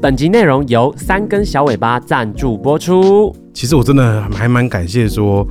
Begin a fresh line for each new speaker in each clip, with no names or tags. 本集内容由三根小尾巴赞助播出。
其实我真的还蛮感谢说。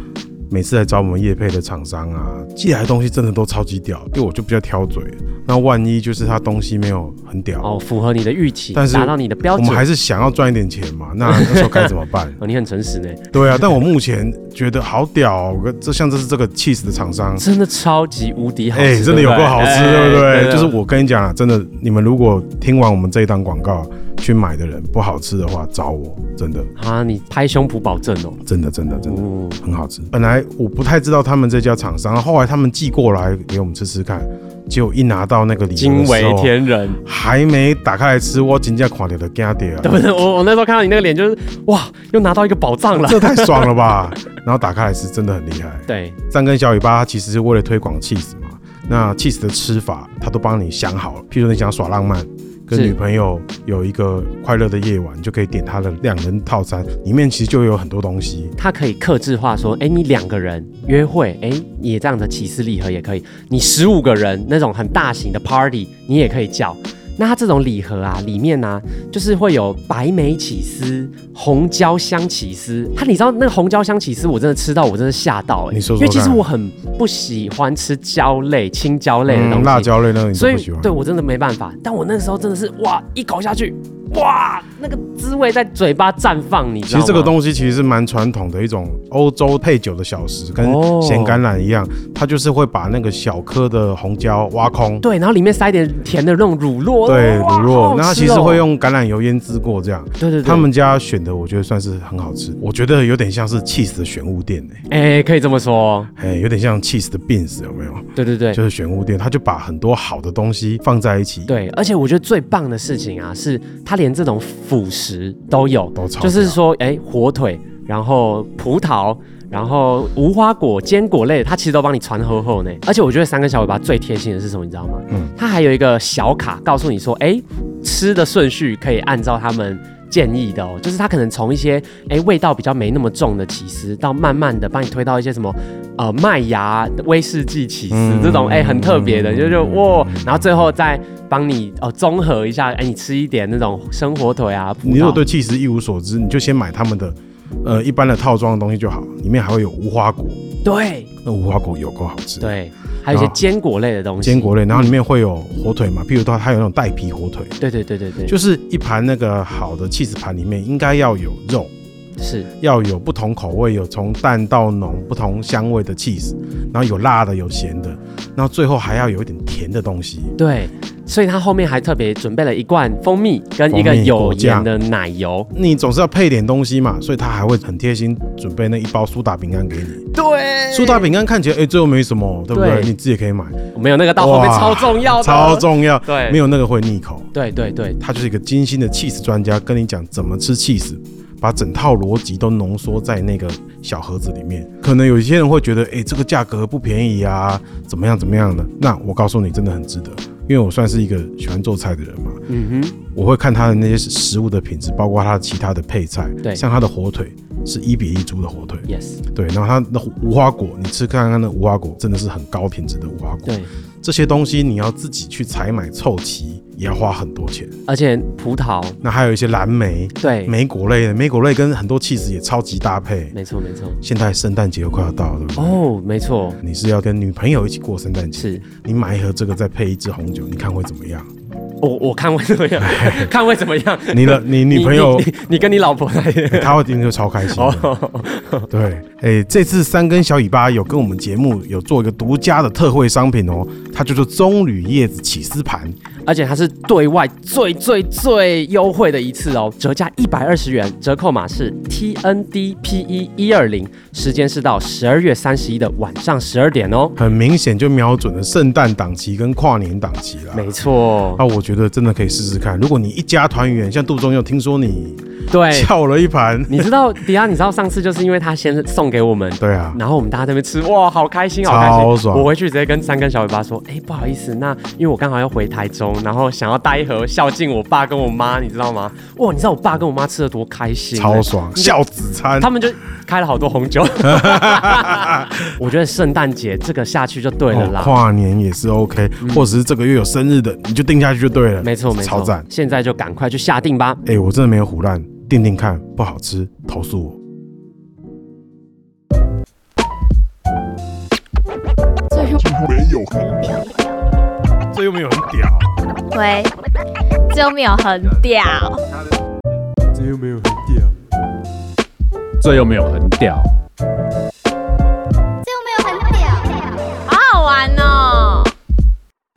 每次来找我们叶配的厂商啊，寄来的东西真的都超级屌，因为我就比较挑嘴。那万一就是他东西没有很屌，
哦，符合你的预期，
但是
达到你的标
我
准？
们。还是想要赚一点钱嘛，那那时候该怎么办
哦，你很诚实呢，
对啊，但我目前觉得好屌、哦，我这像这是这个 cheese 的 厂商，
真的超级无敌好吃，
哎、
对不
真的有够
对
好吃，
哎
对不对？
啊
就是我跟你讲啊，真的，你们如果听完我们这一档广告去买的人不好吃的话，找我，真的，
啊，你拍胸脯保证哦。
真的，真的，真的。
哦，
很好吃。本来我不太知道他们这家厂商，后来他们寄过来给我们吃吃看，结果一拿到那个礼
惊
盒的时哦
为
候，
天人，
还没打开来吃，我真正看到的惊掉
对
啊！
不对？我我那时候看到你那个脸，就是哇，又拿到一个宝藏了。
这太爽了吧！然后打开来吃，真的很厉害。
对，
三根小尾巴它其实是为了推广 cheese 嘛，那 cheese 的吃法它都帮你想好了，譬如说你想耍浪漫。跟
是
女朋友有一个快乐的夜晚，你就可以点它的两人套餐，里面其实就有很多东西，
它可以克制化说，哎，你两个人约会，哎，也这样的起司礼盒也可以；你十五个人那种很大型的 party，你也可以叫。那它这种礼盒啊，里面呢、就是会有白莓起司、红椒香起司。它你知道那个红椒香起司，我真的吃到我真的吓到哎、
你说
因
说
为其实
看
我很不喜欢吃椒类、青椒类的东西，
嗯辣椒类那个你
所
都
以
不喜欢。
对我真的没办法。但我那时候真的是哇，一口下去，哇，那个滋味在嘴巴绽放，你知
其
道
实
吗？
这个东西其实是蛮传统的一种欧洲配酒的小食，跟
哦
咸橄榄一样，它就是会把那个小颗的红椒挖空，
对，然后里面塞点甜的那种乳酪，
对
哇
卤肉，那它其实会，
好好吃哦
用橄榄油腌制过这样。
对对对，
他们家选的我觉得算是很好吃，我觉得有点像是 cheese 的玄武店哎、
哎，可以这么说，
哎、有点像 cheese 的 beans 有没有？
对对对。
就是玄武店，它就把很多好的东西放在一起，
对，而且我觉得最棒的事情啊，是它连这种辅食都有，
都超
就是
屌
说，哎，火腿，然后葡萄，然后无花果、坚果类的，它其实都帮你传呵后呢。而且我觉得三根小尾巴最贴心的是什么，你知道吗？嗯
嗯，
它还有一个小卡告诉你说，哎，吃的顺序可以按照他们。建议的哦，就是它可能从一些哎味道比较没那么重的起司，到慢慢的帮你推到一些什么呃麦芽威士忌起司、
嗯
这种哎很特别的，
嗯
就是
嗯
哇，然后最后再帮你哦综合一下，哎你吃一点那种生火腿啊，葡萄
你如果对 cheese 一无所知，你就先买他们的呃一般的套装的东西就好，里面还会有无花果，
对
那无花果有够好吃。
对，还有一些
然后
坚果类的东西，
坚果类，然后里面会有火腿嘛，譬如说它有那种带皮火腿，
对对对对对，
就是一盘那个好的 cheese 盘里面应该要有肉，
是
要有不同口味，有从淡到浓不同香味的 cheese，然后有辣的，有咸的，然后最后还要有一点甜的东西。
对，所以他后面还特别准备了一罐蜂蜜跟一个
蜂蜜
有
果
盐
酱
的奶油，
你总是要配点东西嘛，所以他还会很贴心准备那一包苏打饼干给你。
对
苏打饼干看起来哎、最后没什么，对不对？
嗯对
你自己也可以买，
没有那个到后面
哇
超重要的，
超重要，
对
没有那个会腻口。
对对对，
他就是一个精心的 cheese 专家，跟你讲怎么吃 cheese，把整套逻辑都浓缩在那个小盒子里面。可能有一些人会觉得，诶，这个价格不便宜啊，怎么样怎么样的？那我告诉你，真的很值得，因为我算是一个喜欢做菜的人嘛，
嗯哼，
我会看它的那些食物的品质，包括它其他的配菜，
对
像它的火腿是一比一猪的火腿，
，yes，
对，然后它的无花果，你吃看看那无花果真的是很高品质的无花果，
对。
这些东西你要自己去采买凑齐，也要花很多钱。
而且葡萄，
那还有一些蓝莓，
对，
莓果类的，莓果类跟很多 cheese 也超级搭配。
没错没错。
现在圣诞节又快要到了，对不对？
哦，没错，
你是要跟女朋友一起过圣诞节，
是
你买一盒这个，再配一支红酒，你看会怎么 样？
我我看会怎么 样，看会怎么样。
你的你女朋友
你，你你跟你老婆来的。
她会听就超开心的。
哦，
对，哎、这次三根小尾巴有跟我们节目有做一个独家的特惠商品哦，它就是棕榈叶子起司盘，
而且它是对外最最最优惠的一次哦，折价一百二十元，折扣码是 T N D P E 一二零，时间是到十二月三十一的晚上十二点哦。
很明显就瞄准了圣诞档期跟跨年档期啦。啊
没错，
那我觉得真的可以试试看。如果你一家团圆，像杜仲又听说你
对，
翘了一盘。
你知道迪拉，你知道上次就是因为他先送给我们，
对啊，
然后我们大家在那边吃，哇，好开心，好开心！
超爽
我回去直接跟三根小尾巴说，哎、不好意思，那因为我刚好要回台中，然后想要带一盒孝敬我爸跟我妈，你知道吗？哇，你知道我爸跟我妈吃的多开心、啊
超爽，孝子餐
他。们就开了好多红酒。 我觉得圣诞节这个下去就对了啦。
哦跨年也是 OK，、或者是这个月有生日的，你就定下去就对了。
没错没
超
错
赞，。
现在就赶快去下定吧。
哎、我真的没有胡乱，定定看，不好吃投诉我。
最后
这又没有很屌，
喂，就没有很屌，
这又没有很屌，这又没有很屌，
就没有很屌，好好玩哦！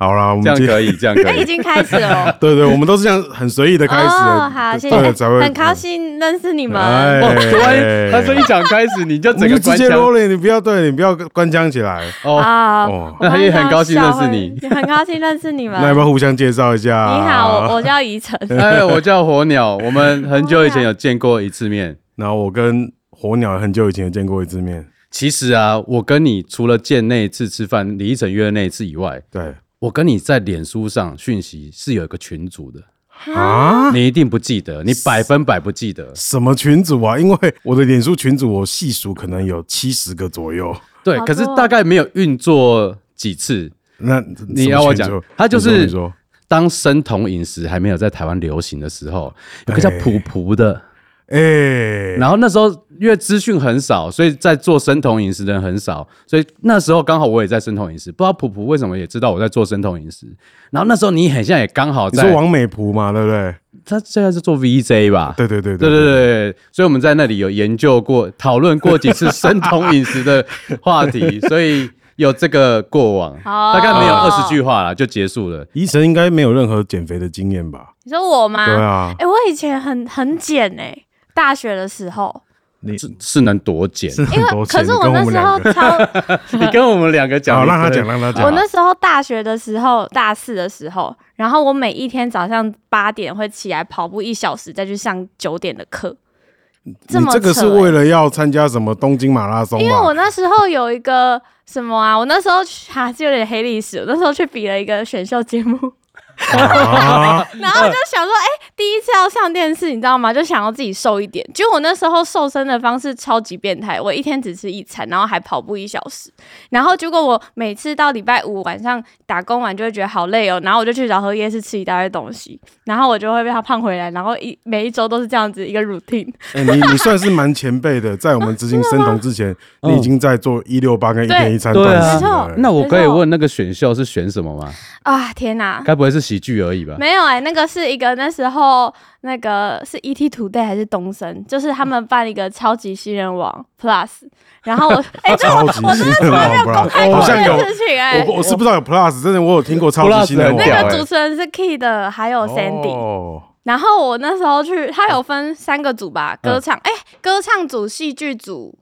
好啦，我
这
们
样
今
可以，这样可
那已
以。
经开始了
对对，我们都是这样很随意的
哦，
开始的。
哦，好，谢谢，
对才会
很高兴认识你们。
哎
哦，对，他说一讲开始你就整
你就
个
直
关
接
枪
rolling，你不要对你不要关枪起来
哦，
啊
哦。
那他也很高兴认识你。，
哎很高兴认识你们。
那要不要啊互相介绍一下？
你好，我我叫 宜晨，
哎，我叫火鸟，我们很久以前有见过一次面。
然后我跟火鸟很久以前也见过一次面，
其实啊，我跟你除了见那一次吃饭李一晨约的那一次以外，
对
我跟你在脸书上讯息是有一个群组 的，
啊，
你一定不记得，你百分百不记得。
什么群主啊？因为我的脸书群主，我细数可能有七十个左右。
对，
好
可是
多哦
大概没有运作几次。
那
你
什么
要我
群
讲
组
他就是
你说你说
当生酮饮食还没有在台湾流行的时候，有个叫
哎
普普的，
哎、
然后那时候因为资讯很少，所以在做生酮饮食的人很少，所以那时候刚好我也在生酮饮食，不知道普普为什么也知道我在做生酮饮食。然后那时候你很像也刚好
你
在，
说王美璞嘛，对不对？
他现在是做 VJ 吧？
对对对
对对对对，所以我们在那里有研究过、讨论过几次生酮饮食的话题，所以有这个过往，
哦
大概没有二十句话啦，就结束了。
医生应该没有任何减肥的经验吧？
你说我吗？
对啊，
哎，我以前很很减哎，大学的时候，
你
是是能多减？
是
因
很
为
多
可
钱
是
跟
我那
们
时
两
候
个。
超
你跟我们两个讲，
好，让他讲，。让他讲。
我那时候大学的时候，大四的时候，然后我每一天早上八点会起来跑步一小时，再去上九点的课。这
你
么
这个是
扯欸
为了要参加什么东京马拉松吧？
因为我那时候有一个什么啊，我那时候去还是有点黑历史，我那时候去比了一个选秀节目，
啊，
然后就想说，哎、第一次要上电视，你知道吗？就想要自己瘦一点。结果我那时候瘦身的方式超级变态，我一天只吃一餐，然后还跑步一小时。然后结果我每次到礼拜五晚上打工完就会觉得好累哦，然后我就去饶河夜市吃一大堆东西，然后我就会被他胖回来，然后一每一周都是这样子一个 routine。
哎、你你算是蛮前辈的，在我们执行生酮之前，你已经在做一六八跟一天一餐
对
断
对啊
食了、
那我可以问那个选秀是选什么吗？
啊，天哪！
该不会是喜剧而已吧？
没有哎、那个是一个那时候那个是 ET Today 还是东森，就是他们办一个超级新人王 Plus，然后我哎、这
超级新人王不
哦
啦，
我
好像有，
事情哎、
我我是不知道有 Plus，真的我有听过超级新人
Plus 很
那
屌
个
欸
主持人是 Key 的，还有 Sandy，、
哦
然后我那时候去，他有分三个组吧，
嗯
歌唱，哎、歌唱组、戏剧组，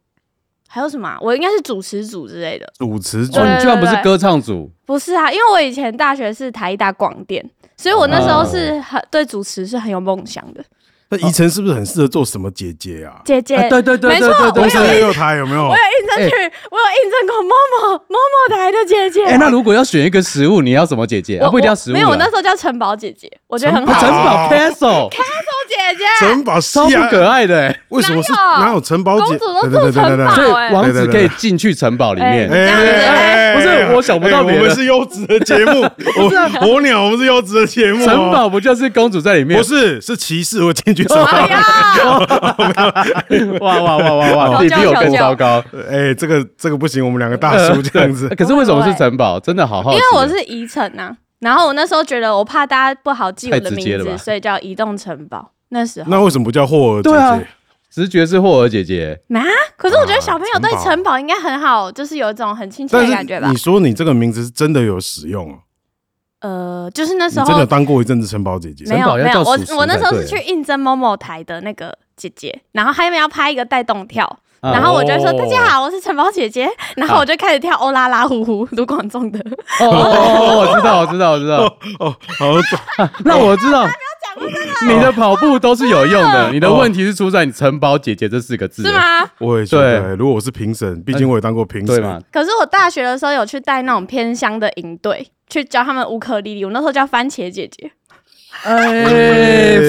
还有什么啊、我应该是主持组之类的。
主持组
哦，你居然不是
对对对啊
歌唱组，
不是啊，因为我以前大学是台大广电，所以我那时候是很、对主持是很有梦想的。
那宜晨是不是很适合做什么姐姐啊？
姐姐，
啊对对对
没错，
对对对哎
我
东
有
森也有台有没有
我？有应征去，我有应征过某某某某台的姐姐。
哎，那如果要选一个食物，你要什么姐姐？
我
啊，不一定要食物啦。
没有，我那时候叫城堡姐姐，我觉得很
啊
好。
城
城
堡 Castle
姐姐，
城堡西
超不
啊，
可爱的欸，
为什么是
哪有
哪有城堡姐？
公主都
对对对
住
对对
城堡
所以
哎
王子可以进去城堡里面。
哎这样子哎
不是我想不到
哎
别的啊
我们是优质的节 目，我火鸟，我们是优质的节目哦。
城堡不就是公主在里面？
不是是骑士，我进去城堡。
哎呀，
哇哇哇哇 哇！
求
你
救
比我
求
更
救
糟糕。呃
哎，这个这个不行，我们两个大叔这样子。
可是为什么是城堡？真的好好奇。
哦因为我是宜城啊，然后我那时候觉得我怕大家不好记我的
太直接
名
了吧
字，所以叫移动城堡。那时候
那为什么不叫霍尔姐
对啊
姐？
直觉是霍尔姐姐，
啊，可是我觉得小朋友对
啊城堡
城堡应该很好，就是有一种很亲切
但
的感觉
是
吧
你。说你这个名字是真的有使用哦，
呃，就是那
你
时
真的
候
当过一阵子城堡姐姐。
没
城堡
有没
要
有，
叫
我
叔叔
我那时候是
才
去
对
应征某某台的那个姐姐，然后他们要拍一个带动跳，
啊
然后我就说
哦
大家好，我是城堡姐姐，然后我就开始跳欧拉拉呼呼卢广仲 的，
哦哦哦哦，哦我知道，我知道，我知道。
哦，好，
那我知道，你的跑步都是有用的，你的问题是出在你“承包姐姐”这四个字，啊
是？吗？
我也觉得、
对
欸如果我是评审，毕竟我也当过评
对
审，
嘛？
可是我大学的时候有去带那种偏乡的营队，去教他们乌克丽丽。我那时候叫番茄姐姐，
哎，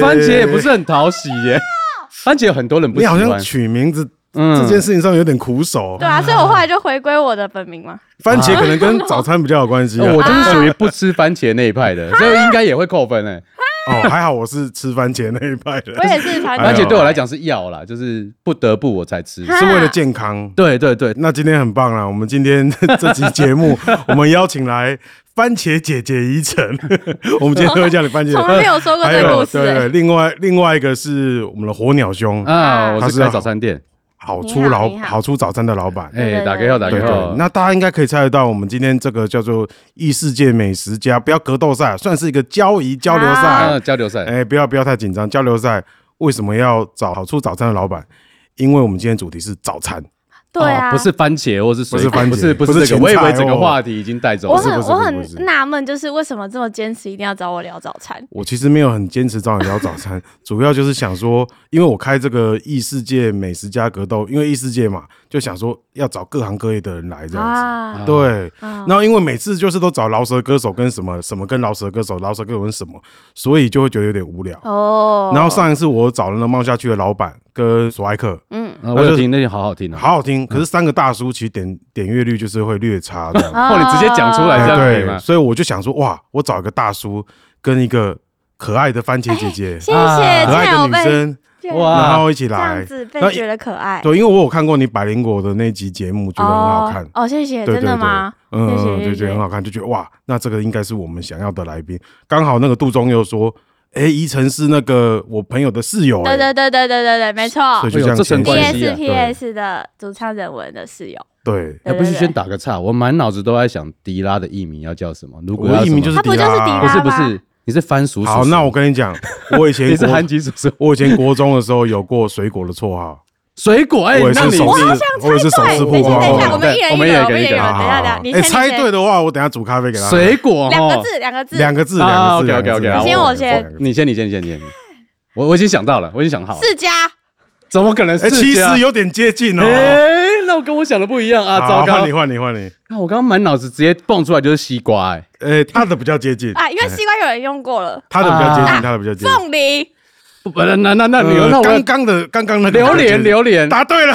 番茄也不是很讨喜 耶，番茄有很多人不
你
喜
好像
欢。
取名字、
嗯
这件事情上有点苦手哦
对。啊，所以我后来就回归我的本 名嘛。
番茄可能 跟早餐比较有关系、啊。
呃我就是属于不吃番茄那一派的，
啊
所以应该也会扣分诶。
哦，还好我是吃番茄那一派的
我，也是
哎
番
呦
番
茄，
茄对我来讲是药啦，就是不得不我才吃。
哈
是为了健康。
对对对，
那今天很棒啦，我们今天 这期节目，我们邀请来番茄姐姐宜晨， 我们今天都会叫你番茄。
从来没有 说过
还
这个
有
故事、
对
欸。
对，另外另外一个是我们的火鸟兄，
啊，我
他
是
是
开
好
早餐
哦
店，
好
你
出
好
老
你好
好出早餐的老板。
对
哎，
对
打给后打
对
给哦
对
后，，
那大家应该可以猜得到，我们今天这个叫做异世界美食家，不要格斗赛，算是一个交谊交流赛。
啊交流赛，
哎，不要不要太紧张，交流赛为什么要找好出早餐的老板？因为我们今天主题是早餐。
对啊，
哦不是番茄或是水
不是番茄
不是不是
不是
这个，
芹
我以为
菜
整个
哦
话题已经带走
我
了。
很
不是
我
不是
很纳闷，就是为什么这么坚持一定要找我聊早餐？
我其实没有很坚持找你聊早 餐，主要就是想说，因为我开这个异世界美食家格斗，因为异世界嘛，就想说要找各行各业的人来这样子。
啊，
对，
啊
然后因为每次就是都找饶舌歌手跟什么什么跟饶舌歌手，饶舌歌手跟什么，所以就会觉得有点无聊。
哦，
然后上一次我找了那猫下去的老板跟索艾克，
嗯，
啊我有听那些好好听啊。
好好听，可是三个大叔其实点点阅率就是会略差的。
哦，你直接讲出来
啊
哎
这样可以
对，
吗？
所以我就想说，哇，我找一个大叔跟一个可爱的番茄姐姐，
谢
啊
谢，
可
竟
爱
然
的
有
女
被
生，
哇
然后一起
这样
来。
子被
那
觉得可爱，
对，因为我有看过你百灵果的那集节目，觉得很好看
哦。哦，谢谢，
对
真
对
的
对
吗？
嗯，
谢谢
嗯
谢
就觉得
谢
很好看，就觉得哇，那这个应该是我们想要的来宾。刚好那个杜忠又说，哎，宜城是那个我朋友的室友，
对
哎
对对对对对对，没错
所以
哎
就
呦
这样
这
牵
层关
线
系啊
，PS PS 的主唱人文的室友，
对，
哎，
对
不是
对
先打个岔，我满脑子都在想迪拉的艺名要叫什么。如果
我
要
艺
什
名
么
就是
他不
迪拉
就是迪
啊，
拉
不是
吧
不是，你是番薯叔叔。
好，那我跟你讲，我以 前
你是
国
韩籍叔叔。
我以前国中的时候有过水果的绰号，
水果哎，
我也
那
是
你
手势，我也是手势
对，
曝
等一下
光。
等一下，
哦
我们一人一个，
我们一人
我们
一
一人
个
一个，
好
等一下等一下，你先
哎猜
你先
对的话，我等下煮咖啡给他。
水果
两个
哦，
字，两个字，
两个字，
啊
两个字
OK，OK，OK，
两个字
好
我先
两个字
你先你先你先你先，我我已经想到了，我已经想好了，
世家，
怎么可能
哎，
是
其
这样？
实有点接近哦。
哎，那我跟我想的不一样啊！
好
糟糕
换你，换你换你，
那我刚刚满脑子直接蹦出来就是西瓜哎，
呃，他的比较接近
啊，因为西瓜有人用过了，
他的比较接
啊
近，他的比较接近。
凤梨，
不不，那那那那
呃
嗯那
刚
我
刚的刚刚的
榴莲榴莲
答 对了，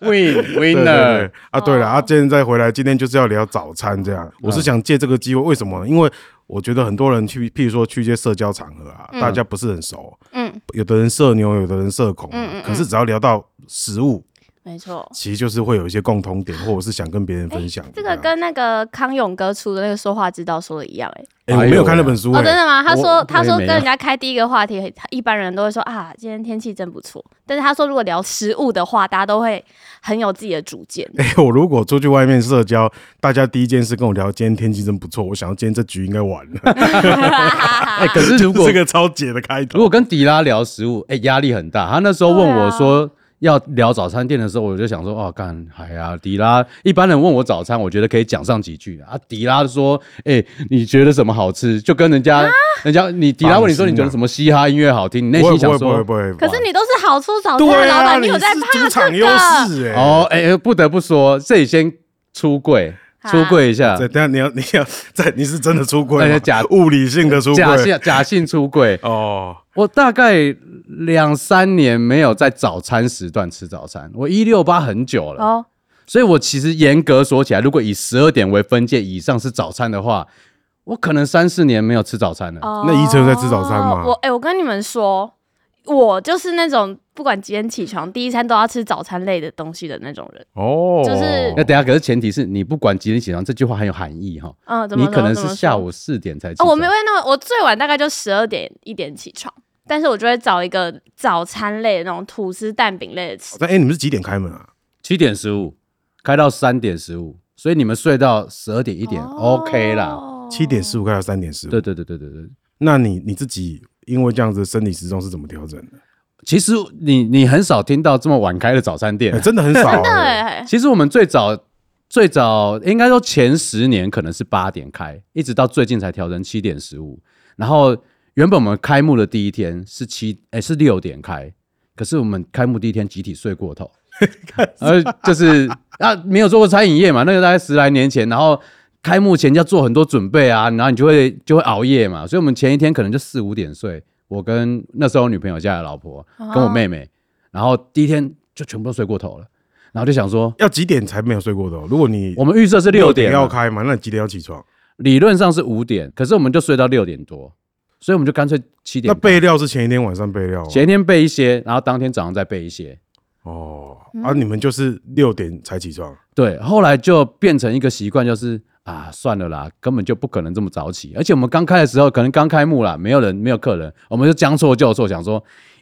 win
对对
winner
对啊，对了啊，今天再回来，今天就是要聊早餐这样。我是想借这个机会，为什么呢？因为我觉得很多人去，譬如说去一些社交场合啊，大家不是很熟，
嗯，
有的人社牛，有的人社恐
嗯嗯嗯，
可是只要聊到食物，
没错。
其实就是会有一些共同点，或者是想跟别人分享。
哎这个
样
跟那个康永哥出的那个说话之道说的一样、欸，
哎，我没有看那本书
哦，真
哎，
的吗？他
我
说他说
我也没
跟人
有
家开第一个话题，他一般人都会说啊，今天天气真不错。但是他说如果聊食物的话，大家都会很有自己的主见。
哎，我如果出去外面社交，大家第一件事跟我聊，今天天气真不错，我想要今天这局应该完了。
哎，可是如 果
这个超解的开
如
头，
果跟迪拉聊食物，哎、压力很大。他那时候问我说要聊早餐店的时候，我就想说，哦，干，哎呀，迪拉，一般人问我早餐，我觉得可以讲上几句啊。迪拉说，哎、你觉得什么好吃？就跟人家，人家你迪拉问你说
放心啊
你觉得什么嘻哈音乐好听，你内
不会
心
不会
想
不会
说。
不会，
可是你都是好出早餐的
对
哦老板，
啊，
你有在
是
怕
主场
这
优
个？
势哎。
哦，哎、哎不得不说，这里先出柜，
啊
出柜一下，
这等下你要你要在你是真的出轨
哎
吗？
呀假
物理性的出轨
假性假性出柜。
哦，
我大概两三年没有在早餐时段吃早餐，我一六八很久了。
哦，
所以我其实严格说起来，如果以十二点为分界以上是早餐的话，我可能三四年没有吃早餐了。
哦
那宜晨有在吃早餐吗
我哎、我跟你们说，我就是那种不管几点起床，第一餐都要吃早餐类的东西的那种人。
哦，
就是
那等一下，可是前提是你不管几点起床，这句话很有含义哈。
嗯，怎么
你
说
可能
怎么
是
说
下午四点才起
哦，
床。
我没有那么，我最晚大概就十二点一点起床，但是我就会找一个早餐类的那种吐司蛋饼类的吃。
那哎、你们是几点开门啊？
七点十五开到三点十五，所以你们睡到十二点一点、OK
哦
啦。
七点十五开到三点十五
对。对对对对对。
那你你自己因为这样子的生理时钟是怎么调整的？
其实你你很少听到这么晚开的早餐店啊
哎、，真的很少、
真的
哎
哎、
其实我们最早最早应该说前十年可能是八点开，一直到最近才调成七点十五。然后原本我们开幕的第一天是七，哎、是六点开，可是我们开幕第一天集体睡过头，呃，就是啊，没有做过餐饮业嘛，那个大概十来年前，然后开幕前要做很多准备啊，然后你就会就会熬夜嘛，所以我们前一天可能就四五点睡，我跟那时候女朋友家的老婆跟我妹妹，然后第一天就全部都睡过头了，然后就想说，
要几点才没有睡过头？如果你
我们预设是六点啊嘛
要开嘛，那你几点要起床？
理论上是五点，可是我们就睡到六点多，所以我们就干脆七点
那
半
备料是前一天晚上备料哦
前一天备一些，然后当天早上再备一些。
哦，
嗯
啊，你们就是六点才起床，
对，后来就变成一个习惯，就是啊，算了啦，根本就不可能这么早起。而且我们刚开的时候，可能刚开幕啦，没有人，没有客人，我们就将错就错，想说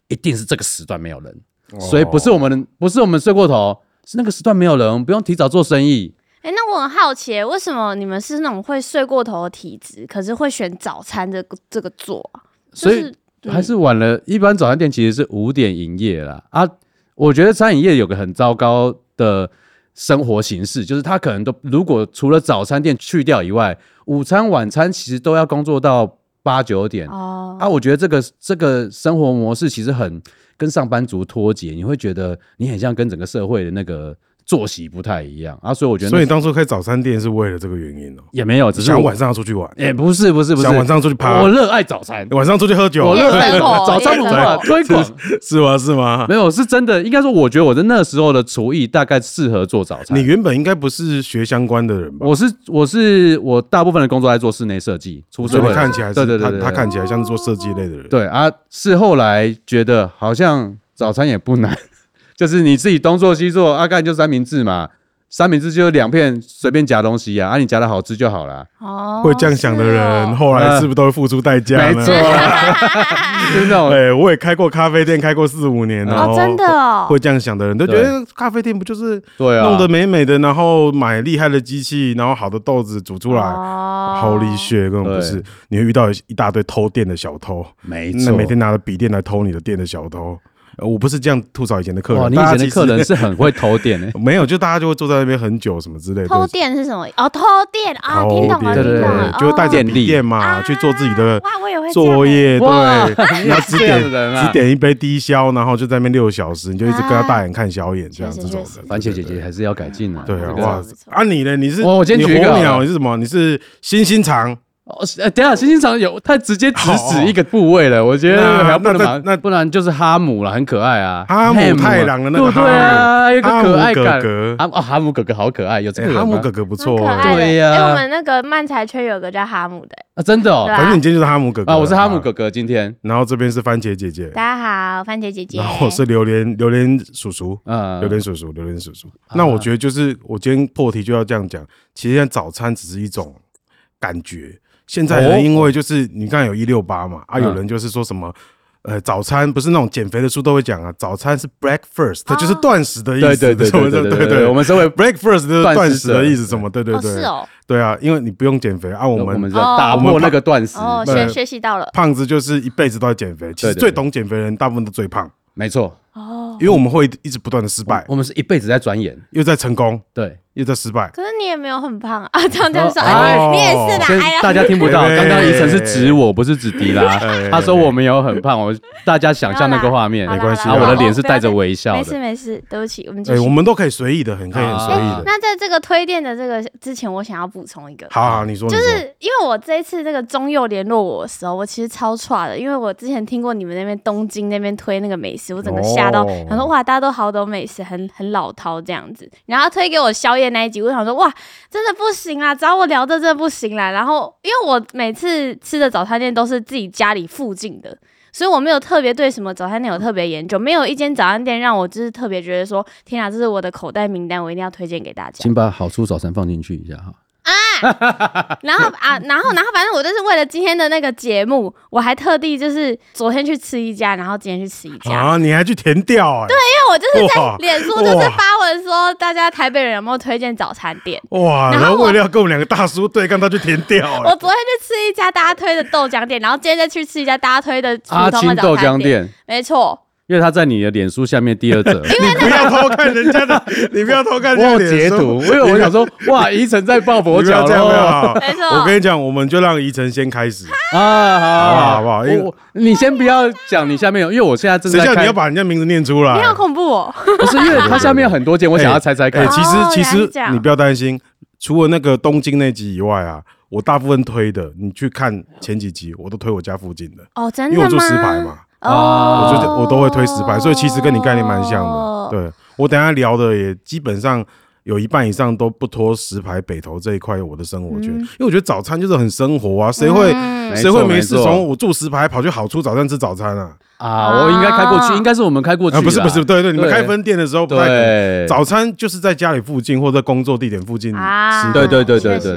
一定是这个时段没有人，
哦
所以不是我们不是我们睡过头，是那个时段没有人，我们不用提早做生意。
哎、那我很好奇，为什么你们是那种会睡过头的体质，可是会选早餐这个这个做啊？就
所以
是嗯
还是晚了。一般早餐店其实是五点营业啦。啊，我觉得餐饮业有个很糟糕的生活形式，就是他可能都如果除了早餐店去掉以外，午餐、晚餐其实都要工作到八九点。
哦，
啊，我觉得这个这个生活模式其实很跟上班族脱节，你会觉得你很像跟整个社会的那个作息不太一样啊，所以我觉得那
所以当初开早餐店是为了这个原因哦，
也没有，只是
想
我
晚上要出去玩，
也、不是不是不是，
想晚上出去趴
我，热爱早餐，
晚上出去喝酒
我，热
夜
爱
生活
早餐
夜
文
生
化
活
推广，
是吗？是吗？
没有，是真的。应该说，我觉得我的那时候的厨艺大概适合做早餐。
你原本应该不是学相关的人吧？
我是我是我大部分的工作在做室内设计，出社
所以
会
你看起来是
对对对
他
对
他
对
看起来像是做设计类的人。
对啊，是后来觉得好像早餐也不难， 就是你自己东做西做，啊，干就三明治嘛，三明治就两片随便夹东西啊，啊你夹的好吃就好啦。
哦
会这样想的
是
人，
哦
后来是不是都会付出代价呢？
没错，啊 就是那种
哎，我也开过咖啡店，开过四五年
哦，真的。哦，
会这样想的人都觉
对
得咖啡店不就是
对啊，
弄得美美的，然后买厉害的机器，然后好的豆子煮出来，
哦
好力血根本不
对
是。你会遇到一大堆偷电的小偷，
没
那
错，
每天拿着笔电来偷你的电的小偷。呃我不是这样吐槽以前的客
哇，
人，
你以
大家
前
其
的
实
客人是很会偷欸电的、
没有，就大家就会坐在那边很久什么之类的。
偷电是什么？哦，偷电啊，
偷
听懂
电
了，
对
听
对
懂
对
了，
就会带着
哦
电
笔
力
电嘛
啊
去做自己的
哇，我也会这样
作业，
哇
对，
你
然后只
是这样
点
的人啊
只点一杯低消，然后就在那边六小时，你就一直跟他大眼看小眼这样
啊确
这
实
种
确
的。
番茄姐姐还是要改进啊。
对啊，
这
不
个
错
哇
不！错
啊，你呢？你是
我我先
你
举一个
火
好了
鸟，你是什么？你是星星肠。
哦，是呃，等一下，行星长有太直接直指一个部位了，我觉得
那
还不能
那
把，
那
不然就是哈姆了，很可爱啊，
哈姆
汉
太郎的那个
对不对啊，有一个
哈姆
可爱
哥
感，
哥
哈姆哦，哈姆哥哥好可爱，有这个
哎，
人吗
哈姆哥哥不
蛮
错
可
哦，
爱的。
对呀
哎我们那个漫才圈有个叫哈姆的，
啊，真的哦
对，
反正你今天就是哈姆哥哥
啊，我是哈姆哥
哥，
哥，今天，
然后这边是番茄姐姐，
大家好，番茄姐姐。
然后我是榴莲榴莲叔叔。
嗯
榴，莲叔叔，榴莲叔叔。
啊
那我觉得就是，我今天破题就要这样讲。其实现在早餐只是一种感觉。现在
哦
人因为就是你看有一六八嘛，啊，
嗯
有人就是说什么，呃，早餐不是那种减肥的书都会讲啊，早餐是 breakfast，它就是断食的意
啊对
思。
对对
什
对
么
对
的
对
对
对，我们身为
breakfast 就是断
断
食
食
的
者
意思，什么？对对
哦，
对，
是哦，
对啊，因为你不用减肥啊，我
我们
们
在打破那个断食，
哦，
嗯对
学学习到了，
胖子就是一辈子都在减肥。其实
对对
最
对
懂减肥的人，大部分都最胖，
没错，
哦。
因为我们会一直不断的失败，
我们是一辈子在钻研，
又在成功，
对，
又在失败。
可是你也没有很胖啊，啊 这样这样说，
哦
哎
哦
你也是啦，
所以
哎呀，
大家 听不到，
哎
刚刚怡晨是指我，不是指迪拉，他说我没有很胖， 我大家想象那个画面，
好啦
没关系啊
好
然
啦
后我的
好
脸是带着
不要
微笑
没
的
事。没事，对不起，我们继
哎、
续。
我们都可以随意的，很可以很随
啊
意的。
那在这个推荐的这个之前，我想要补充一个，
好好，你说，
就是因为我这一次这个中佑联络我的时候，我其实超差的，因为我之前听过你们那边东京那边推那个美食，我整个吓到，
哦
想说哇，大家都好懂美食，很很老饕这样子。然后他推给我宵夜那一集，我想说哇，真的不行啦，找我聊的真的不行啦。然后因为我每次吃的早餐店都是自己家里附近的。所以我没有特别对什么早餐店有特别研究，没有一间早餐店让我就是特别觉得说，天啊，这是我的口袋名单，我一定要推荐给大家。
请把好处早餐放进去一下哈。
然后啊，
嗯
然后然后反正我就是为了今天的那个节目，我还特地就是昨天去吃一家，然后今天去吃一
你说
家，
啊，你还去填掉、哎，对，
因为我就是在
哇
脸书就是发文说大家台北人有没有推荐早餐店。
哇，
然后
然后
我
为了要跟我们两个大叔对干，他去填掉、
我
哎，
昨天去吃一家大家推的豆浆店，然后今天再去吃一家大家推的普
阿
通
青
的早
豆
餐
浆
店，
店，
没错。
因为他在你的脸书下面第二则，
你不要偷看人家的， 你不要偷看人
我
家
有
的脸
截
书
图，因为我想说，哇，宜城在抱
我
佛
不要
脚
这样，不啊要
了
好
没错
我跟你讲，我们就让宜晨先开始。
啊，好
好不好因为
我你先不要讲你下面有，因为我现在正
谁
在
叫
看
你要把人家名字念出来
你？好恐怖哦！
不是因为它下面有很多件，我想要猜猜
哎、
看。
其
哦
实其
原来是
实
这样
你不要担心，除了那个东京那集以外啊，我大部分推的，你去看前几集，我都推我家附近的，
哦，真
因
的
为
吗？
我做石牌嘛，
哦，
啊
我就我都会推石牌，所以其实跟你概念蛮像
哦
的。，对我等一下聊的也基本上。有一半以上都不脱石牌北投这一块我的生活圈，
嗯
因为我觉得早餐就是很生活啊，谁会、
嗯
没
谁会
错
没
没
事
错
从我住石牌跑去好出早餐吃早餐啊？
啊，我应该开过去，应该是我们开过去
啊，
啦。
不是不是，对对，你们
对
开分店的时候不太可能
对，
早餐就是在家里附近或者工作地点附近吃
啊，
对对对对
确实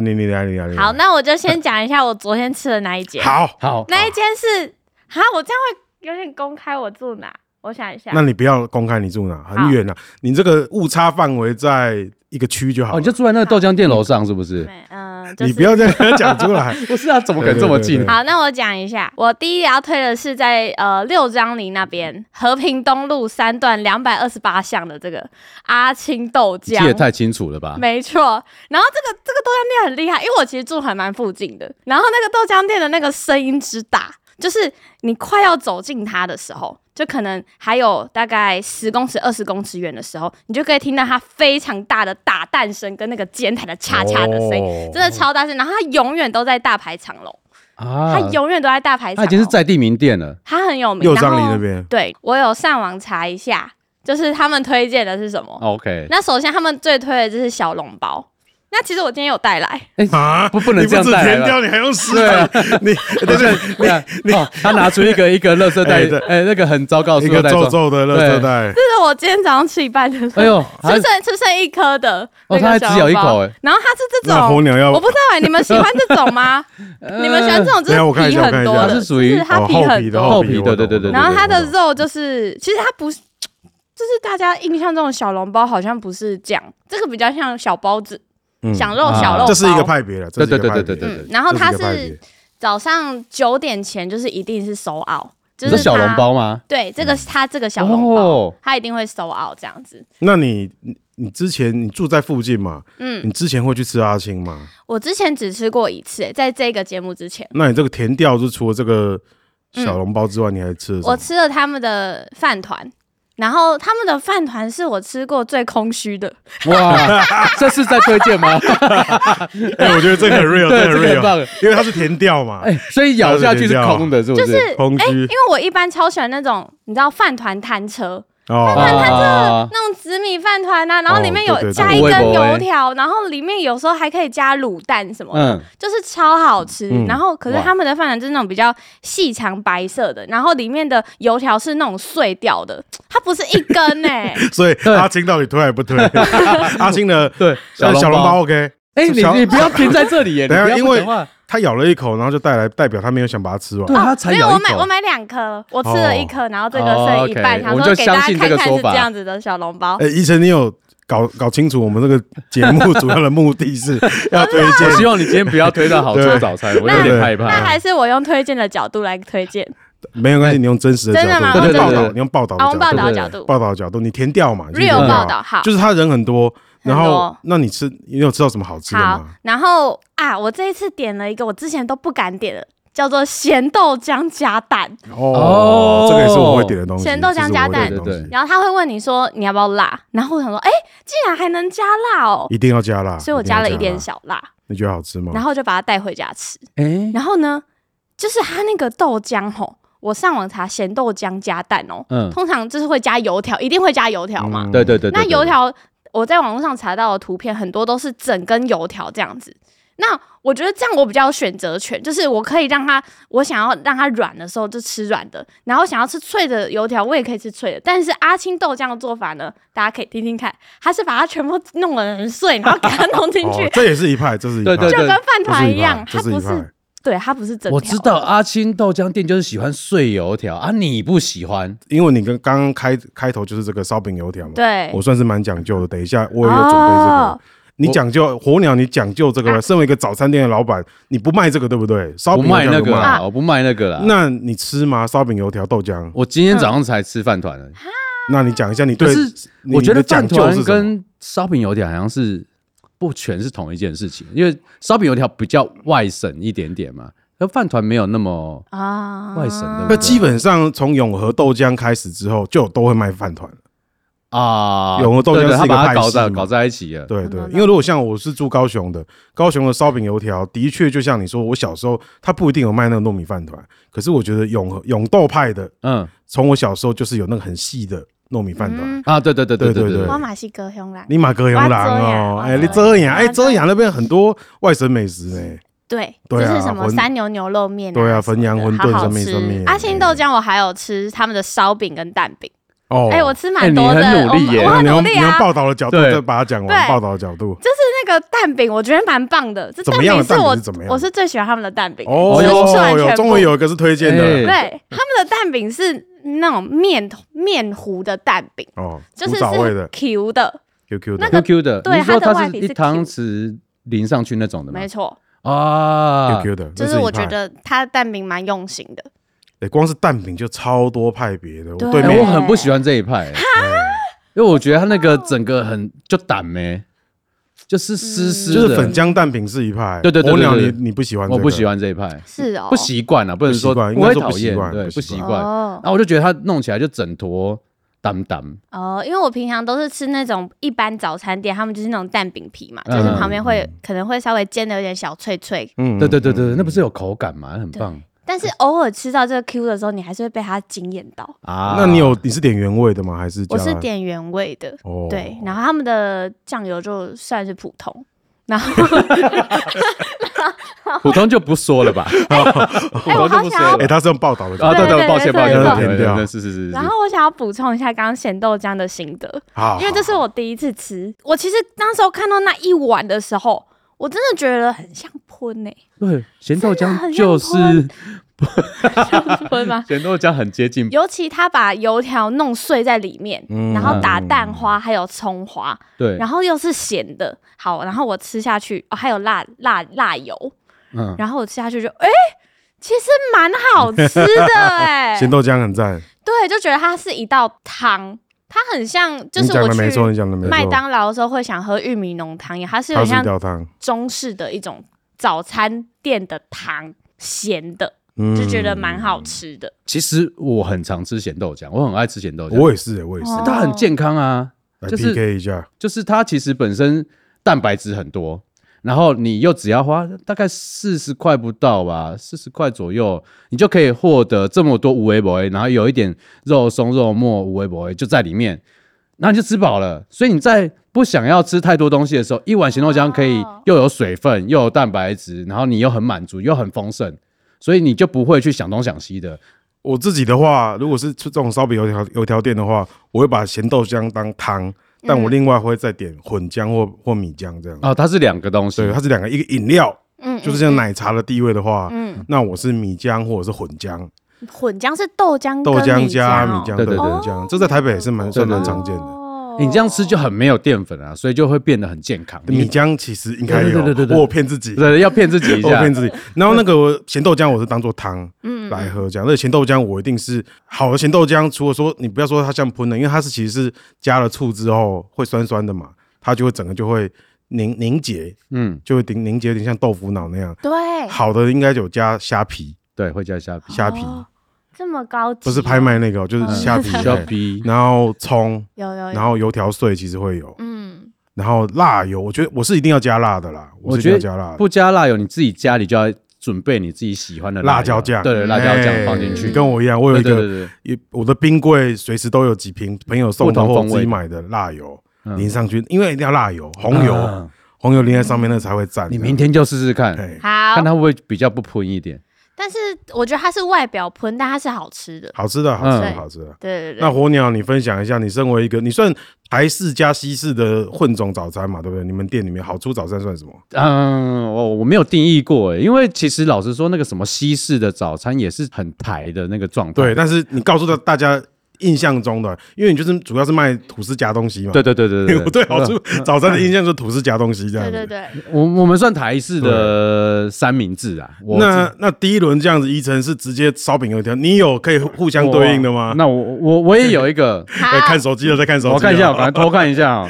对你，你来，你来，你来
好，那我就先讲一下我昨天吃的那一间。，
好，
好，
那一间是啊，我这样会有点公开我住哪？我想一下，
那你不要公开你住哪，很远啊，你这个误差范围在一个区就好
哦，
了
你就。住在那个豆浆店楼上是不是？
没嗯，就是
你不要这样 讲出来，
不是啊，怎么可能这么
对对
近
对？
好，那我讲一下，我第一个要推的是在呃六张里那边和平东路三段两百二十八巷的这个阿青豆
记得
浆。
太清楚了吧？
没错，然后这个这个豆浆店很厉害，因为我其实住还蛮附近的。然后那个豆浆店的那个声音之大，就是你快要走近它的时候，就可能还有大概十公尺、二十公尺远的时候，你就可以听到它非常大的打蛋声跟那个煎台的恰恰的声音，
哦
真的超大声。然后它永远都在大排长龙。
啊
他，永远都在大排场、
他已经是，在地名店了。
他很有名。
右张里
然后
那边
对我有上网查一下，就是他们推荐的是什么。
OK，
那首先他们最推的就是小笼包。那其实我今天有带来，
啊，
不不能
你
这样
止
带来
填
吧
掉，你还用湿
对啊，
你
对对，你哦，他拿出一个一个垃圾袋
哎对，
哎，那个很糟糕的
一
塑
个
料袋
皱皱
装，
的垃圾袋，
这是我今天早上吃一半的，
哎呦，
吃
还
剩吃剩一颗的那
哦他还
个
只
小笼包。
咬一口哎
然后它是这
那火
种，
鸟要
我不知道哎、你们喜欢这种 吗？你们喜欢这种
等
就
一下我看
是
一
皮
下
很多
我看一下
的，
呃它是属于
就是它
哦
皮
厚
很
皮的
多，
厚皮
我懂
对对对对
然后它的
我懂
肉就是，其实它不是，就是大家印象中的小笼包好像不是这样，这个比较像小包子，
嗯
想肉小
啊
肉包。
这是一个派别了，这是一个
对对
派别
对对对
嗯，然后
这
它
一个派别
是早上九点前就是一定是收 out，就是
你说小
它
笼。包吗？
对，这
嗯
个是它这个小笼包
哦，
它一定会收 out 这样子。
那你你你之前你住在附近嘛？
嗯，
你之前会去吃阿青吗？
我之前只吃过一次、欸，在这个节目之前，
那你这个填掉，就除了这个小笼包之外，你还吃了什
嗯我
么？
吃了他们的饭团，然后他们的饭团是我吃过最空虚的。
哇，这是在推荐吗？
哎，我觉得这 个很 real，
对，
这
这
个很
个很
real，
棒。
因为它是填掉嘛，
哎，所以咬下去是空的，是不？
就是是
空虚
哎因为我一般超喜欢那种你知道饭团摊车
哦。
啊，
那种紫米饭团啊呐，然后里面
哦对对对
有加一根
微波欸
油条，然后里面有时候还可以加卤蛋什么的，
嗯，
就是超好吃。
嗯
然后可是
哇
他们的饭团就是那种比较细长白色的，然后里面的油条是那种碎掉的，它不是一根 哎、
所以阿青到底推还不推？ 阿青的
对，
小
笼
笼包。OK，
哎，你
小
你不要停在这里耶！你
等一下
不要
因为
不讲话
他咬了一口，然后就带来代表他没有想把它吃完
对。啊它才
哦没有，
咬
我
一
买
口
我买两颗，我吃了一颗，然后这个
哦
剩一半，
OK，
想
我们
说
就
给大家
相信
看
这个
看
说
是
法
这样子的小笼包。
哎，医生，你有搞搞清楚我们这个节目主要的目的 是要推
我希
荐
望你今天不要推到好
对
做早餐，我有点害
那
怕。
还是我用推荐的角度来推荐，
没有关系，你用真实的角
真的吗
度，你用
对对
报
对
道，
对
你用报道
啊，我们
的角
报
度，
道的
对
角度
报道的角度，你填掉嘛你去填
real
掉
报道好。
就是他人很多，
很多
然后那你吃，你有吃到什么好吃的
好
吗？，
然后啊，我这一次点了一个我之前都不敢点的，叫做咸豆浆加蛋。
哦
哦，
这个也是我会点的东西，
咸豆浆加蛋
这是我会点的东西
对对
然后他会问你说你要不要辣，然后我想说，哎、竟然还能加辣哦，
一定要加辣，
所以我加了一
定要
点
辣，
小辣，
你觉得好吃吗？
然后就把它带回家吃。
哎，
然后呢，就是它那个豆浆吼，我上网查咸豆浆加蛋哦，
嗯，
通常就是会加油条，一定会加油条嘛。
嗯
对对对，对
那
对
油条，我在网络上查到的图片很多都是整根油条这样子。那我觉得这样我比较有选择权，就是我可以让它，我想要让它软的时候就吃软的，然后想要吃脆的油条，我也可以吃脆的。但是阿青豆浆的做法呢，大家可以听听看，它是把它全部弄得很碎，然后给它弄进去
哦，，这也是一派，这是一派，
对对
就
对
跟饭
这是
团
一
一样
派，，
它
这是
不
一
是
派。
对，它不是整条。
我知道，阿青豆浆店就是喜欢碎油条啊，你不喜欢
因为你跟刚刚开开头就是这个烧饼油条嘛，
对，
我算是蛮讲究的。等一下我也有准备这个
哦，啊
你讲究火鸟，你讲究这个吧。身为一个早餐店的老板，你不卖这个对不对？烧
不
饼
卖
油条不
那个
卖
啦，我不卖那个
啊
啦。
那你吃吗？烧饼、油条、豆浆？
我今天早上才吃饭团而已，
那你讲一下你
可
对
是
你
我觉
你的
得
讲
饭
究是
团
什么
跟烧饼油条好像是不全是同一件事情，因为烧饼油条比较外省一点点嘛，而饭团没有那么
啊
外省的
那基本上从永和豆浆开始之后，就都会卖饭团。
嗯
啊，
永和豆浆
对对
是
他
一个
把它
派
搞
系
在
嘛
搞在一起了。
对对
懂，懂
因为如果像我是住高雄的，高雄的烧饼油条的确就像你说，我小时候它不一定有卖那个糯米饭团，可是我觉得永和永豆派的，
嗯
从我小时候就是有那个很细的糯米饭团。
嗯
啊，对对对对
对
对
对
对
对
我，马西哥凶啦，
你马哥有
我要遮阳
狼哦，
我要
哎，你
遮
遮阳，哎，遮阳那边很多外省美食呢。
对，
对啊
就是什么
馄
三牛牛肉面、
对啊
什么
汾阳
的
馄
好
饨
好
上面上
吃
面。嗯
阿信豆浆我还有吃他们的烧饼跟蛋饼，
哦
哎，我吃
哎
蛮
你
多的，
很努力
我
耶
我
那
很
你
努
用
力
你用
啊。
报道的角度
对
再把它讲完，
对
报道的角度。
就是那个蛋饼，我觉得蛮棒的。这
怎
蛋
么样
饼
的
是
蛋
我
饼是怎么样的
我是最喜欢他们的蛋饼，
哦
哎我是吃完
哟，
全
有
部
终于有一个是推荐的
哎
对，他们的蛋饼是那种面面糊的蛋饼，
哦，
就
古
是
早味
是
的
Q 的，
QQ
那
的
个
QQ 的，
对
你说
它的
它
外
是
皮
一
是 Q
汤匙淋上去那种的吗
没？错，
啊
QQ 的，
就
那
是
嗯一
我觉
派
得它的蛋饼蛮用心的。
哎，光是蛋饼就超多派别的，我
对
对
哎，
面
我很不喜欢这一派，因为我觉得它那个整个很就胆没，就是湿湿的，
就是粉浆蛋饼是一派，
对对对
火鸟
对
你
对
你不喜欢，
我不喜，欢这一派，
是哦，
不习惯啊，不能说
不习惯
我
应
会
该说
讨
不习
厌，
惯
对，
不
不
习
习惯。
哦
然后我就觉得它弄起来就整坨淡淡，
哦，因为我平常都是吃那种一般早餐店，他们就是那种蛋饼皮嘛，
嗯
就是旁边会可能会稍微煎的有点小脆脆，
嗯
对对对对，
嗯
那不是有口感吗？很棒
但是偶尔吃到这个 Q 的时候，你还是会被它惊艳到。
啊
那你有你是点原味的吗？还是
我是
加
点原味的，
哦
对，然后他们的酱油就算是普通，然后
普通就不说了吧？
哎、我好想要
哎，他是用报道的
啊，对
对对
对，抱歉抱歉，
对对
抱歉
对对对
是是是是
然，后我想要补充一下刚刚咸豆浆的心得，
啊好，
因为这是我第一次吃。我其实那时候看到那一碗的时候，我真的觉得很像喷欸 呢、
对咸豆
真的
浆
很
就
像
是
喷吗？
咸豆浆很接近
尤其他把油条弄碎在里面，
嗯
然后打蛋花，还有葱花，
对
然，后又是咸的。好，然后我吃下去，哦，还有辣辣辣油，
嗯，
然后我吃下去就，哎、其实蛮好吃的 哎、
咸豆浆很赞，
对，就觉得它是一道汤，它很像，就
你
是
讲
我
的没错，
去
你讲的没错，
麦当劳的时候会想喝玉米浓汤一样，它是有
它
点
是一
像
条汤，
中式的一种早餐店的汤，咸的，
嗯
就觉得蛮好吃的。
其实我很常吃咸豆浆，我很爱吃咸豆
我
浆，
也哦哎是，我也是，
哦
它很健康啊，
来
就是
PK 一下，
就是它其实本身蛋白质很多，然后你又只要花大概四十块不到吧，四十块左右，你就可以获得这么多无为博然后有一点肉松肉末无为博就在里面，那你就吃饱了。所以你在不想要吃太多东西的时候，一碗咸豆浆可以
哦
又有水分，又有蛋白质，然后你又很满足，又很丰盛，所以你就不会去想东想西的。
我自己的话，如果是吃这种烧饼油条油条店的话，我会把咸豆浆当汤，
嗯
但我另外会再点混浆或或米浆这样。
哦，它是两个东西
对，，它是两个，一个饮料，
嗯，
就是
嗯
像奶茶的地位的话，
嗯
那我是米浆或者是混浆，
混浆是豆浆跟
豆浆加
米
米
哦
浆，
对
对
对
混
对
浆，这在台北也是蛮算蛮
对
常见的。
哦
你这样吃就很没有淀粉啊，所以就会变得很健康。
米浆其实应该有，
对对对对对
我有骗自己，
对，要骗自己 一
我有
下
哦
嗯
骗。自己。然后那个咸豆浆我是当做汤来喝这样，那咸豆浆我一定是好的咸豆浆，除了说你不要说它像喷的，因为它是其实是加了醋之后会酸酸的嘛，它就会整个就会凝凝结，
嗯，
就会凝凝结有点像豆腐脑那样。
对，
好的应该有加虾皮，
对，会加虾皮。
虾皮
哦这么高级，
不是拍，卖那个哦，
嗯
就是虾皮，
虾
嘿
皮，
然后葱，
有
哎
有有，
然后油条碎其实会有，
嗯，
然后辣油，我觉得我是一定要加辣的啦，
我
是一定
觉
要加辣
得
的，
不加辣油，你自己家里就要准备你自己喜欢的
辣
油
椒酱，
对对，辣椒酱
哎
放进去。
你跟我一样，我有一
对对
个
对对，
也我的冰柜随时都有几瓶朋友送
不
的
同
或
风
自己
味
买的辣油
嗯
淋上去，因为一定要辣油，红油，
啊
红油淋在上面那才会赞。啊
你明天就试试看，
哎
好
看。它会不会比较不喷一点。
但是我觉得它是外表喷，但它是好吃的。
好吃的，好吃的，
嗯
好吃的。
对对
那
对，
火鸟，你分享一下，你身为一个你算台式加西式的混种早餐嘛，对不对？你们店里面好出早餐算什么？
嗯，我我没有定义过，哎因为其实老实说，那个什么西式的早餐也是很台的那个状态。
对，但是你告诉大大家印象中的，因为你就是主要是卖吐司夹东西嘛。
对对对对
我
对，
对
嗯
好处早餐的印象就是吐司夹东西这样
对
子。
对对，
我我们算台式的三明治啊。我
那那第一轮这样子，一层是直接烧饼油条，你有可以互相对应的吗？
那我我我也有一个，
哎
好
看，手机了，再看手机了。
我看一下，我赶快偷看一下哦。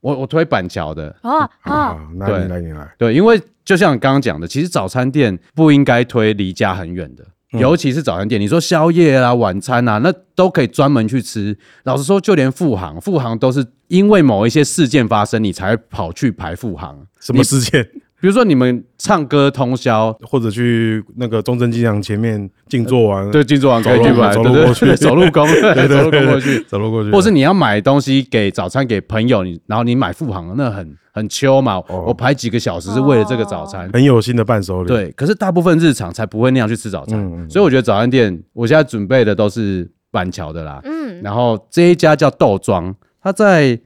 我我推板桥的，
哦哦，
啊，那
对
你来，你来。
对，因为就像你刚刚讲的，其实早餐店不应该推离家很远的，
嗯
尤其是早餐店，你说宵夜啊、晚餐啊，那都可以专门去吃。老实说，就连富航，富航都是因为某一些事件发生，你才跑去排富航。
什么事件？
比如说你们唱歌通宵，
或者去那个中正机场前面静坐完，
对，进驻完可以去排，
走路走路过去
对对对走路工， 对
对
走
对对
路工
对啊
过去。
走路过去，
或是你要买东西给早餐给朋友，你然后你买富航，那很很秋嘛。
哦
我排几个小时是为了这个早餐，
很有心的伴手礼。，
对，可是大部分日常才不会那样去吃早餐，
嗯嗯
所以我觉得早餐店我现在准备的都是板桥的啦。
嗯，
然后这一家叫豆庄，它在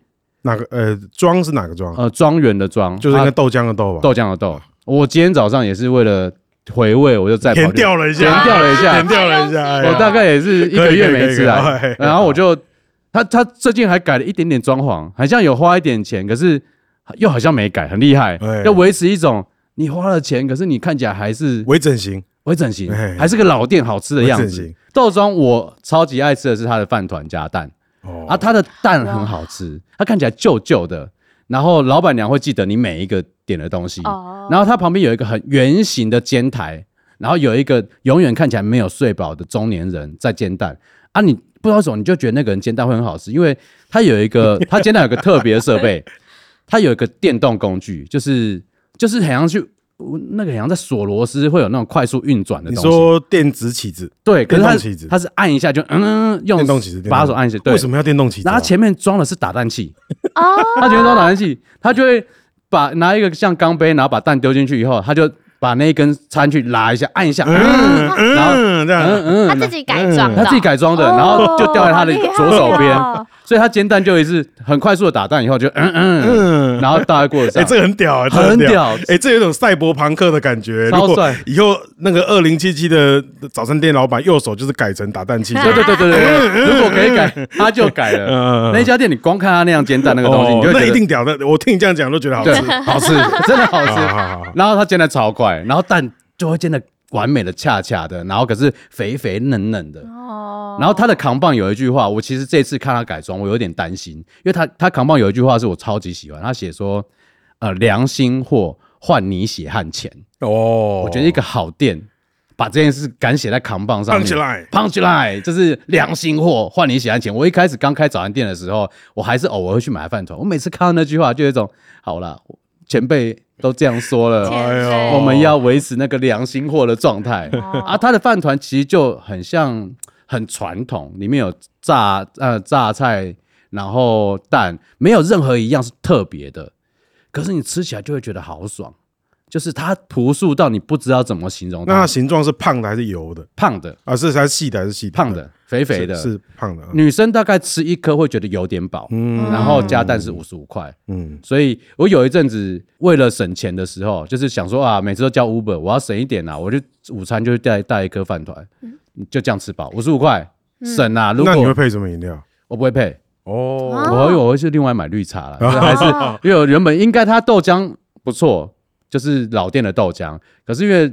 哪个呃庄是哪个庄？
呃庄园的庄，
就是那
它
个豆浆的豆吧？
豆浆的豆。我今天早上也是为了回味，我就再跑
填
去
掉了一
填
下，
啊掉了一
填
下，
掉了一下。哎呀
我大概也是一
可
个
以
月
可以
没
可以
吃
可以
啊
哎。
然后我就他他最近还改了一点点装潢，好像有花一点钱，可是又好像没改，很厉害
哎，
要维持一种你花了钱，可是你看起来还是
微整形，
微整形
哎，
还是个老店好吃的
微
样
整
子
形。
豆庄我超级爱吃的是它的饭团加蛋
哦
啊，它的蛋很好吃，它看起来旧旧的，然后老板娘会记得你每一个点的东西，
哦
然后它旁边有一个很圆形的煎台，然后有一个永远看起来没有睡饱的中年人在煎蛋啊，你不知道为什么你就觉得那个人煎蛋会很好吃，因为他有一个 他煎蛋有个特别的设备，他有一个电动工具，就是就是好像去。那个好像在锁螺丝会有那种快速运转的
你
东西，
说电子起子，
对，可是
电
它
动起子
它是按一下就嗯，用
电动起子，电动
把手按一下，对，
为什
么？
么要电动起子
然
啊？
后它前面装的是打蛋器，
哦，
它前面装打蛋器，它就会把拿一个像钢杯，然后把蛋丢进去以后，它就把那一根餐具拉一下，按一下，嗯，然后
嗯，这样
嗯
他
嗯，
自己改装的，
它自己改装的，
哦
然后就掉在它的左
好
手边
厉害哦，
所以它煎蛋就一次很快速的打蛋以后就嗯嗯，
嗯，
然后倒在锅子
哎，
上，
这个很屌啊，这个
很
屌。
屌，
哎、这有一种赛博朋克的感觉。
超
如果
帅
以后那个二零七七的早餐店老板右手就是改成打蛋器，
对对对对对对，如果可以改，它就改了。
嗯，嗯嗯
那一家店你光看它那样煎蛋那个东西，你就
哦
会觉
那
得
一定屌的。我听你这样讲都觉得好吃
对。，好 吃，真的好吃。
好好好好
然后它煎的超快，然后蛋就会煎的完美的、恰恰的，然后可是肥肥嫩嫩的。
哦，
然后它的扛棒有一句话，我其实这次看它改装，我有点担心，因为它它扛棒有一句话是我超级喜欢，它写说，呃，良心货换你血汗钱。
哦
我觉得一个好店把这件事敢写在扛棒上面，
胖起来，
胖起来就是良心货，换你喜欢钱。我一开始刚开早餐店的时候，我还是偶尔会去买饭团。我每次看到那句话，就有一种好啦，前辈都这样说
哎
前
了，
辈
我们要维持那个良心货的状态。啊，他的饭团其实就很像很传统，里面有榨呃榨菜，然后蛋，没有任何一样是特别的。可是你吃起来就会觉得好爽，就是它朴素到你不知道怎么形容
那它
它。
形状是胖的还是油的？
胖的，
啊，是它是细的还是细的？
胖的，肥肥的，
是是胖的。
女生大概吃一颗会觉得有点饱，
嗯
然后加蛋是五十五块。
嗯，
所以我有一阵子为了省钱的时候，就是想说啊，每次都叫 Uber，我要省一点啊，我就午餐就带带一颗饭团，就这样吃饱，五十五块，省啊。如
那你会
果
配什么饮料？
我不会配，
哦，
啊
我会我会去另外买绿茶了，
啊
就是还是
哦
因为我原本应该它豆浆不错，就是老店的豆浆，可是因为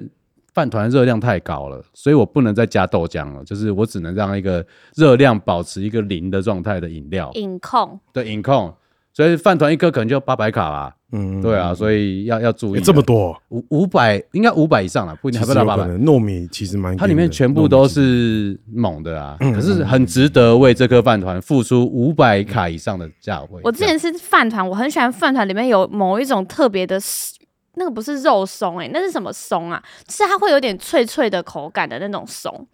饭团热量太高了，所以我不能再加豆浆了，就是我只能让一个热量保持一个零的状态的饮料
饮控，
的饮控，所以饭团一颗可能就八百卡吧。
嗯
对啊，所以要要注意
欸
啊
这么多，
五五百应该五百以上了，不一
其
定还不
实
到
有
八
可
百。
能糯米其实蛮硬的，
它里面全部都
糯米
是猛的啊，可
嗯
是很值得为这颗饭团付出五百卡以上的价位。
我之前是饭团，我很喜欢饭团里面有某一种特别的丝。那个不是肉松哎、那是什么松啊？是它会有点脆脆的口感的那种松，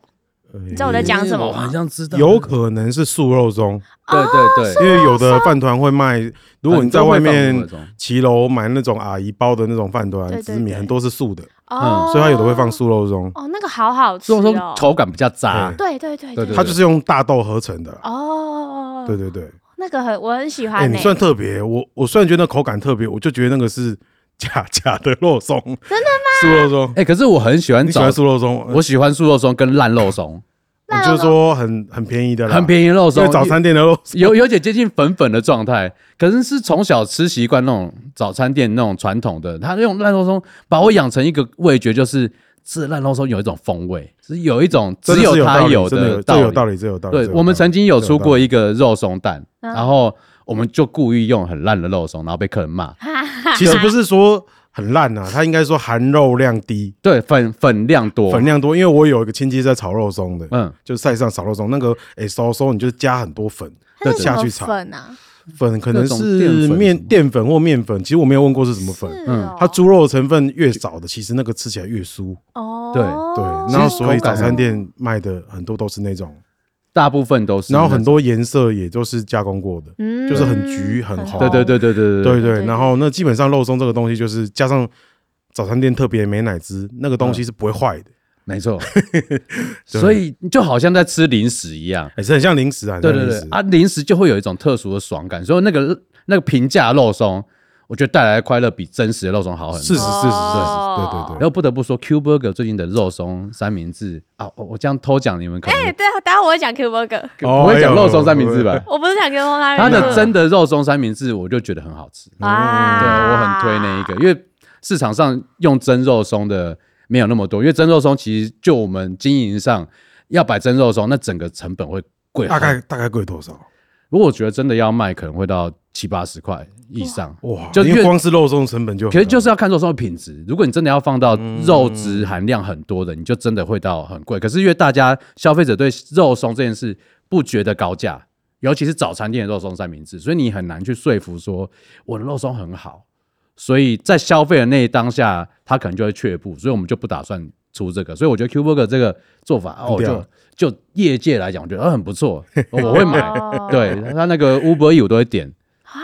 其实，
你知道我在讲
哎
什么
我好
吗？
像知道，哦
有可能是素肉松，
对
哦
对对，
因为有的饭团会卖，如果你在外面骑楼买那种阿姨包的那种饭团啊
对，对
紫米
对
很多是素的，
哦、
嗯所以它有的会放素肉松，
哦，那个好好吃
所以说
哦，
口感比较渣，
哎
对对对
对对
它就是用大豆合成的。
哦，
对对对，
那个很我很喜欢、
哎，
欸，
你算特别，我我虽然觉得那口感特别，我就觉得那个是假假的肉松，真的吗？素肉松，
哎，可是我很喜欢
你喜
找
欢，素肉松？
我喜欢素肉松跟烂肉松，
你就说很很便宜的啦，
很便宜的肉
因
松，
为早餐店的肉
有有点接近粉粉的状态，可是是从小吃习惯那种早餐店那种传统的，他用烂肉松把我养成一个味觉，就是吃烂肉松有一种风味，是有一种
真
只
的是有
他
道理
有
真的有
的
这有
道
道
理。
理，这有道理。
对
这有道理
我们曾经有出过一个肉松蛋，
嗯
然后我们就故意用很烂的肉松，然后被客人骂。
其实不是说很烂啊，它应该说含肉量低，
对，粉粉量多，
粉量多。因为我有一个亲戚在炒肉松的，
嗯，
就晒上炒肉松，那个哎烧松你就加很多粉
它是什
下
么
去炒，
粉啊？
粉可能
各种
是
淀粉
面
什么
淀粉或面粉，其实我没有问过是什么粉。
是
嗯
哦
它猪肉的成分越少的，其实那个吃起来越酥。
哦，
对
对，
其
然后
实
所以
口感
早餐店卖的很多都是那种，
大部分都是那
然
种，
后很多颜色也都是加工过的。
嗯
就是很橘很红
对对对对
对
对
对
对，
对
然后那基本上肉松这个东西就是加上早餐店特别美乃滋，那个东
嗯
西是不会坏的，
没错。所以就好像在吃零食一样，
也是很像零食啊，很
对
像
对
零
对
食。
啊，零食就会有一种特殊的爽感，所以那个那个平价肉松，我觉得带来的快乐比真实的肉松好很
是是
多。
是是是，
哦
对对
然
对。
后不得不说，Q Burger 最近的肉松三明治啊，我我这样偷讲你们可能
哎，对，等下我会讲 Q burger，
哦
不会讲
哎呦
肉松三明治吧？
我不是讲 Q burger，
它的真的肉松三明治我就觉得很好吃，
哇，
对啊我很推那一
啊
个，因为市场上用真肉松的没有那么多，因为真肉松其实就我们经营上要摆真肉松，那整个成本会贵很
大概大概贵多少？
如果我觉得真的要卖，可能会到七八十块以上。
哇，
就
因为
越
光是肉松成本就很嗯
可是就是
高
要看肉松的品质，如果你真的要放到肉质含量很多的，你就真的会到很贵。可是因为大家消费者对肉松这件事不觉得高价，尤其是早餐店的肉松三明治，所以你很难去说服说我的肉松很好。所以在消费的那一当下，他可能就会却步，所以我们就不打算出这个。所以我觉得 Q Burger 这个做法，哦，
很屌
就就业界来讲，我觉得呃很不错， 我会买。
哦
对他那个 Uber E 我都会点，哎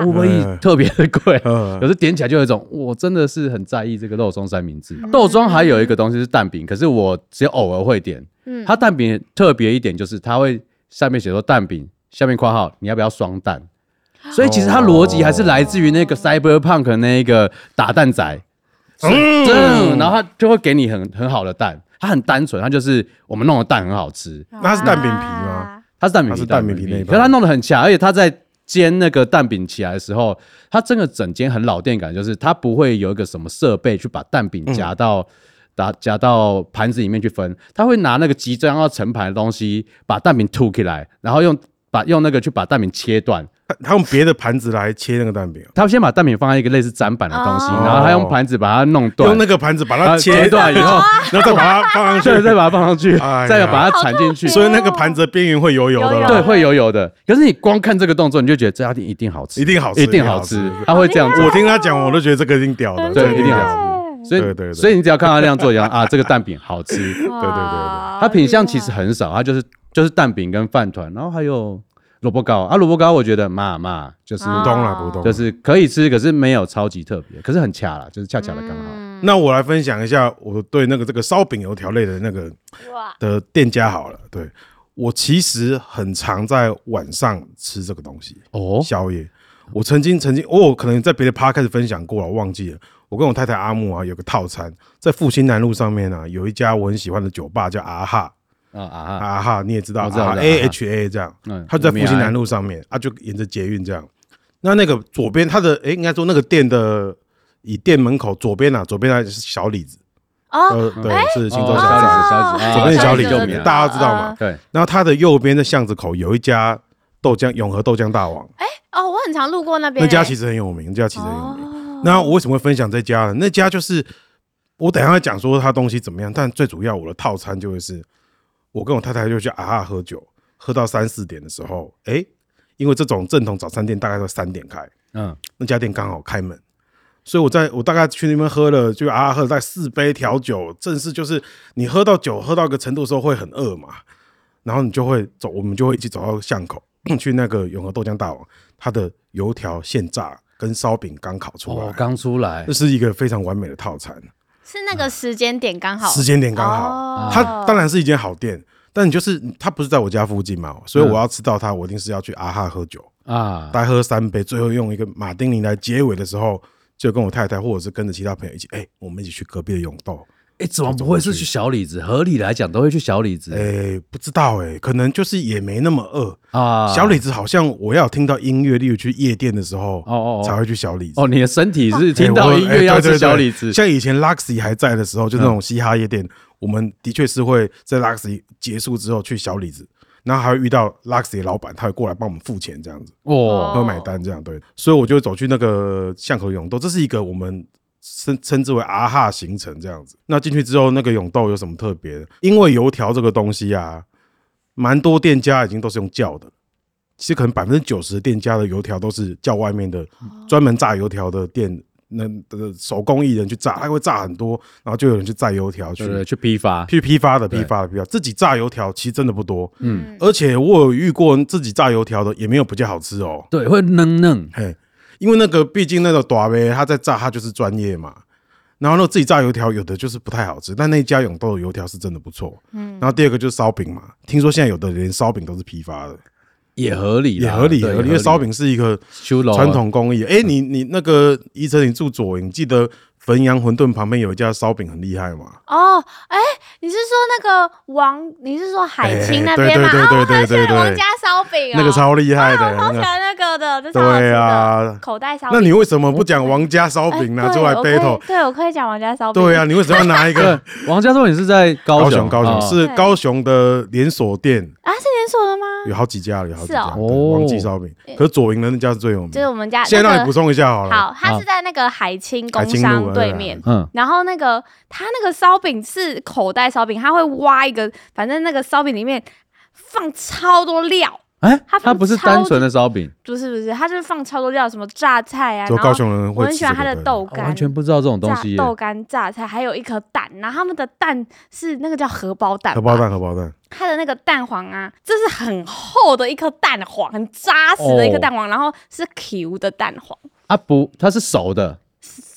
呀
，Uber
哎
E 特别的贵，
嗯
可是点起来就有一种我真的是很在意这个肉松三明治。豆庄还有一个东西是蛋饼，可是我只有偶尔会点。
嗯
它蛋饼特别一点就是它会下面写说蛋饼，下面括号你要不要双蛋。所以其实它逻辑还是来自于那个 Cyberpunk 那一个打蛋仔，嗯，然后它就会给你很很好的蛋，它很单纯，它就是我们弄的蛋很好吃，
那是蛋饼皮
啊
吗？
它是蛋饼
它
皮，
是蛋饼皮那一
可是它弄得很强，而且它在煎那个蛋饼起来的时候，它真的整间很老店感，就是它不会有一个什么设备去把蛋饼夹
嗯
到。打夹到盘子里面去分，它会拿那个即将要盛盘的东西，把蛋饼吐起来，然后用把用那个去把蛋饼切断。
他他用别的盘子来切那个蛋饼，
他先把蛋饼放在一个类似砧板的东西，
哦
然后他用盘子把它弄断，
用那个盘子把它
啊
切
切断以后，
然后再把它放 上
对，
去，
再把它放上去，
哎呀
再把它缠进去。
所以那个盘子的边缘会油油的
油油
对，
啦。
会油油的。可是你光看这个动作，你就觉得这家店一定好吃，
一定好吃
一定好
一定
吃
好吃。
他会这样
我
做，
听他讲，我都觉得这个一定屌的，
很
对
这个
一定
屌
好
的
所以
对对对
所以你只要看他那样做，一样啊，这个蛋饼好吃。
对
对对
它品相其实很少，它就是就是蛋饼跟饭团，然后还有萝卜糕啊，萝卜糕我觉得嘛嘛就是
普通啦普通
啊就是可以吃，可是没有超级特别，可是很恰啦，就是恰恰的刚好。
那我来分享一下我对那个这个烧饼油条类的那个
哇，
的店家好了。对我其实很常在晚上吃这个东西，
哦，
宵夜。我曾经曾经，哦我、可能在别的趴开始分享过了，我忘记了。我跟我太太阿木啊，有个套餐，在复兴南路上面啊，有一家我很喜欢的酒吧叫阿哈，
啊啊哈，
啊哈，你也知道，
我知道
啊哈
我知道
A H A 这样
嗯，
它就在复兴南路上面，啊，就沿着捷运这样。那那个左边，它的诶，应该说那个店的以店门口左边啊，左边那是小李子，
哦，
呃，对，是青州
哦
小
小李
李
子
子。
小李
左边是小李
子啊小
子
李子，
大家知道
嗯
吗？
对，
然后它的右边的巷子口有一家豆浆永和豆浆大王，
哦，我很常路过那边
那
欸，
家其实很有名，那家其实很有名。
哦
那我为什么会分享这家呢？那家就是我等一下会讲说它东西怎么样，但最主要我的套餐就会是，我跟我太太就去啊哈喝酒，喝到三四点的时候，哎、因为这种正统早餐店大概都三点开，
嗯，
那家店刚好开门，所以我在我大概去那边喝了，就啊喝了大概四杯调酒，正是就是你喝到酒喝到一个程度的时候会很饿嘛，然后你就会走，我们就会一起走到巷口去那个永和豆浆大王，它的油条现炸跟烧饼刚烤出来，
哦，刚出来
这，是一个非常完美的套餐，
是那个时间点刚好，
时间点刚好。
啊
哦
它当然是一间好店，但你就是它不是在我家附近嘛，所以
嗯
我要吃到它，我一定是要去阿哈喝酒，
啊，
大概喝三杯，最后用一个马丁尼来结尾的时候，就跟我太太或者是跟着其他朋友一起，哎，我们一起去隔壁的永豆
哎，怎么不会是去小李子？合理来讲都会去小李子
哎，不知道哎，可能就是也没那么饿。
啊。
小李子好像我要有听到音乐，例如去夜店的时候，
哦哦哦
才会去小李子。
哦，你的身体是
哎
听到
我
音
哎
乐要
对对对
吃小李子，嗯
像以前 Luxy 还在的时候，就那种嘻哈夜店，我们的确是会在 Luxy 结束之后去小李子，然后还会遇到 Luxy 的老板，他会过来帮我们付钱这样子。
哦
喝买单这样对，所以我就走去那个巷口永豆，这是一个我们称称之为啊哈行程这样子。那进去之后，那个永豆有什么特别的？因为油条这个东西啊，蛮多店家已经都是用叫的，其实可能百分之九十的店家的油条都是叫外面的专门炸油条的店。那的手工艺人去炸，他会炸很多，然后就有人去炸油条去
对对，去批发，
去批发的
对
批发的批发，自己炸油条其实真的不多，
嗯，
而且我有遇过自己炸油条的，也没有比较好吃哦。
对，会嫩嫩，
嘿，因为那个毕竟那个短呗，他在炸，他就是专业嘛。然后那个自己炸油条，有的就是不太好吃，但那家永豆的油条是真的不错。嗯，然后第二个就是烧饼嘛，听说现在有的连烧饼都是批发的，
也合理啦，
也合理
对
合理，因为烧饼是一个
修楼啊
传统工艺。哎，你你那个宜城，你住左营，记得汾阳馄饨旁边有一家烧饼很厉害嘛？
哦，哎、你是说那个王？你是说海清那边吗？
哎对
啊，
对
我
对
很喜
对对对
欢王家烧饼哦，
那个超厉害
啊
的，那
我超喜
个
欢那个的，这超好吃的
对啊。
口袋烧饼。
那你为什么不讲王家烧饼拿出来
哎对我
battle？
可以对，我可以讲王家烧饼。
对啊，，你为什么要拿一
对
个
王家寿也是在高
高雄高雄
啊
是
对
高雄的连锁店？
啊，是连锁的吗？
有好几家了，有好几
是
家。
哦
对
哦
王记烧饼，可是左营的那家是最有名。
就是我们家、那个。
现在让你补充一下好了。
好，它
好
是在那个海清
海
工
清路
商
啊
对面。
嗯，
然后那个它那个烧饼是口袋烧饼，它会挖一个，反正那个烧饼里面放超多料，
哎，
它
它不是单纯的烧饼，
不是不是，它就是放超多料，什么榨菜啊，
就
然
高
后
雄人
我
会
很
吃
喜
这
欢
个
它的豆
我
干，
哦完全不知道这种东
榨
西耶。
豆干榨菜，还有一颗蛋，然后他们的蛋是那个叫荷包蛋，
荷包，蛋，荷包蛋。
它的那个蛋黄啊，这是很厚的一颗蛋黄，很扎实的一
哦
颗蛋黄，然后是 Q 的蛋黄，
啊不，它是熟的，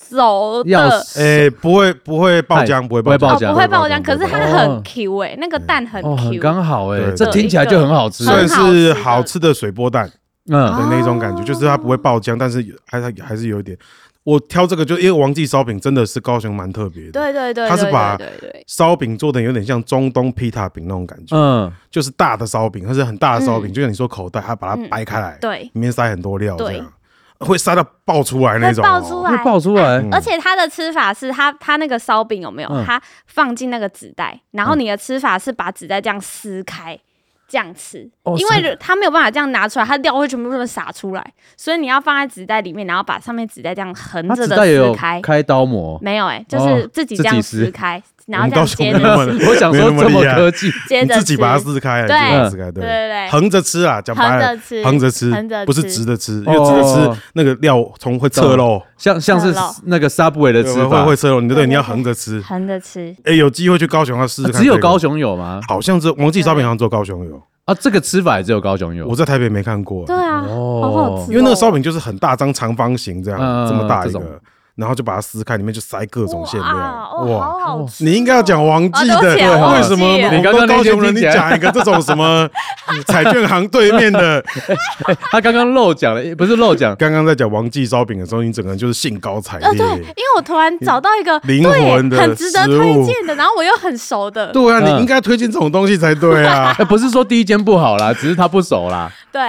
熟
要
的。
哎，不会不会爆浆，不会
不会爆
浆
哦，
浆
不会爆浆，可是它
哦
很 Q 哎、那个蛋很
哦，很
Q，、
刚好哎，
对
这听起来就很好吃。
算
很好吃
是
的
好吃的水波蛋的
嗯，
啊
那种感觉，就是它不会爆浆，但是还还还是有一点。我挑这个就因为王记烧饼真的是高雄蛮特别的，
对对对，
它是
对
把
对对对
烧饼做的有点像中东披萨饼那种感觉，
嗯，
就是大的烧饼，它是很大的烧饼，
嗯
就像你说口袋，它把它
嗯
掰开来，
对
里面塞很多料，这
对
样会塞到爆出来那
会
种哦，
爆出来
会，爆出来
嗯
而且它的吃法是它它那个烧饼有没有？
嗯
它放进那个纸袋，然后你的吃法是把纸袋这样撕开。这样吃，
哦
因
是
为它没有办法这样拿出来，它料会全部这么洒出来，所以你要放在纸袋里面，然后把上面纸袋这样横
它
着
纸
的
袋也有
撕开。
开刀模。
没有哎、就
哦
是自己这样
自己撕
撕开，然
我
后
们
这
高雄
样接
没那么
着吃，
我想说
没那么
这
厉
么
害
科技，
接
你
着
自己把它
吃
撕开，你自
对
己把它撕开，对
对对对，
横着吃啊，讲白
横
了
着，吃，
横着吃
横着，吃
不是直着吃，因
哦
为直着吃那个料从会侧漏，
像像是
吃了
那个 Subway 的
对
吃
会
法，
会会侧漏，你对，
对
你要横着吃。
横着吃，
哎，有机会去高雄要试试
啊
看这个，
只有高雄啊有吗？
好像是王记烧饼，好像只有高雄有，
啊，这个吃法也只有高雄有
我。在台北没看过
对，啊，
哦
好好吃哦，
因为那个烧饼就是很大张长方形这样
嗯，
这么大一
这种
个，然后就把它撕开，里面就塞各种馅料，
哇哦，好好吃哦，
你应该要讲王记
哦
的，
对不起
啊
为什么
忘记了
我
你刚
们
刚
高雄人你
那间听起来
讲一个这种什么 彩券行对面的？
他刚刚漏讲了，不是 漏讲，
刚刚在讲王记烧饼的时候，你整个人就是兴高采
呃，对，
烈。
因为我突然找到一个
灵魂的
对很值得
食物
推荐的，然后我又很熟的，
对啊，
嗯。
你应该推荐这种东西才对啊
哎，不是说第一间不好啦，只是他不 熟啦，
对，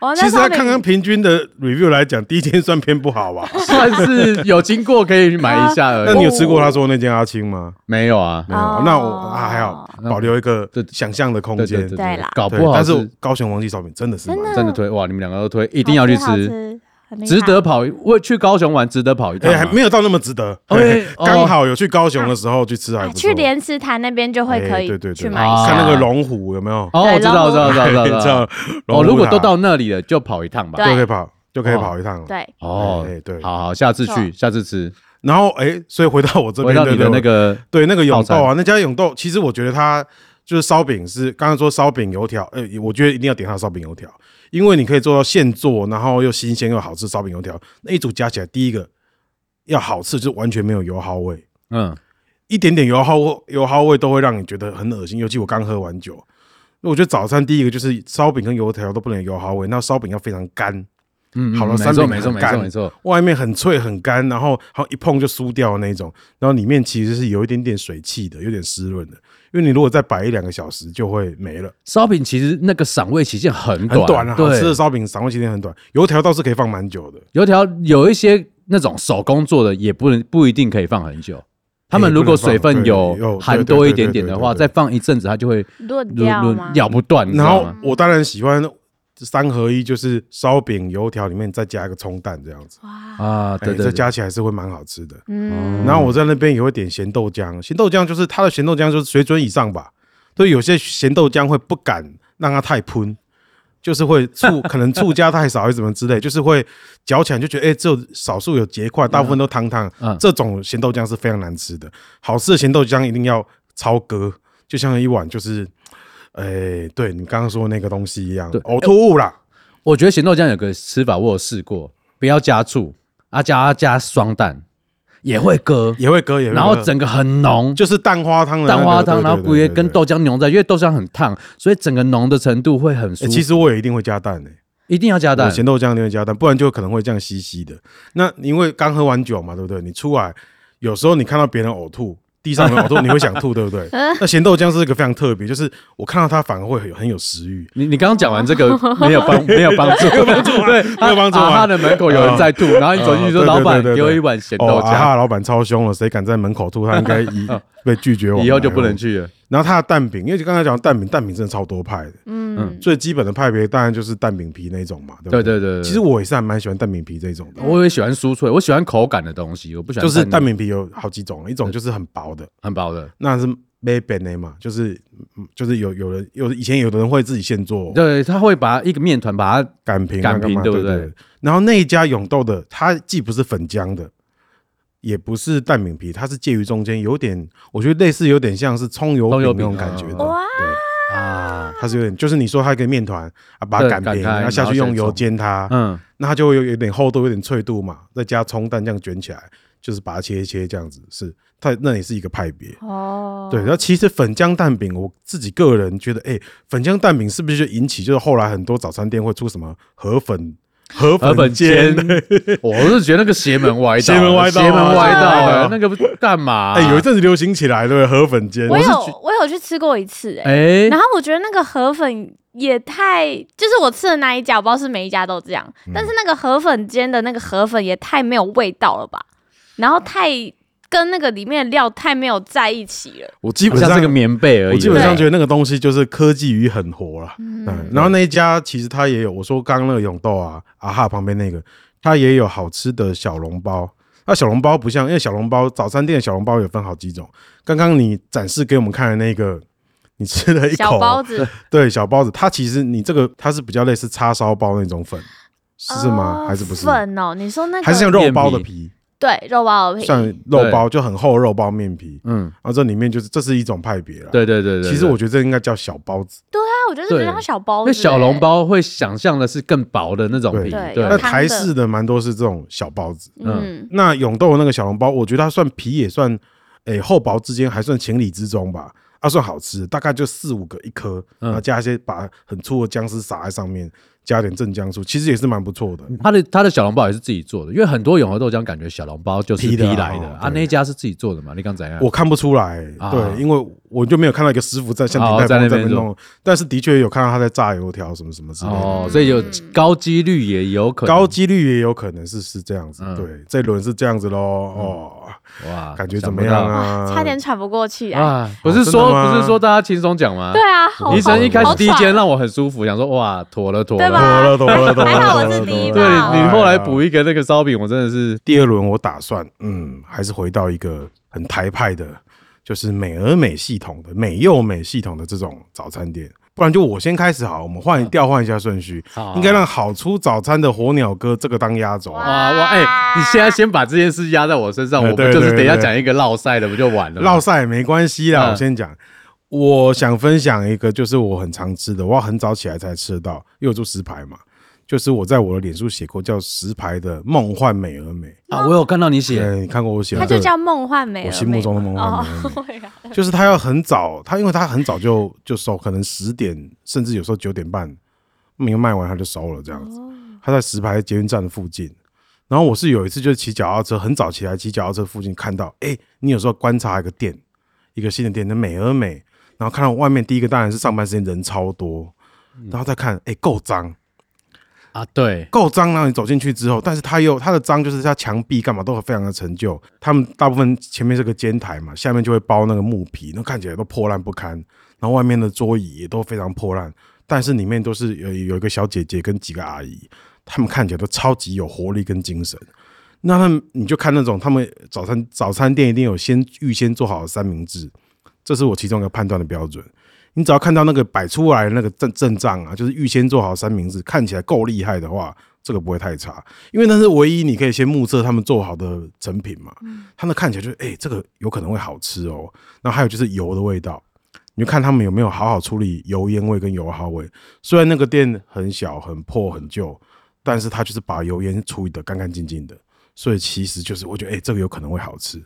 我
其
那
实
时候
他刚刚平均的 review 来讲，第一间算偏不好 吧？
算是有经过可以去买一下而
那
已。
你有吃过他说那间阿青吗？
没有啊？
没有啊
哦，
那我啊还好，保留一个
对
想象的空
对对
间
对。对
对啦
搞
对
不，好
但
是
是高雄王记烧饼真的是蛮
真的
真的推哇！你们两个都推，一定要去
哦好
吃，
吃，很厉害
值得跑。我去高雄玩，值得跑一趟
哎，
啊。
还没有到那么值得。
哎
嘿
哦
刚好有去高雄的时候去吃还
啊
不错。
去莲池潭那边就会可
哎对对对
以去买一
啊
看
下，
那个龙虎有没有？
哦，我知道，我知道，我知道，我
你
知
知道。
道哦，
龙
如
虎
果
塔
都到那里了，就跑一趟吧。
对
就可以跑，就可以
哦
跑一趟了。
对，
哦
哎，对
好好，下次去，下次吃。
然后哎，所以回到我这
回
边，
到
对
你的
对
那个
对那个永豆
套
啊，那家永豆，其实我觉得它就是烧饼是刚刚说烧饼油条，呃，我觉得一定要点它的烧饼油条，因为你可以做到现做，然后又新鲜又好吃烧饼油条那一组加起来，第一个要好吃，就是完全没有油耗味，
嗯，
一点点油耗味油耗味都会让你觉得很恶心，尤其我刚喝完酒。那我觉得早餐第一个就是烧饼跟油条都不能有油耗味，那烧饼要非常干，
嗯
好了
没
三
错
明
没错
很
没错
干
没错，
外面很脆很干，然后好像一碰就酥掉的那种，然后里面其实是有一点点水汽的，有点湿润的，因为你如果再摆一两个小时就会没了，
烧饼其实那个赏味期限很短，
很短啊。好吃的
对，
烧饼赏味期间很短，油条倒是可以放蛮久的。
油条有一些那种手工做的也不能不一定可以放很久。他们
也
如
不能
果水
放
分
对有
有
对
含
对
多
对
一
对
点
对
点的
对
话，
对
再放一阵子，它就会
论
抡
掉
抡
吗？
咬不断，你知
嗯然
道
后
吗？
我当然喜欢三合一，就是烧饼、油条里面再加一个葱蛋这样子，
哇，
啊，
哎
对对哦
这
对，
加起来是会蛮好吃的。
嗯，
然后我在那边也会点咸豆浆，咸豆浆就是它的咸豆浆就是水准以上吧，对，有些咸豆浆会不敢让它太喷，就是会醋可能醋加太少还是怎么之类，就是会嚼起来就觉得哎、只有少数有结块，大部分都汤汤，
嗯
这种咸豆浆是非常难吃的。好吃的咸豆浆一定要超割，就像一碗就是，哎、对你刚刚说的那个东西一样，
对
呕吐物啦，
我觉得咸豆浆有个吃法，我有试过，不要加醋，啊加加双蛋也会割，
也会割，也会割，
然后整个很浓，
就是蛋花汤的那
蛋
个
花
对
汤，
对
然后
对
不也
对
跟
对
豆浆融在，因为豆浆很烫，所以整个浓的程度会很
哎
舒服。
其实我也一定会加蛋诶、欸
一定要加
我
蛋，
咸豆浆一定会加蛋，不然就可能会这样稀稀的。那因为刚喝完酒嘛，对不对？你出来有时候你看到别人呕吐，地上有人呕吐， 你会想吐，对不对？那咸豆浆是一个非常特别，就是我看到它反而会很有很有食欲。
你你刚刚讲完这个没有帮没有帮助，没有帮助，对，
没有帮助啊
啊他的门口有人在吐，然后你走进去说：“
啊对对
老板，
对对对
给我一碗咸
哦，
豆
啊
浆。哦
哈，老板超凶了，谁敢在门口吐，他应该以被拒绝往来
以后就不能。去了。
然后它的蛋饼，因为就刚才讲蛋饼，蛋饼真的超多派的，
嗯，
最基本的派别当然就是蛋饼皮那种嘛，对不
对
对
对对，对
其实我也是还蛮喜欢蛋饼皮这种的。
我也喜欢酥脆，我喜欢口感的东西，我不喜欢
就是
太
蛋
腻
饼皮有好几种，一种就是很薄的，
很薄的。
那是 m a b e n 嘛，就是嗯就是有有人有以前有的人会自己现做
对，他会把一个面团把它
擀平啊干
擀平
嘛
对不
对
对？
然后那一家永豆的，它既不是粉浆的，也不是蛋饼皮，它是介于中间，有点我觉得类似有点像是葱油
葱油
饼那
饼
种感觉的。
哦
哇
对，
啊，
它是有点就是你说它一个面团啊，把它
对
擀
擀
平，
开
然后
然
下
后
去
再
用油
葱
煎它，
嗯，
那它就会有有点厚度，有点脆度嘛，再加葱蛋这样卷起来，就是把它切一切这样子，是它那也是一个派别。
哦，
对，那其实粉浆蛋饼，我自己个人觉得，哎、粉浆蛋饼是不是就引起就是后来很多早餐店会出什么河粉、河
河粉煎
煎？，
我是觉得那个邪门歪道，
邪门歪道啊
邪门
邪
歪道
门歪
啊
道，
那个干嘛？啊
哎、有一阵子流行起来，对不对河粉煎，
我
是
有我有去吃过一次，哎，
哎
然后我觉得那个河粉也太，就是我吃的那一家，我不知道是每一家都这样，
嗯
但是那个河粉煎的那个河粉也太没有味道了吧，然后太跟那个里面的料太没有在一起了，
我基
好
本
像
上
是个棉被而已。啊
我基本上
对
觉得那个东西就是科技与狠活了。嗯
嗯，，
然后那一家其实它也有，我说刚刚那个永豆啊，啊哈旁边那个，它也有好吃的小笼包。那小笼包不像，因为小笼包早餐店的小笼包有分好几种。刚刚你展示给我们看的那个，你吃了一口
小包子
对，小包子，它其实你这个它是比较类似叉烧包那种粉， 是吗？
哦
还是不是？
粉哦？你说那个
还是像肉包的皮，
对肉包的皮啊
像肉包就很厚的肉包面皮，
嗯，
然后这里面就是这是一种派别了。，
对对对对。
其实我
对
觉得这应该叫小包子。
啊，我就是觉得它小包
那
子，
小
哎
笼，包会想象的是更薄的那种皮，
对
对
有
那
汤
台
的
式的蛮多是这种小包子，
嗯，
那永豆的那个小笼包，我觉得它算皮也算，诶、厚薄之间还算情理之中吧。它、算好吃，大概就四五个一颗，
嗯
然后加一些把很粗的姜丝撒在上面，加点正姜酥，其实也是蛮不错的。
他的他的小笼包也是自己做的，因为很多永和豆浆感觉小笼包就是
批
批
的啊
来的
哦
啊，
对
那一家是自己做的嘛？你刚怎样？
我看不出来、
啊
对，因为我就没有看到一个师傅在像
哦
鼎泰
在那
丰在
边
那边
做
弄，但是的确有看到他在炸油条什么什么之类的。
嗯
哦，所以有高几率也有可能
高几率也有可能是是这样子，
嗯
对，这轮是这样子喽，哦，
哇，
感觉怎么样啊？哦
差点喘不过气
想不到？
来，
啊，不是
真的
说
吗
不是说大家轻松讲吗？
哎对啊，好
医生一开始
好
第一间
爽
让我很舒服，想说哇，妥了妥
对
妥
吧啊
了。
了妥了妥了，
还好我
妥了
是
妥了
第一
妥
对
了
吧
你你后来补一个那个烧饼，我真的是
第二轮我打算，嗯，还是回到一个很台派的，就是美俄美系统的美右美系统的这种早餐店。不然就我先开始好，我们换调换一下顺序，
好嗯啊
应该让好出早餐的火鸟哥这个当压轴。
哇哇哎、你现在先把这件事压在我身上，
哎
我不
对
就是
对
等一下
对
讲一个落赛的，不就完了吗？
绕赛也没关系啦，
嗯
我先讲。我想分享一个，就是我很常吃的，我要很早起来才吃得到，因为我住石牌嘛。就是我在我的脸书写过叫石牌的梦幻美而美，
啊，我有看到你写，
对，你看过我写的
它
这个？
就叫梦幻美而美
我
嘛，
心目中的梦幻美而美
哦， 对啊
就是他要很早，他因为他很早就就收，可能十点甚至有时候九点半没有卖完他就收了这样子。他在石牌捷运站的附近。然后我是有一次就是骑脚踏车，很早起来骑脚踏车附近看到，哎、你有时候观察一个店，一个新的店，那美而美，然后看到外面第一个当然是上班时间人超多，然后再看，哎、够脏，
啊，对，
够脏，然后你走进去之后，但是它又它的脏就是它墙壁干嘛都非常的陈旧，他们大部分前面是个尖台嘛，下面就会包那个木皮，那看起来都破烂不堪，然后外面的桌椅也都非常破烂，但是里面都是有有一个小姐姐跟几个阿姨，她们看起来都超级有活力跟精神。那他们你就看那种他们早餐早餐店一定有先预先做好的三明治，这是我其中一个判断的标准。你只要看到那个摆出来的那个阵阵仗啊，就是预先做好三明治，看起来够厉害的话，这个不会太差，因为那是唯一你可以先目测他们做好的成品嘛。他们看起来就是，哎、这个有可能会好吃哦。然后还有就是油的味道，你就看他们有没有好好处理油烟味跟油耗味。虽然那个店很小、很破、很旧，但是他就是把油烟处理得干干净净的，所以其实就是我觉得，哎、这个有可能会好吃。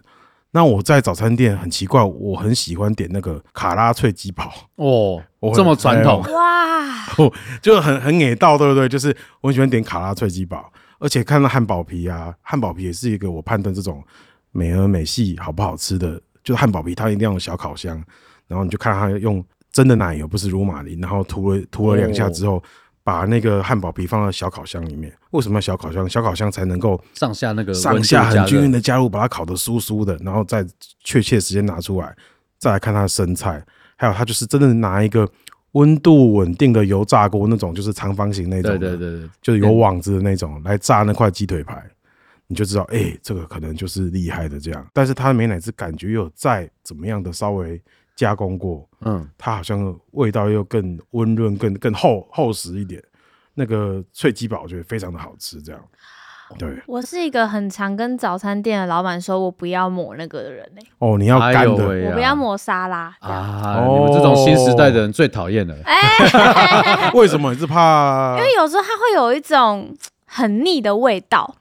那我在早餐店很奇怪，我很喜欢点那个卡拉脆鸡堡。
哦
我，很
这么传统
哎，
啊哇，
就很很给到，对不对？就是我很喜欢点卡拉脆鸡堡，而且看到汉堡皮啊，汉堡皮也是一个我判断这种美而美系好不好吃的，就是汉堡皮它一定要有小烤箱，然后你就看它用真的奶油，不是乳马林，然后涂了涂了两下之后。把那个汉堡皮放到小烤箱里面，为什么要小烤箱？小烤箱才能够
上下那个
上
温度
下
加
很
热
均匀的加入，把它烤得酥酥的，然后再确切时间拿出来，再来看它的生菜，还有它就是真的拿一个温度稳定的油炸锅那种，就是长方形那种
对
的，
对嗯对对，
就是有网子的那种来炸那块鸡腿排，你就知道，哎、这个可能就是厉害的这样。但是它的美乃滋感觉又有再怎么样的稍微加工过，
嗯，
它好像味道又更温润、更更厚厚实一点。那个脆鸡堡我觉得非常的好吃，这样，对。
我是一个很常跟早餐店的老板说我不要抹那个的人呢、
哦，你要
哎
干
呦
的，哦
喂啊
我不要抹沙拉。这样
啊，你们这种新时代的人最讨厌了。
为什么你是怕？
哎因为有时候它会有一种很腻的味道，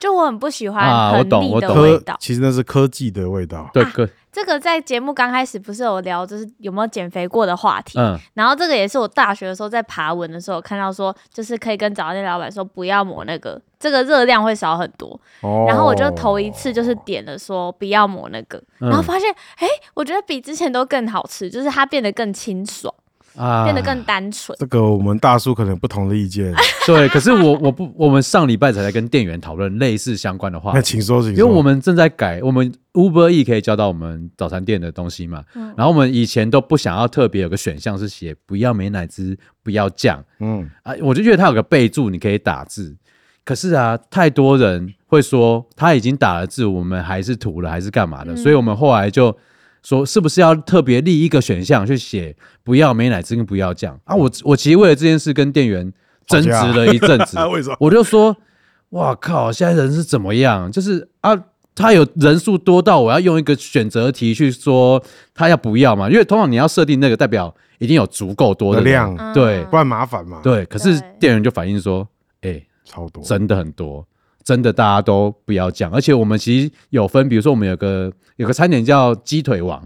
就我很不喜
啊
欢
我
很
懂
腻
我
的
懂
味
科
道。
其实那是科技的味道。
啊
对，哥，
这个在节目刚开始不是有聊，就是有没有减肥过的话题。
嗯，
然后这个也是我大学的时候在爬文的时候看到说，就是可以跟早餐店老板说不要抹那个，这个热量会少很多。
哦
然后我就头一次就是点了说不要抹那个，
嗯
然后发现哎、诶我觉得比之前都更好吃，就是它变得更清爽，
啊，
变得更单纯。
这个我们大叔可能有不同的意 见，
对。可是我我不，我们上礼拜才在跟店员讨论类似相关的话
那，请说，请
因
说。
为我们正在改，我们 Uber E 可以叫到我们早餐店的东西嘛。
嗯
然后我们以前都不想要特别有个选项是写不要美乃滋，不要酱
嗯，
啊，我就觉得它有个备注，你可以打字。可是啊，太多人会说他已经打了字，我们还是涂了，还是干嘛的？
嗯
所以我们后来就说，是不是要特别立一个选项去写不要美乃滋跟不要酱啊？我我其实为了这件事跟店员争执了一阵 子，
啊，为什么？
我就说，哇靠，现在人是怎么样？就是啊，他有人数多到我要用一个选择题去说他要不要嘛？因为通常你要设定那个代表一定有足够多
我
的
的
人
量，
嗯
对
不然麻烦嘛。，
对。可是
对
店员就反映说，哎、
超多。
真的很多，真的大家都不要讲。而且我们其实有分，比如说我们有个有个餐点叫鸡腿王，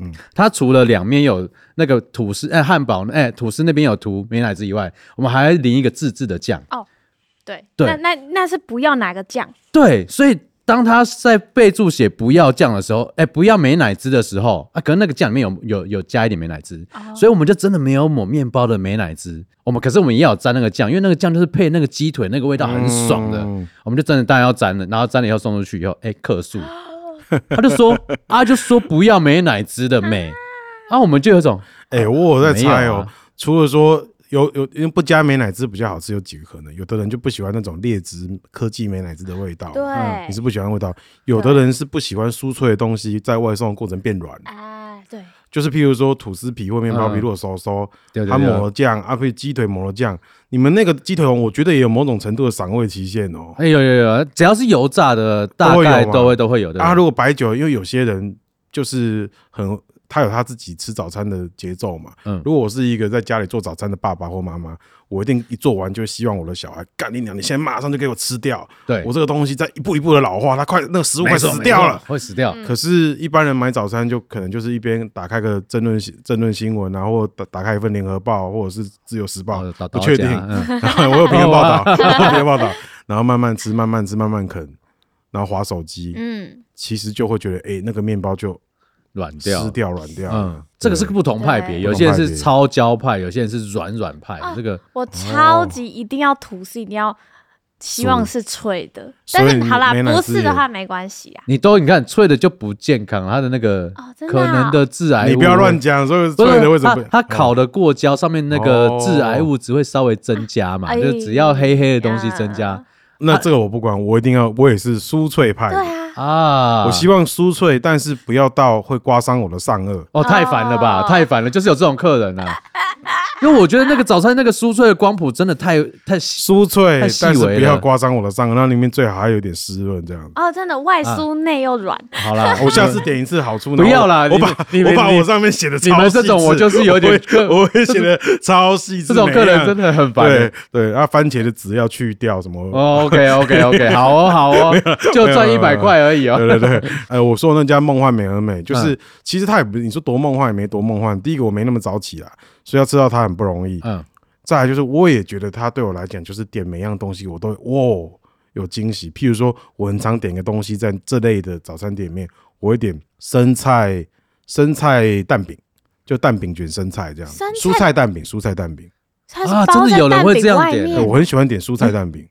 嗯
嗯，它除了两面有那个吐司，哎、汉堡，哎、吐司那边有涂美乃滋以外，我们还淋一个自制的酱。
对，
对
那那那是不要哪个酱，
对，所以当他在备注写不要酱的时候，哎、不要美乃滋的时候，啊，可能那个酱里面有有有加一点美乃滋，所以我们就真的没有抹面包的美乃滋。我们可是我们也要沾那个酱，因为那个酱就是配那个鸡腿，那个味道很爽的，
嗯
我们就真的当然要沾了，然后沾了以后送出去以后，哎、客诉，他就说啊，就说不要美乃滋的美，啊，我们就有一种
哎，我有在猜
没有
哦
啊，
除了说有有因为不加美乃滋比较好吃，有几个可能，有的人就不喜欢那种劣质科技美乃滋的味
哦
道，
对，
嗯
你是不喜欢味道。有的人是不喜欢酥脆的东西在外送的过程变软，
哎，对，
就是譬如说吐司皮或面包皮，
嗯
如果熟熟，
对对
它
对
抹了酱，啊，配鸡腿抹了酱。你们那个鸡腿王，我觉得也有某种程度的赏味期限哦。
哎、有有有，只要是油炸的，大
都会有
概
嘛
都会都会有的。
啊，如果白酒，因为有些人就是很他有他自己吃早餐的节奏嘛。
嗯
如果我是一个在家里做早餐的爸爸或妈妈，我一定一做完就希望我的小孩干你娘，你现在马上就给我吃掉，
对
我，这个东西在一步一步的老化，它快那个食物快
没错
死掉了
没。错会死掉。
可是，一般人买早餐就可能就是一边打开个政论新政论新闻，然后打打开一份联合报或者是自由时报
哦，打
不
打
确
架
定，
嗯
然 后我有评论报道，我有评论报道，然后慢慢吃，慢慢吃，慢慢啃，然后划手机，
嗯，
其实就会觉得，哎，那个面包就
软掉
湿。掉、软掉。
嗯，这个是不同派别，
对
有些人
不同派
是
别
超胶派，有些人是软软派
啊。
这个
我超级一定要吐司，一定要希望是脆的，
所以
但是好啦，
你没奶
不
汁
是
也
的话没关系啊。
你都你看脆的就不健康，它的那个
哦真的
可
啊
能的致癌物，
你不要乱讲，所以
哎不
所
是
以为什么嗯哦
它它烤的过焦，上面那个致癌物只会稍微增加嘛，
哎
就只要黑黑的东西增加
呀
那这个我不管，我一定要，我也是酥脆派
对
的。
啊，
啊。
我希望酥脆，但是不要到会刮伤我的上颚。
哦，太烦了吧，
哦
太烦了，就是有这种客人啊。因为我觉得那个早餐那个酥脆的光谱真的太太细
酥脆
太，细微
但
了
是不要刮伤我的上颚，那里面最好还有一点湿润，这 样。
哦，真的外
啊
酥内又软，
好啦，
我下次点一次好处。
不要啦
然后我
你
把
你
我把
你
我上面写的超
嗯你们
细
这种
致
我就是有点
我会
个
我会写的超细致。
这种客人真
的
的很烦。
对对，啊，番茄的籽要去掉什么？
OK OK OK，好哦好哦，就赚
没
一
有没
百
有
块而已哦。
对对对，呃，我说那家梦幻美而美，就是其实它也不是你说多梦幻也没多梦幻。第一个我没那么早起啦，所以要吃到它很不容易。
嗯，
再来就是，我也觉得它对我来讲，就是点每样东西我都哇有惊喜。譬如说，我很常点一个东西，在这类的早餐店里面，我会点生菜生菜蛋饼，就蛋饼卷生菜这样，
生菜
蔬菜蛋饼，蔬菜蛋饼，
它是
啊
包
真的
在
有人
蛋
会
饼
这样
外
点
对
面
我很喜欢点蔬菜蛋饼，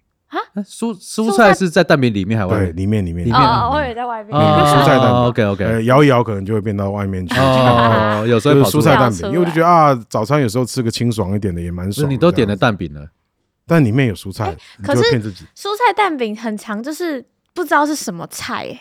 蔬蔬菜是在蛋饼里面还
对，
会
里面里面
里面嗯
哦，我以为在外面。
啊蔬菜蛋饼
OK OK，
呃摇一摇可能就会变到外面去。
哦，有时
所
候
以
会跑出
蔬
来
菜蛋饼
跑出，来
因为我就觉得啊，早餐有时候吃个清爽一点的也蛮
是
爽。
你都点
这
了
样，
蛋饼了，
但里面有蔬菜，你就
哎可
会
是
骗自己。
蔬菜蛋饼很长，就是不知道是什么菜、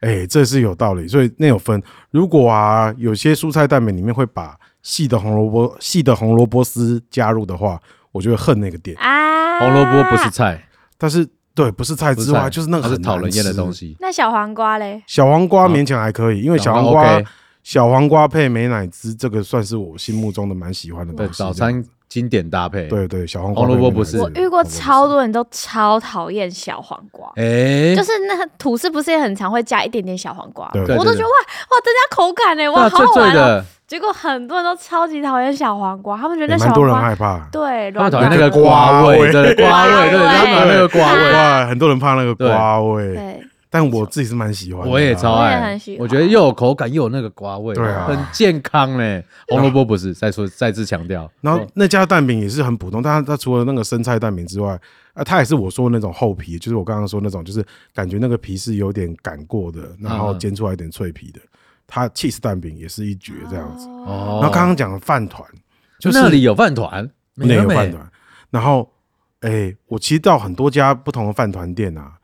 欸，
哎、这是有道理，所以那有分。如果啊，有些蔬菜蛋饼里面会把细的红萝卜、细的红萝卜丝加入的话，我就会恨那个店。
啊，
红萝卜不是。菜，
但是对，不是菜
不
之
是
外，
菜，
就是那个
它是
很
讨人厌的
难吃
东。西。嗯
那小黄瓜嘞？
小黄瓜勉强还可以，因为小黄瓜、
OK，
小黄瓜配美乃滋，这个算是我心目中的蛮喜欢的东
对，
西。
早餐经典搭配。，
对对，小黄瓜
红萝卜
配美乃
不
滋
是
我遇过超多人都超讨厌小黄瓜。
哎
就，是那个吐司不是也很常会加一点点小黄瓜，
对
对
我都
对
觉得哇哇增加口感哎，哇
哇，
好
脆
好
脆
玩哦。
的，
结果很多人都超级讨厌小黄瓜，他们觉
也
得小
蛮多
黄
人
瓜
害怕。
对
他
软
们讨厌
软
那个
的
瓜味，
瓜味
对，瓜味，对，
瓜味
他们讨厌那个瓜味。
哇，很多人怕那个
对
瓜味，
啊对，
但我自己是蛮喜欢的啦。啊
我也超
我也
爱
很喜，欢
我觉得又有口感又有那个瓜味，
对啊
很健康嘞。红萝卜不是，再说再次强调，
然后那家蛋饼也是很普通，但它它除了那个生菜蛋饼之外，啊，它也是我说的那种厚皮，就是我刚刚说那种，就是感觉那个皮是有点擀过的，然
嗯
后煎出来一点脆皮的。它 cheese 蛋饼也是一绝这样子。
哦，
哦
然后刚刚讲的饭团，就是
那里有饭团，
那
美而
有
美
饭团，然后哎、我其实到很多家不同的饭团店啊，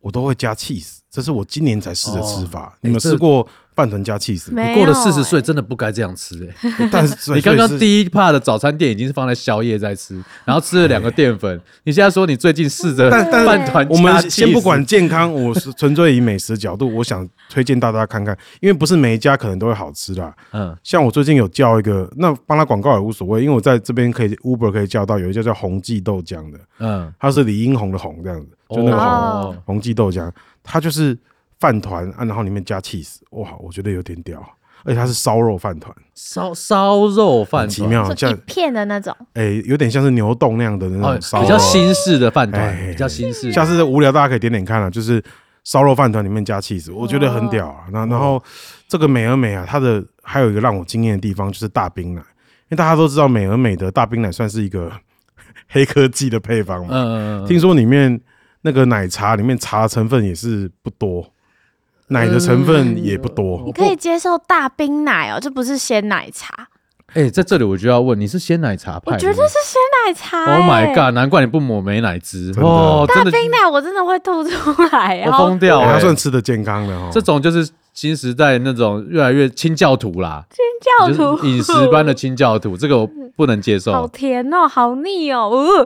我都会加 cheese，这是我今年才试的吃法。你们
哎这
试过饭团加 cheese？吗
没
过了
有
四十岁
欸
真的不该这样吃哎、
但 是
你刚刚
所以是
第一趴的早餐店已经是放在宵夜在吃，然后吃了两个淀粉，你现在说你最近试着
但但
饭团加
我们
cheese
先不管健康，我是纯粹以美食角度，我想推荐大家看看，因为不是每一家可能都会好吃啦。
嗯
像我最近有叫一个，那帮他广告也无所谓，因为我在这边可以 Uber 可以叫到有一家叫红记豆浆的，
嗯，
它是李英红的红这样子，就那个红、
哦
红记豆浆，它就是饭团啊，然后里面加 cheese，哇，我觉得有点屌，而且它是烧肉饭团，
烧烧肉饭
很
团
奇妙，
就
像
一片的那种，
哎、有点像是牛冻那样的那
哦
种烧，肉，
比较新式的饭团，
哎
比较新式的。
下次无聊大家可以点点看啊，就是烧肉饭团里面加 cheese，我觉得很屌啊。
哦
然后然后这个美而美啊，它的还有一个让我惊艳的地方就是大冰奶，因为大家都知道美而美的大冰奶算是一个 黑科技的配方嘛，
嗯嗯嗯嗯，
听说里面那个奶茶里面茶的成分也是不多，奶的成
嗯
分也不
你
多。
可以接受大冰奶哦，这不是鲜奶茶，
哎、在这里我就要问，你是鲜奶茶
我
派的吗？
觉得是鲜奶茶、欸。
Oh my god！难怪你不抹美奶汁
真的
哦，真的
冰奶我真的会吐出来，
我
然后
疯掉
哎
了、
它算吃的健康的哦，
这种就是新时代那种越来越清教徒啦，
教
就
徒
是饮食般的清 教徒，这个我不能接受。
好甜哦，好腻哦，呃，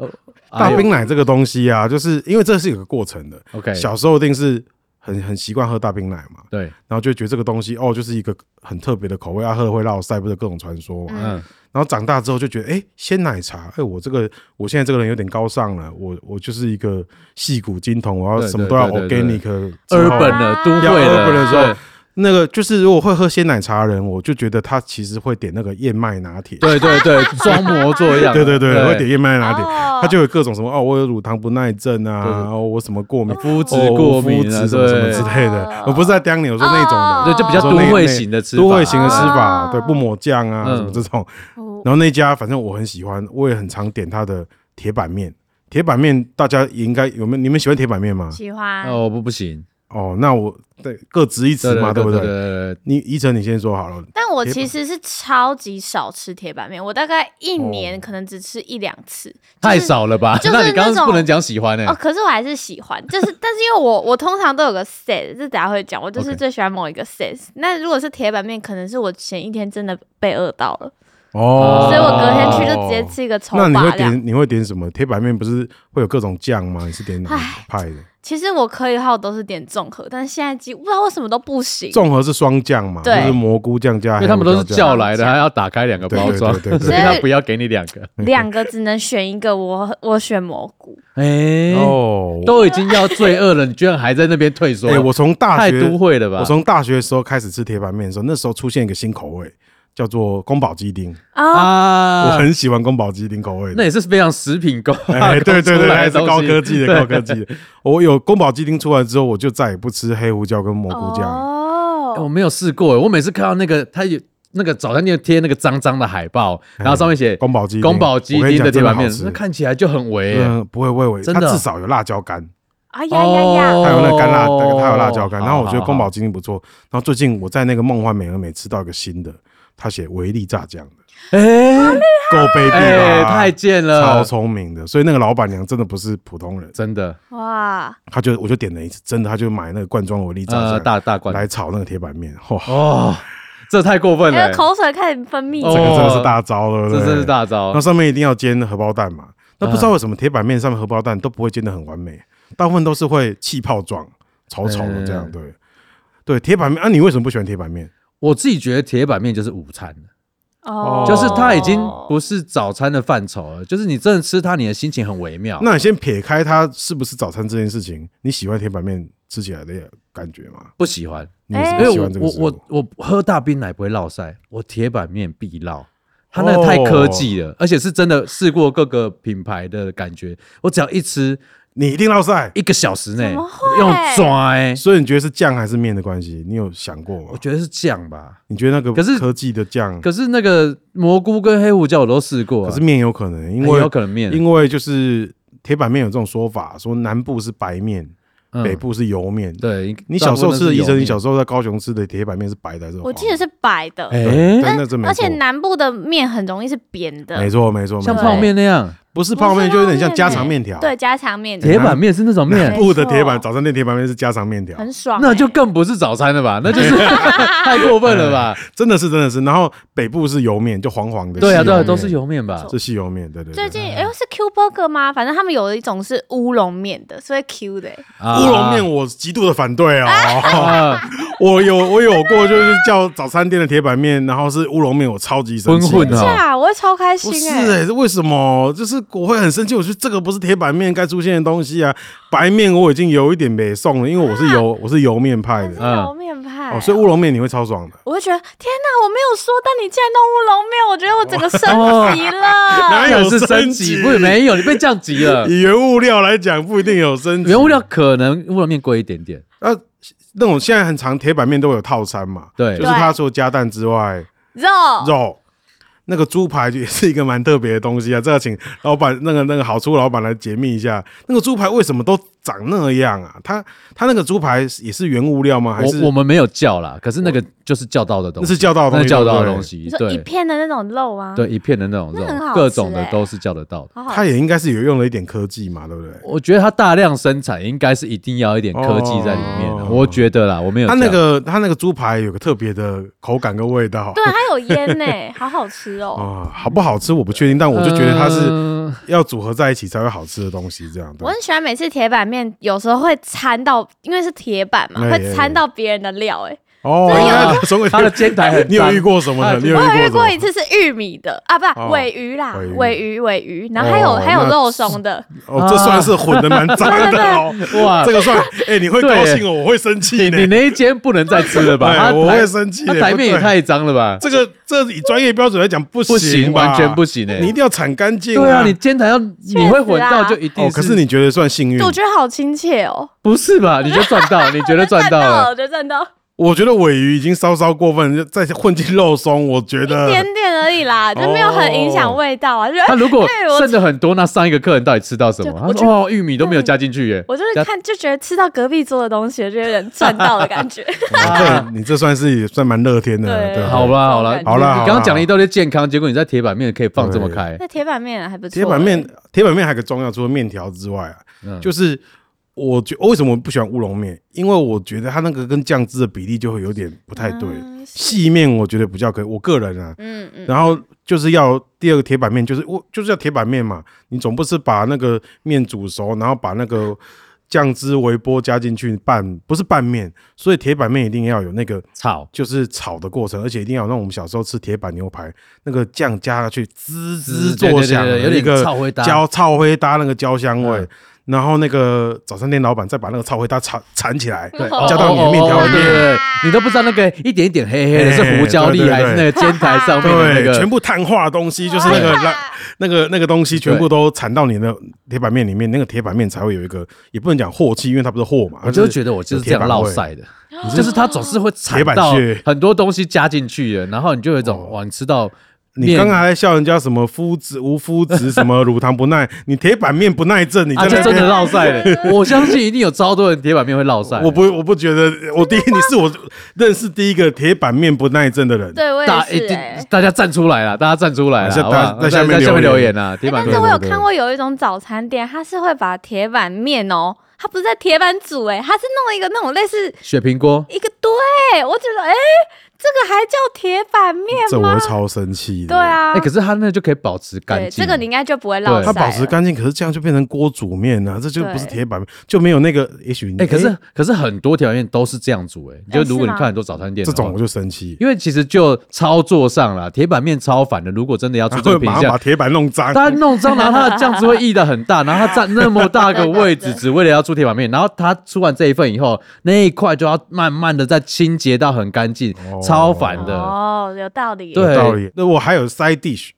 大
哎呦
冰奶这个东西啊，就是因为这是有个过程的。
OK，
小时候一定是很很习惯喝大冰奶嘛，
对，
然后就觉得这个东西哦，就是一个很特别的口味，啊，喝了会落腮，不是各种传说嘛。
嗯，
然后长大之后就觉得，哎，鲜奶茶，哎，我这个我现在这个人有点高尚了，我我就是一个戏骨金童，我要
对
什么都要
对对对
organic 之后。
urban 的都
要
会
urban 的时候
的，
那个就是如果会喝鲜奶茶的人，我就觉得他其实会点那个燕麦拿铁，
对对对对，装模作样，
对对对，会点燕麦拿铁，
哦
他就有各种什么哦，我有乳糖不耐症
对
啊，
对
哦我什么过敏，
肤质
哦
过敏
肤
啊，
质什么什么
对
之类的
哦，
我不是在刁你，我说那种的
哦，
对，就比较
说
都
那
会
那
型的吃法，
都会型的吃法，
哦
对，不抹酱啊
嗯
什么这种。
哦
然后那家反正我很喜欢，我也很常点它的铁板面。铁板面大家也应该有没有？你们喜欢铁板面吗？
喜欢
哦不不行，
哦，那我对各执一词嘛，对不
对
对？
对对，
你依晨，你先说好了。
但我
铁板
其实是超级少吃铁板面，我大概一
哦
年可能只吃一两次，
太少了吧？
就是
那你刚
那种
刚不能讲喜欢呢欸
哦，，可是我还是喜欢，就是 但是因为我我通常都有个 set，这等下会讲，我就是
OK
最喜欢某一个 set。那如果是铁板面，可能是我前一天真的被饿到了，
哦，
所以我隔天去就直接。吃一个丑
那你
八
会
这样。
点你会点什么？铁板面不是会有各种酱吗？你是点哪一派的？
其实我可以的话，我都是点综合，但是现在几不知道为什么都不行。
综合是双酱嘛，就
对
是蘑菇酱加
因
黑胡椒酱，
为他们都是叫来的，
酱
还要打开两个包装，
对对对对对
所以他不要给你两个，
两个只能选一个，我我选蘑菇。
哎，
哦。
都已经要罪恶了，你居然还在那边退缩
哎，，我从大
太
学
都会了吧？
我从大学的时候开始吃铁板面的时候，那时候出现一个新口味，叫做宫保鸡丁。
啊，
啊，
我很喜欢宫保鸡丁口味
那
的。
也是非常食品高，
哎， 对对对，
高出来
还
的
是高
东西
科技的，高科技的。我有宫保鸡丁出来之后，我就再也不吃黑胡椒跟蘑菇酱了。
哎我
哦，
没有试过，我每次看到那个他有那个早餐店贴那个脏脏的海报，然后上面写
哎宫保鸡丁
宫保鸡丁的铁板
我跟
面，那
你讲真的好吃
看起来就很违。
嗯，不会味味，
真
它
的
至少有辣椒干，
哎呀呀呀！
它有那个干辣，它有辣椒干。
好
然后我觉得
哦好
宫保鸡丁不错。然后最近我在那个梦幻美而美吃到一个新的，它写维力炸酱的，
好哎
够卑
哎
鄙吧？
太贱
超
了，
聪明的，所以那个老板娘真的不是普通人。
真的
哇，
他就我就点了一次，真的，他就买那个罐装的维力炸
呃
酱、
大大罐
来炒那个铁板面，哇，
哦，这太过分
那
了
个，口水开始分泌
哦
这个真的是大招了，对
这
不
真是
对。
大招
那。上面一定要煎荷包蛋嘛，
嗯
那不知道为什么铁板面上面荷包蛋都不会煎的很完美，大部分都是会气泡状、稠稠的这样，
嗯
对。对铁板面啊，你为什么不喜欢铁板面？
我自己觉得铁板面就是午餐了
哦，
就是它已经不是早餐的范畴了，就是你真的吃它，你的心情很微妙。
那你先撇开它是不是早餐这件事情，你喜欢铁板面吃起来的感觉吗？
不喜欢，
你也是
哎
不
因
喜
为
欢这个
我
食物
我我我喝大冰奶不会落腮，我铁板面必落。它那个
哦
太科技了，而且是真的试过各个品牌的感觉，我只要一吃
你一定要晒，
一个小时内
怎么会
用抓欸，
所以你觉得是酱还是面的关系？你有想过
我
吗？
觉得是酱吧。
你觉得那个
可是
科技的酱，
可是那个蘑菇跟黑胡椒我都试过啊、
可是面有可能，因
很
为
哎有可能面，
因为就是铁板面有这种说法，说南部是白面，
嗯
北部是油面。
对
你小时候吃的医生，你小
时
时候在高雄吃的铁板面是白的还是黄的？
我记得是白的，
哎、
对，但那真没
而且
错
南部的面很容易是扁的，
没错没错，
像
没错
泡面那样，
不是泡面，就有点像家常面条。哎
对，家常面
铁板面是那种面
南，部的铁板
没错
早餐店铁板面是家常面条，
很爽欸、
那就更不是早餐了吧？那就是 太过分 了吧？
真的是真的是。然后北部是油面，就黄黄的。
对啊，
细
对
油
啊，
面
都是油面吧？
是细油面，对对。对
最近哎、是 Q Burger 吗？反正他们有一种是乌龙面的，所以 Q 的欸、
啊
乌龙面我极度的反对哦。
啊，
我有我有过，就是叫早餐店的铁板面，然后是乌龙面，我超级生气。
混混啊
是啊，我会超开心
哦不是
哎、
哎、欸，为什么？就是我会很生气，我觉得这个不是铁板面该出现的东西啊。白面我已经有一点没送了，因为我是油，我是油面派的
啊
是油面派、
哦，所以乌龙面你会超爽的。
我会觉得天哪，我没有说，但你竟然弄乌龙面，我觉得我整个升级 了。
哪
当
有
然是
升
升
级
级，不是没有，你被降 级了。
以原物料来讲，不一定有升级。
啊原物料可能乌龙面贵一点点，
那、啊、那种现在很常铁板面都有套餐嘛，
对
就是它除了加蛋之外，
肉
肉。那个猪排也是一个蛮特别的东西啊，这要请老板那个那个好处老板来解密一下，那个猪排为什么都长那样啊？它它那个猪排也是原物料吗？还是
我我们没有叫啦，可是那个就是叫到的东
那
西，
是叫到的
那
东
是
西，
叫
对
到的
不对
东西
你，说一
对
片的那种肉啊，，
对，一片的那种
那很好吃
肉，各种的
欸
都是叫得到的。
好好
它也应该是有用了一点科技嘛，对不对？
我觉得它大量生产应该是一定要一点科技在里面的，
哦
我觉得啦，我没有
它那
这样
个它那个猪排有个特别的口感跟味道，
啊对，它有腌呢、好好吃哦。
啊、好不好吃我不确定，但我就觉得它是
嗯嗯，
要组合在一起才会好吃的东西，这样
我
对。
很喜欢每次铁板面有时候会掺到，因为是铁板嘛，
哎
会掺到别人的料、哎，
哦，
真的有
原来所以
他的煎台很
你有
脏
遇过什么
他
呢？
的
你有
我有
遇
遇过
过
一
什么？
次是玉米的啊，不，
哦
尾鱼啦
尾鱼，
尾鱼，尾鱼，然后还有
哦
还有
那
肉松的，
哦，这算是混的蛮脏 的哦。
哇
这，个算，哎，你会
对
高兴哦，我会生气
你
呢
你。那一间不能再吃了 吧？
哎
他
我
台
会 生气
他
耶
台
不
面也
对
太脏了吧？
这个这以专业标准来讲 不
不行，
吧
完全不行哎
你一。定要铲干净。
对啊，你煎台要你会混到就一定
哦，可是你觉得算幸运
对，我觉得好亲切哦，
不是吧？你就赚 到，你觉得赚到
了，
了
我觉得赚到
我觉得尾鱼已经稍稍过分，就再混进肉松，我觉
一
得
点点而已啦，就没有很影响味道啊，就
他如果
对我
剩的很多，那上一个客人到底吃到什么？他
就
说哦，玉米都没有加进去耶。
我就是看就觉得吃到隔壁桌的东西，就有点赚到的感觉。
哇这你这算是也算蛮乐天的，
啊对
对啊吧。
好吧，好了，
好啦
你
好啦
你刚刚讲了一大堆健康，结果你在铁板面可以放这么 开，
那铁板面还不错、欸
铁板面，铁板面还有个重要，除了面条之外啊，
嗯
就是我觉为什么我不喜欢乌龙面，因为我觉得它那个跟酱汁的比例就会有点不太对。
嗯
细面我觉得比较可以，我个人啊，
嗯嗯，
然后就是要第二个铁板面，就是我就是要铁板面
嗯
嘛，你总不是把那个面煮熟，然后把那个酱汁微波加进去拌，不是拌面，所以铁板面一定要有那个
炒
就是炒的过程，而且一定要有那种我们小时候吃铁板牛排那个酱加下去滋滋
对
作响
对
的
对对有
一
点
个
炒回搭。
焦炒灰搭那个焦香味。
嗯
然后那个早餐店老板再把那个炒灰搭缠缠起来，
对，
哦
加到你的面条里面
哦对对对，你都不知道那个一点一点黑黑的
哎
是胡椒
对
粒
对对
还是那个煎台上面的那
对，全
个。
部碳化的东西，就是那个拉那个那个东西全部都缠到你的铁板面里面，那个铁板面才会有一个，也不能讲镬气，因为它不是镬嘛，
我就觉得我就是这样落
烙
晒的，
哦
就是它总是会
铁
铲
板
到
屑哦
很多东西加进去的，然后你就有一种哇，你吃到
你刚才还笑人家什么肤质无肤质，什么乳糖不 耐，你铁板面不耐症，你
啊，
在
就
那
真的
边。
落 晒的。我相信一定有超多人铁板面会落晒。
我不，我不觉得，我第一，你是我认识第一个铁板面不耐症的人。
对我也
大一
是、
定
哎，
大家站出来了，大家站出来了，
在
好不好
在下面
在下面
留
留
言
言啊，铁
哎
板
但
面
是我有
对对
看过有一种早餐店，它是会把铁板面哦，它不是在铁板煮、哎，它是弄一个那种类似
雪平锅，
一个堆，我觉得哎、这个还叫铁板面
这我
吗
会？超生气的。
对，啊，
哎，可是它那就可以保持干
对，
净。
这个你应该就不会落
对
腮
它
了。
保持干净，可是这样就变成锅煮面了、这就不是
对
铁板面，就没有那个。也许你
哎，可是可是很多条面都是这样煮，哎，就如果
是
你
吗
看很多早餐店
这
的话
种我就生气，
因为其实就操作上啦，铁板面超烦的。如果真的要出
他
这
会
个品
马上把
相，
铁板弄脏。
他弄脏，然后他的酱汁会溢的很大，然后他占那么大个位置，只为了要出铁板面。然后他出完这一份以后，那一块就要慢慢的再清洁到很干净，
哦
超烦的。
哦，有道理。
对
有道理。那我还有 side dish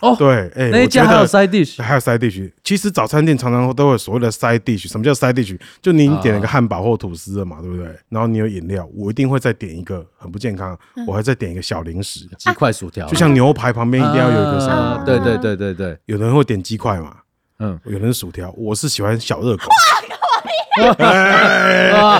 哦
对，哎、
那一
我觉
家还有
得
side dish，
还有 side dish，其实早餐店常常都会有所谓的 side dish。什么叫 side dish？就你点了个汉堡或吐司了嘛，对不对？然后你有饮料，我一定会再点一个很不健康，我还再点一个小零食，
几块薯条，
就像牛排旁边一定要有一个什么、
啊对对对对对，
有人会点鸡块嘛，
嗯，
有人薯条，我是喜欢小热狗。哎
啊，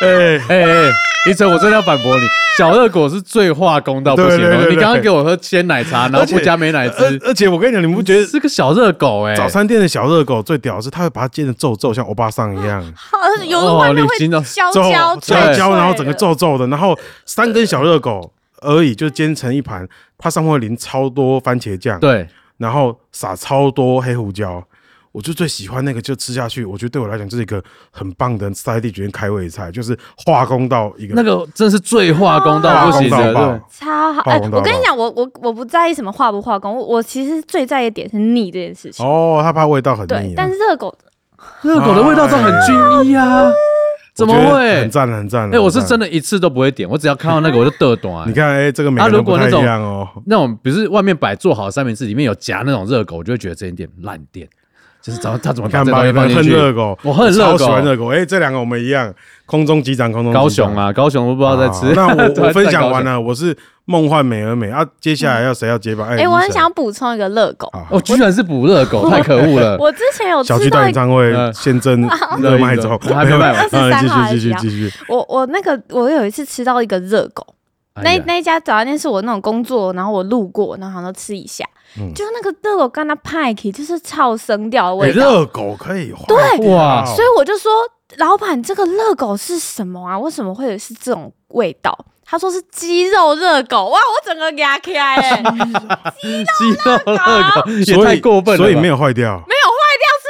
哎哎哎，一晨，我真的要反驳你，小热狗是最化工到不行
对对
的。
对对
你刚刚给我喝鲜奶茶，然后不加美奶汁，
而而且我跟你讲，你们不觉得
呃是个小热狗哎、
早餐店的小热狗最屌的是，它会把它煎的皱皱，像欧巴桑一样。
好，有的外面
哦你形容
会焦
皱
焦
焦
对
焦，然后整个。皱皱的，然后三根小热狗而已，就煎成一盘，它上面会淋超多番茄酱，，
对，
然后撒超多黑胡椒。我就最喜欢那个，就吃下去，我觉得对我来讲这是一个很棒的塞地卷开胃菜，就是化工到一个
那个真是最化工到
化
不行
工到
的，
爆
对。。
超好！哎、
化工到
我跟你
爆
讲，我我我不在意什么化不化工，我我其实最在意的点是腻这件事情。
哦，他怕味道很
对
腻，啊，
但是热狗
热狗的味道都很均一啊，怎么
我觉得
会
很？赞很赞。
哎，我是真
的，
的一次都不会点，我只要看到那个我就得短、
你看，哎，这个每
啊
个
如
人
果
不
那
太一
种
样 哦。
那种，不是外面摆做好的三明治，里面有夹那种热狗，我就会觉得这间店烂店，就是怎么他怎么
你
把
看
这
吧，
东西
有
放
人
进
恨热
去？
狗，
我恨热
超
狗
喜欢热狗。哎，这两个我们一样，空中机长，空中
高
机长
雄啊，高雄我不知道在吃。
好哦那
突
我
然
我分享
在高嗯
完
雄。
了，我是梦幻美而美啊，接下来要谁要接吧？哎
哎、我
医
很
生
想补充一个热狗。
好
哦，居然是补热狗，太可恶了。
我之前有吃
小巨
到
蛋演
一个，
唱会
嗯
现 正热卖中，
我还没卖完
23
嗯继
号还
续继
是几
续
号
继续，
我我那个我有一次吃到一个热狗，
哎
那
呀
那一家早餐店是我那种工作，然后我路过，然后好像吃一下，就是那个热狗跟它派克就是超生掉
嗯
的
哎
味道，
热狗可以换
对
哇
哦
所以我就说，老板，这个热狗是什么啊？为什么会有是这种味道？他说是鸡肉热狗，哇，我整个压起来哎、没有坏掉，是
鸡肉热狗也
所
太
以
过分了吧，
所以没有坏掉。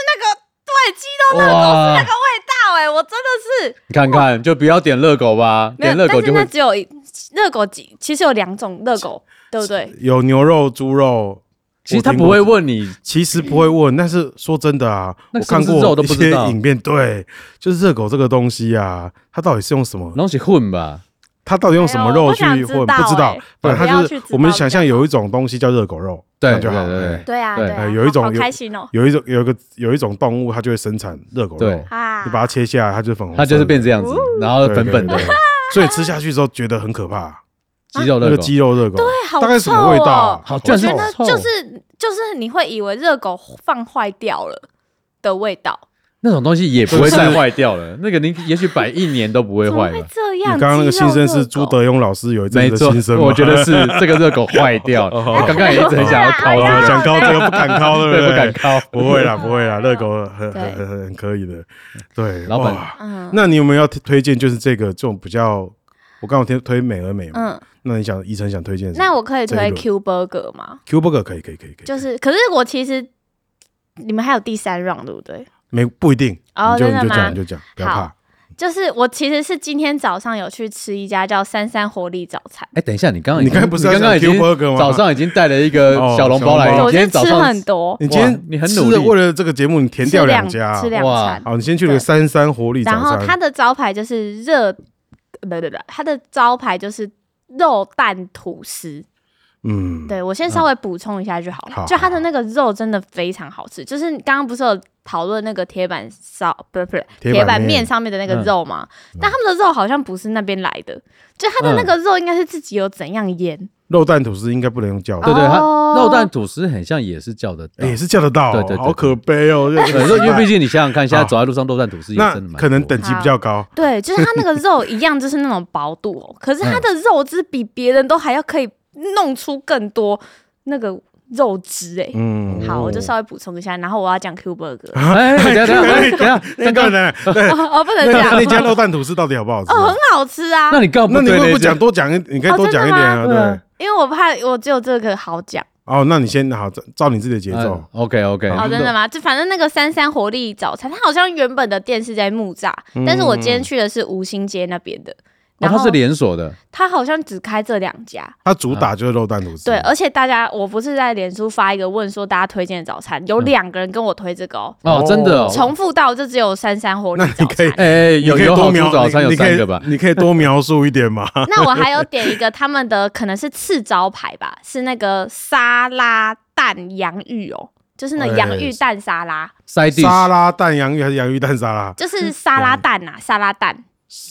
那个对鸡肉热狗是那个味道哎、我真的是
你看看，就不要点热狗吧，
没
点
有，
热狗
但是
就
那
会
只有一热狗鸡，其实有两种热狗，对不对？
有牛肉、猪肉，
其实他
我听
不
过
会，问你，
其实不会问。但是说真的啊，
那
我
是不
看
是肉
过
都
一
不知
些
道
影片，对，就是热狗这个东西啊，它到底是用什么？
东西混吧，
它到底用什么肉去
哎呦
混？
我不想知道
不知道
哎。
反正它
不要去
是
知道
我们想象有一种东西叫热狗肉，这
对
样
对
就好。哎
对
对啊，
对
对啊，
呃有一种
好
有
开心哦、
有一种有一个有一种动物，它就会生产热狗肉，
对
啊！
你把它切下来，它就是粉红色的，
它就是变这样子，然后
对
粉粉的
对对对所以吃下去之后觉得很可怕，
啊
鸡肉
那
热
个
狗，
鸡肉热狗，
对哎好
大概什么味道啊？
臭哦好
我
居
觉
然
得
是臭
就是就是你会以为热狗放坏掉了的味道，
那种东西也不会再坏掉了，那个你也许摆一年都不会
怎么
坏
会
了。
这
你
样？
啊刚刚那个
鸡肉
新生
热
是
狗
朱德庸老师有一阵
没
子
错
的新生，吗，
我觉得是这个热狗坏掉 了。
哦
我刚刚也一直很想要烤
哦
这
哦
个，
想高这个不敢高，对
对，
对？
不敢烤。
不会啦，不会啦，热狗很
对
很很很可以的，对。
老板
哇，
嗯
那你有没有要推荐？就是这个这种比较，我刚好推推美而美嘛，
嗯，
那你想医生想推荐什么？
那我可以
这一
推
轮
Q Burger 吗？
Q Burger 可以可以可以可以，
就是，可是我其实你们还有第三 round 对不对？
没不一定，
哦
你就
真的
你就
吗
讲你就讲，不要怕
好。就是我其实是今天早上有去吃一家叫三三活力早餐，
哎，等一下，你刚刚已
你
经
刚才不是要
你刚刚已
讲 Q
经
Burger 吗？
早上已经带了一个
哦
小笼包来，
小笼包
你
我
今
就
天早
吃
上
很多，
你今天
哇你很
吃
努
了
力
为了这个节目，你填掉
吃
两
两
家啊
吃。两
哇
餐。
好，你先去了
对
三三活力早
然后它
餐，
的招牌就是热，不对不对，它的招牌就是肉蛋吐司。
嗯，
对我先稍微补充一下就好了，
好
就它的那个肉真的非常好吃，就是你刚刚不是有讨论那个铁板烧，不是不是
铁板面嗯
板面上面的那个肉吗？但他们的肉好像不是那边来的，就它的那个肉应该是自己有怎样腌，
肉蛋吐司应该不能用叫的，
对对，它
哦
肉蛋吐司很像也是叫得到
哎，也。是叫得到哦，
对对对对
好可悲哦。这
对，
个
因
时
为
代
毕竟你想想看，现在
好
走在路上肉蛋吐司也
哦那
真的蛮
可能
多
等级比较高，
对，就是它那个肉一样就是那种薄度、哦，可是它的肉汁比别人都还要可以弄出更多那个肉汁哎、
嗯，
好，我就稍微补充一下，然后我要讲 Q burger，
哎， 等一下等一下等一下，
那个呢？对，
哦哦不能
那
讲，
那家肉蛋吐司到底好不好吃？
哦很好吃啊，
那你干嘛
那你
对
会
那
不
一家
讲多讲一？你可以
哦
多讲一点啊，
真的
对
吗。因为我怕我只有这个好讲
哦，那你先好，照照你自己的节奏。
OK OK，
哦，真的吗？就反正那个三三活力早餐，它好像原本的店是在木栅，但是我今天去的是吴兴街那边的，
哦，
然
它
后
是连锁的，
它好像只开这两家，
它主打就是肉蛋吐司，
对，而且大家我不是在脸书发一个问说大家推荐的早餐，有两个人跟我推这个哦，
哦，真的哦，
重复到就只有三三活力
那你
早
可以
餐。
哎哎，
你
有
可以
有
多
好
描
猪早餐有
你可以
三个吧？
你可以多描述一点吗？
那我还有点一个他们的可能是次招牌吧，是那个沙拉蛋洋芋哦，就是那
哎
洋芋蛋沙拉。
塞地
沙拉蛋洋芋还是洋芋蛋沙拉？
就是沙拉蛋呐、沙拉蛋，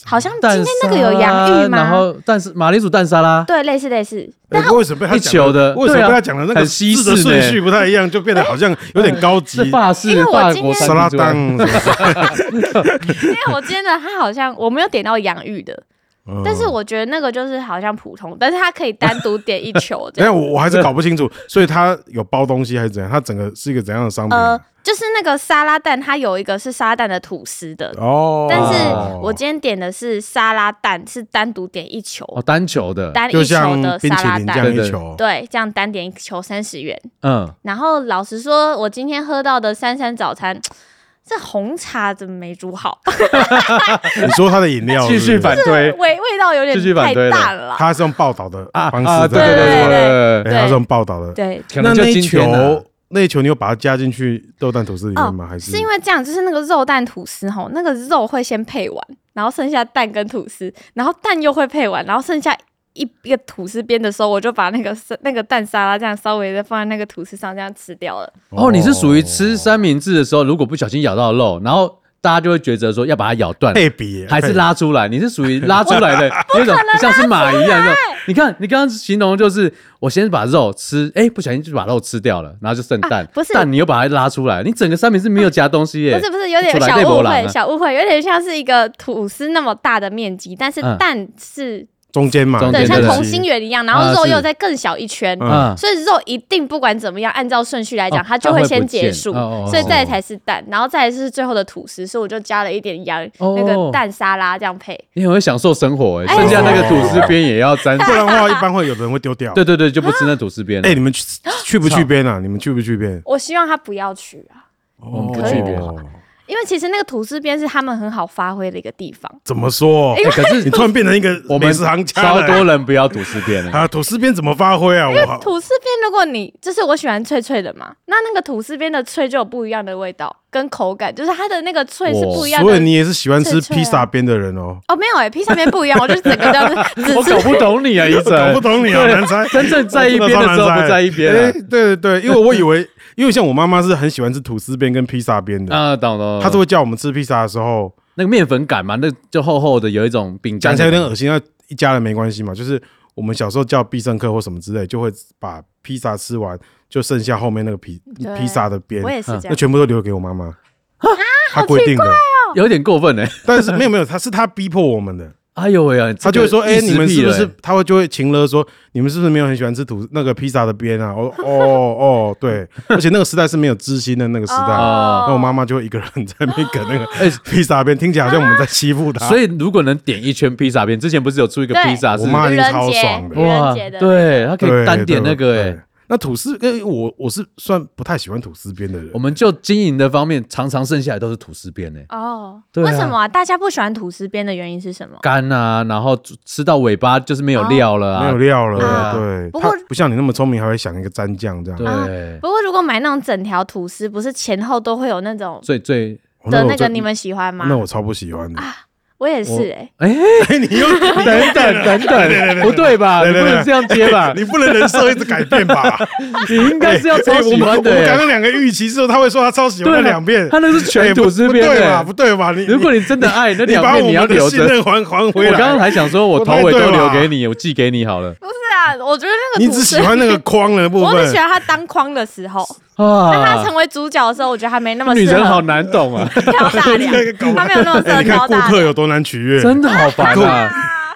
好像今
蛋
天那个有洋
沙
芋吗？
然后但是马铃薯蛋沙拉，
对，类似类似，
哎
但它
为什么被他
一
讲
球的
为什么
对啊
被他讲的那个
很西
字的
式呢
顺序不太一样，就变得好像有点高
是
级。
法式
因为我
法
今
国
天
餐
沙拉
厅之外
蛋，什么的
因为我今天的它好像我没有点到洋芋的，
嗯
但是我觉得那个就是好像普通，但是它可以单独点一球这
等一下
样。
我我还是搞不清楚，所以它有包东西还是怎样？它整个是一个怎样的商品啊？
呃，就是那个沙拉蛋，它有一个是沙拉蛋的吐司的，
哦，
但是我今天点的是沙拉蛋，是单独点一球，
哦单球的，
单
就
一
像
球的
冰
沙
淇
拉
淋这样
蛋，
对
一
对
球，
对，这样单点一球三十元。
嗯，
然后老实说，我今天喝到的三三早餐，这红茶怎么没煮好？
你说它的饮料
继续反
反，
推
味味道有点
继续反
太
对了
淡了啦。
它是用报道的
啊
方
啊，
式
对
在，
对
对
对
哎
对，
它是用报道的。
对，
可
那
能就
那一
今天啊
球，那一球你有把它加进去豆蛋吐司里面吗？还
啊是因为这样，就是那个肉蛋吐司吼，那个肉会先配完，然后剩下蛋跟吐司，然后蛋又会配完，然后剩下一一个吐司边的时候，我就把那个那个蛋沙拉这样稍微的放在那个吐司上这样吃掉了。
哦，你是属于吃三明治的时候，如果不小心咬到肉，然后大家就会抉择说要把它咬断，
配比
还是？拉出来？你是属于拉出 来的那种，像是马一样的。你看，你刚刚形容就是，我先把肉吃，哎，不小心就把肉吃掉了，然后就剩蛋
啊，不是
蛋你又把它拉出来，你整个三明治没有夹东西耶
不是。不是，有点
出来
小
内
误
博朗
会，
啊
小误会，有点像是一个吐司那么大的面积，但是
嗯
蛋是
中间嘛，
中间
对，
对
像
对
同心圆一样，然后
啊
肉
是
又再更小一圈，
嗯
啊，
所以肉一定不管怎么样，按照顺序来讲，
哦
它就会
它会
先
不见
结束，
哦哦哦
所以再来才是蛋，然后再来是最后的吐司，所以我就加了一点羊、
哦
那个蛋沙拉这样配。
你很会享受生活哎，
哎
剩下那个吐司边也要沾，
哦不然的
啊
话一般会有人会丢掉。
对，对对，就不吃那吐司边了
哎、。你们去去不去边啊？你们去不去边？
我希望他不要去啊，
我
哦们不去边啊
哦因为其实那个吐司边是他们很好发挥的一个地方。
怎么说？
哎可
你
是
突然变成一个
我
美
们
食行家
超
了
多人不要吐司边了，
啊！吐司边怎么发挥啊？我好
吐司边，如果你就是我喜欢脆脆的嘛，那那个吐司边的脆就有不一样的味道跟口感，就是它的那个脆是不一样的。
所以你也是喜欢吃
脆脆啊
披萨边的人哦。
哦，没有哎、披萨边不一样， 我就是整个这 样子，只
我搞
吃
不懂你啊，医生，
搞不懂你啊，
对
难猜。
真正在一边的时候不在一边
哎
啊，
对对对，因为我以为，因为像我妈妈是很喜欢吃吐司边跟披萨边的，
啊，懂懂，
她是会叫我们吃披萨的时候，
那个面粉感嘛，那就厚厚的，有一种饼
讲
干
起来有点恶心，那一家人没关系嘛。就是我们小时候叫必胜客或什么之类，就会把披萨吃完，就剩下后面那个披
对
披萨的边
我，也是这
那
样。啊
全部都留给我妈妈，她规定的。
哦
有点过分哎，
但是没有没有，她是她逼迫我们的，
哎呦喂呀，
她就会说：“哎，
这个
你们是不
意识
是
屁了？”
她会就会情勒说：“你们是不是没有很喜欢吃吐那个披萨的边啊？”我说：“哦哦，对，而且那个时代是没有知心的那个时代。”
哦
那我妈妈就会一个人在那边啃那个
哎
披萨边，听起来好像我们在欺负她。
所以如果能点一圈披萨边，之前不是有出一个
对
披萨是
我妈
愚
已经
人
超
节
爽的
愚人节的
对，他可
对
以单点那个
对
哎
对。那吐司，因为我我是算不太喜欢吐司边的人
我，们就经营的方面，常常剩下来都是吐司边呢，
哦，
对啊
为什么、啊、大家不喜欢吐司边的原因是什么？
干啊，然后吃到尾巴就是没有料了
哦没有
啊，
料了。
对啊
对，
不
她
过
不像你那么聪明，还会想一个蘸酱这样。哦
对，
不过如果买那种整条吐司，不是前后都会有那种
最最
哦
的那
我最
个，你们喜欢吗？啊
那我超不喜欢的。
我也是哎、
哎，
你又
等等等等，不对吧？
对
你
对
不
对？
能这样接吧
你不能人设一直改变 吧？
你应该是要超喜欢
哎
的
我们我们刚
欸。
刚两个预期是他会说他超喜欢那
对啊
两遍，
他那是全吐司边
哎不不对
的欸
吧？不对吧？你
如果你真的爱那
你
两
把
面，
我
你要
们的
留
信
着。
任还还回
我
来
刚。刚还想说，我头尾都留给你，我寄给你好了
不是啊，我觉得那个
你
吐司，
只喜欢那个框的部
我只
分
喜，欢它当框的时 候。当它
啊。
成为主角的时候，我觉得还没那么
女
适合
人好难懂啊，
挑大梁，它没有那么 适
哎
合
你看
挑
顾
大
客
梁。
有多难取悦，
真的好烦啊！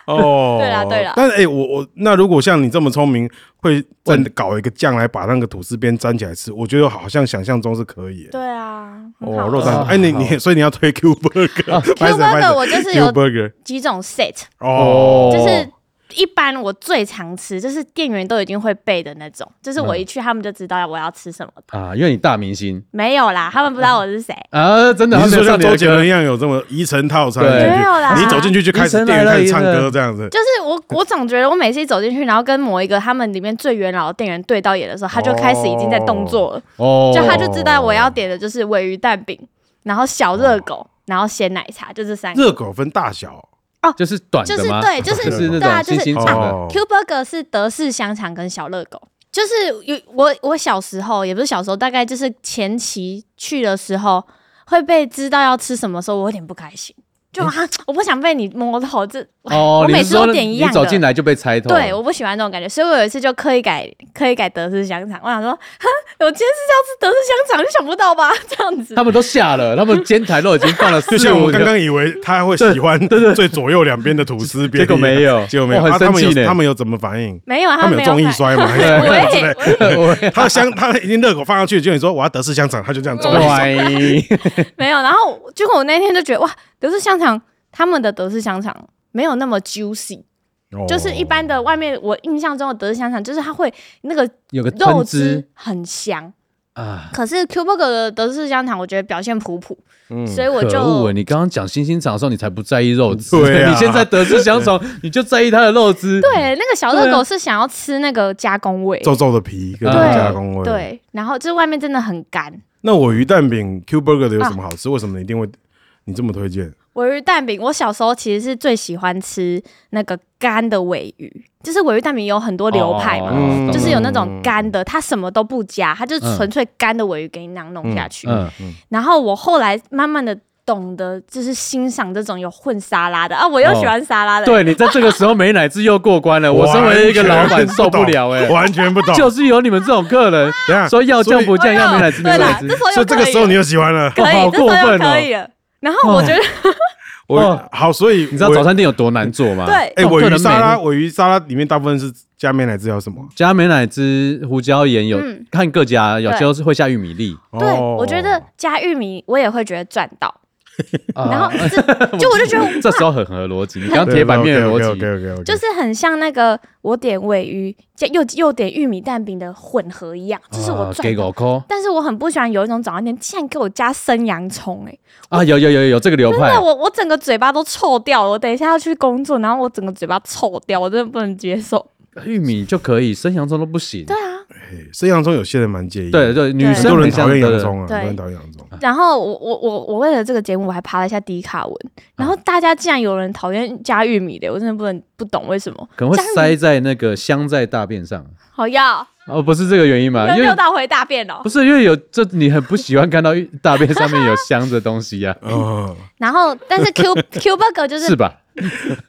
哦。
对啦对啦
但是哎、我我那如果像你这么聪明，会再搞一个酱来把那个吐司边粘起来吃，我觉得好像想象中是可以、
对啊，很
哦，
好
肉
好
蛋，哎、你你所以你要推 Q Burger，
Q burger 我就是
Q
有
Burger，
几种 set，
哦，
就是一般我最常吃，就是店员都已经会备的那种，就是
嗯
我一去他们就知道我要吃什么。
啊，因为你大明星
没有啦，他们不知道我是谁。
啊，真的，
你
他
是说
没有
像
上你
周
的
杰伦
歌
一样有这么宜城套餐进
对
去
没有啦
你走进去就开始
宜城
店员
来了
开始唱
宜城
歌这样子，
就是我，我总觉得我每次一走进去，然后跟某一个他们里面最元老的店员对到眼的时候，他就开始已经在动作了，
哦，
就他就知道我要点的就是尾鱼蛋饼，然后小热狗，然后鲜奶茶，就这三个。
热狗分大小
就是短
就是
的吗？
对，就
就是是那
对啊，
种
就
星
是
星
啊
长的，
哦
Q Burger 是德式香肠跟小热狗，就是有我我小时候也不是小时候，大概就是前期去的时候会被知道要吃什么时候，我有点不开心，就啊、我不想被你摸头，这、
哦，
我
你
每
是
次都
说
点一样
你走进
的。
来就被猜透，
对，我不喜欢这种感觉，所以我有一次就刻意改，刻意改德式香肠。我想说，哼，我今天是要吃德式香肠，你想不到吧？ 这样子
他，们都下了，他们煎台都已经放了四
就像我
五
们
个
刚刚以为他会喜欢最左右两边的吐司边，
结果没有
结果没有。
我很
啊他们
生气
有
呢
他们有怎么反应？
没有，啊
他们
没
有
有
中
改
意摔吗？还是
我 也
之类
我也
他香，他已经热狗放上去，就你说我要德式香肠，他就这样中意摔。
对，
没有，然后结果我那天就觉得哇，德式香肠他们的德式香肠没有那么 juicy，、就是
哦
一般的外面我印象中的德式香肠，就是它会那个
有个
肉
汤
汁
汁
很香。
啊。
可是 Q Burger 的德式香肠，我觉得表现普普，所以我
可恶！啊
就
你刚刚讲星星肠的时候，你才不在意肉汁，
对啊
你现在得知香肠，你就在意它的肉汁。
对啊那个小热狗是想要吃那个加工味，
皱皱的皮跟
对
加工味。，
对，然后这外面真的很干。
那我鱼蛋饼 Q Burger 的有什么好吃？为什么你一定会你这么推荐？
尾鱼蛋饼，我小时候其实是最喜欢吃那个干的尾鱼，就是尾鱼蛋饼有很多流派嘛，
哦哦哦
就是有那种干的，它什么都不加，它就是纯粹干的尾鱼给你那样弄下去。
嗯，
然后我后来慢慢的懂得，就是欣赏这种有混沙拉的啊，我又喜欢沙拉的。
对你在这个时候没奶汁又过关了，我身为一个老板受不了哎、
完全不懂。
就是有你们这种客 人
等一下
说要酱不
我
酱，
又
要没奶汁没
哎对
奶
啦，
汁
这时候
所以
又
这
可
个时候
以
你就喜欢了。
可
哇
以，
好
这时候
过
又
分哦
可以了。然后我觉得，
我、
哦
好，所以
你知道
我
早餐店有多难做吗？
对
哎，
哦
尾
个
鱼
人
沙
美
拉，尾鱼沙拉里面大部分是加美乃滋还是什么？
加美乃滋、胡椒盐有、
嗯
看各家，有
对
些是会下玉米粒，
对，
哦
我觉得加玉米我也会觉得赚到，
啊
然后是就我就觉得
这时候很合逻辑，你
对
刚刚铁板面的逻辑，
，OK，OK，OK，OK，OK
就是很像那个我点尾鱼加又又点玉米蛋饼的混合一样，这是我
啊
赚
给
到。
狗抠
但是我很不喜欢有一种早餐店竟然给我加生洋葱、欸，
啊，有有有有有这个流
真
派
的，，我我整个嘴巴都臭掉了。我等一下要去工作，然后我整个嘴巴臭掉，我真的不能接受。
玉米就可以，生洋葱都不行。
对啊，
嘿生洋葱有些人蛮介意的，
对对，女
很
生
多人
很像
讨厌
的
洋葱啊，很
对
多人讨厌洋葱。
然后我我我我为了这个节目，我还爬了一下迪卡文，然后
啊
大家竟然有人讨厌加玉米的，我真的不能不懂为什么。
可能会
加玉
塞
米
在那个镶在大便上。
好要
哦，不是这个原因嘛？
有
因为
六道回大便哦
不。是因为有这，你很不喜欢看到一大便上面有镶的东西呀、啊
嗯，
然后，但是 Q Q Burger 就是是
吧？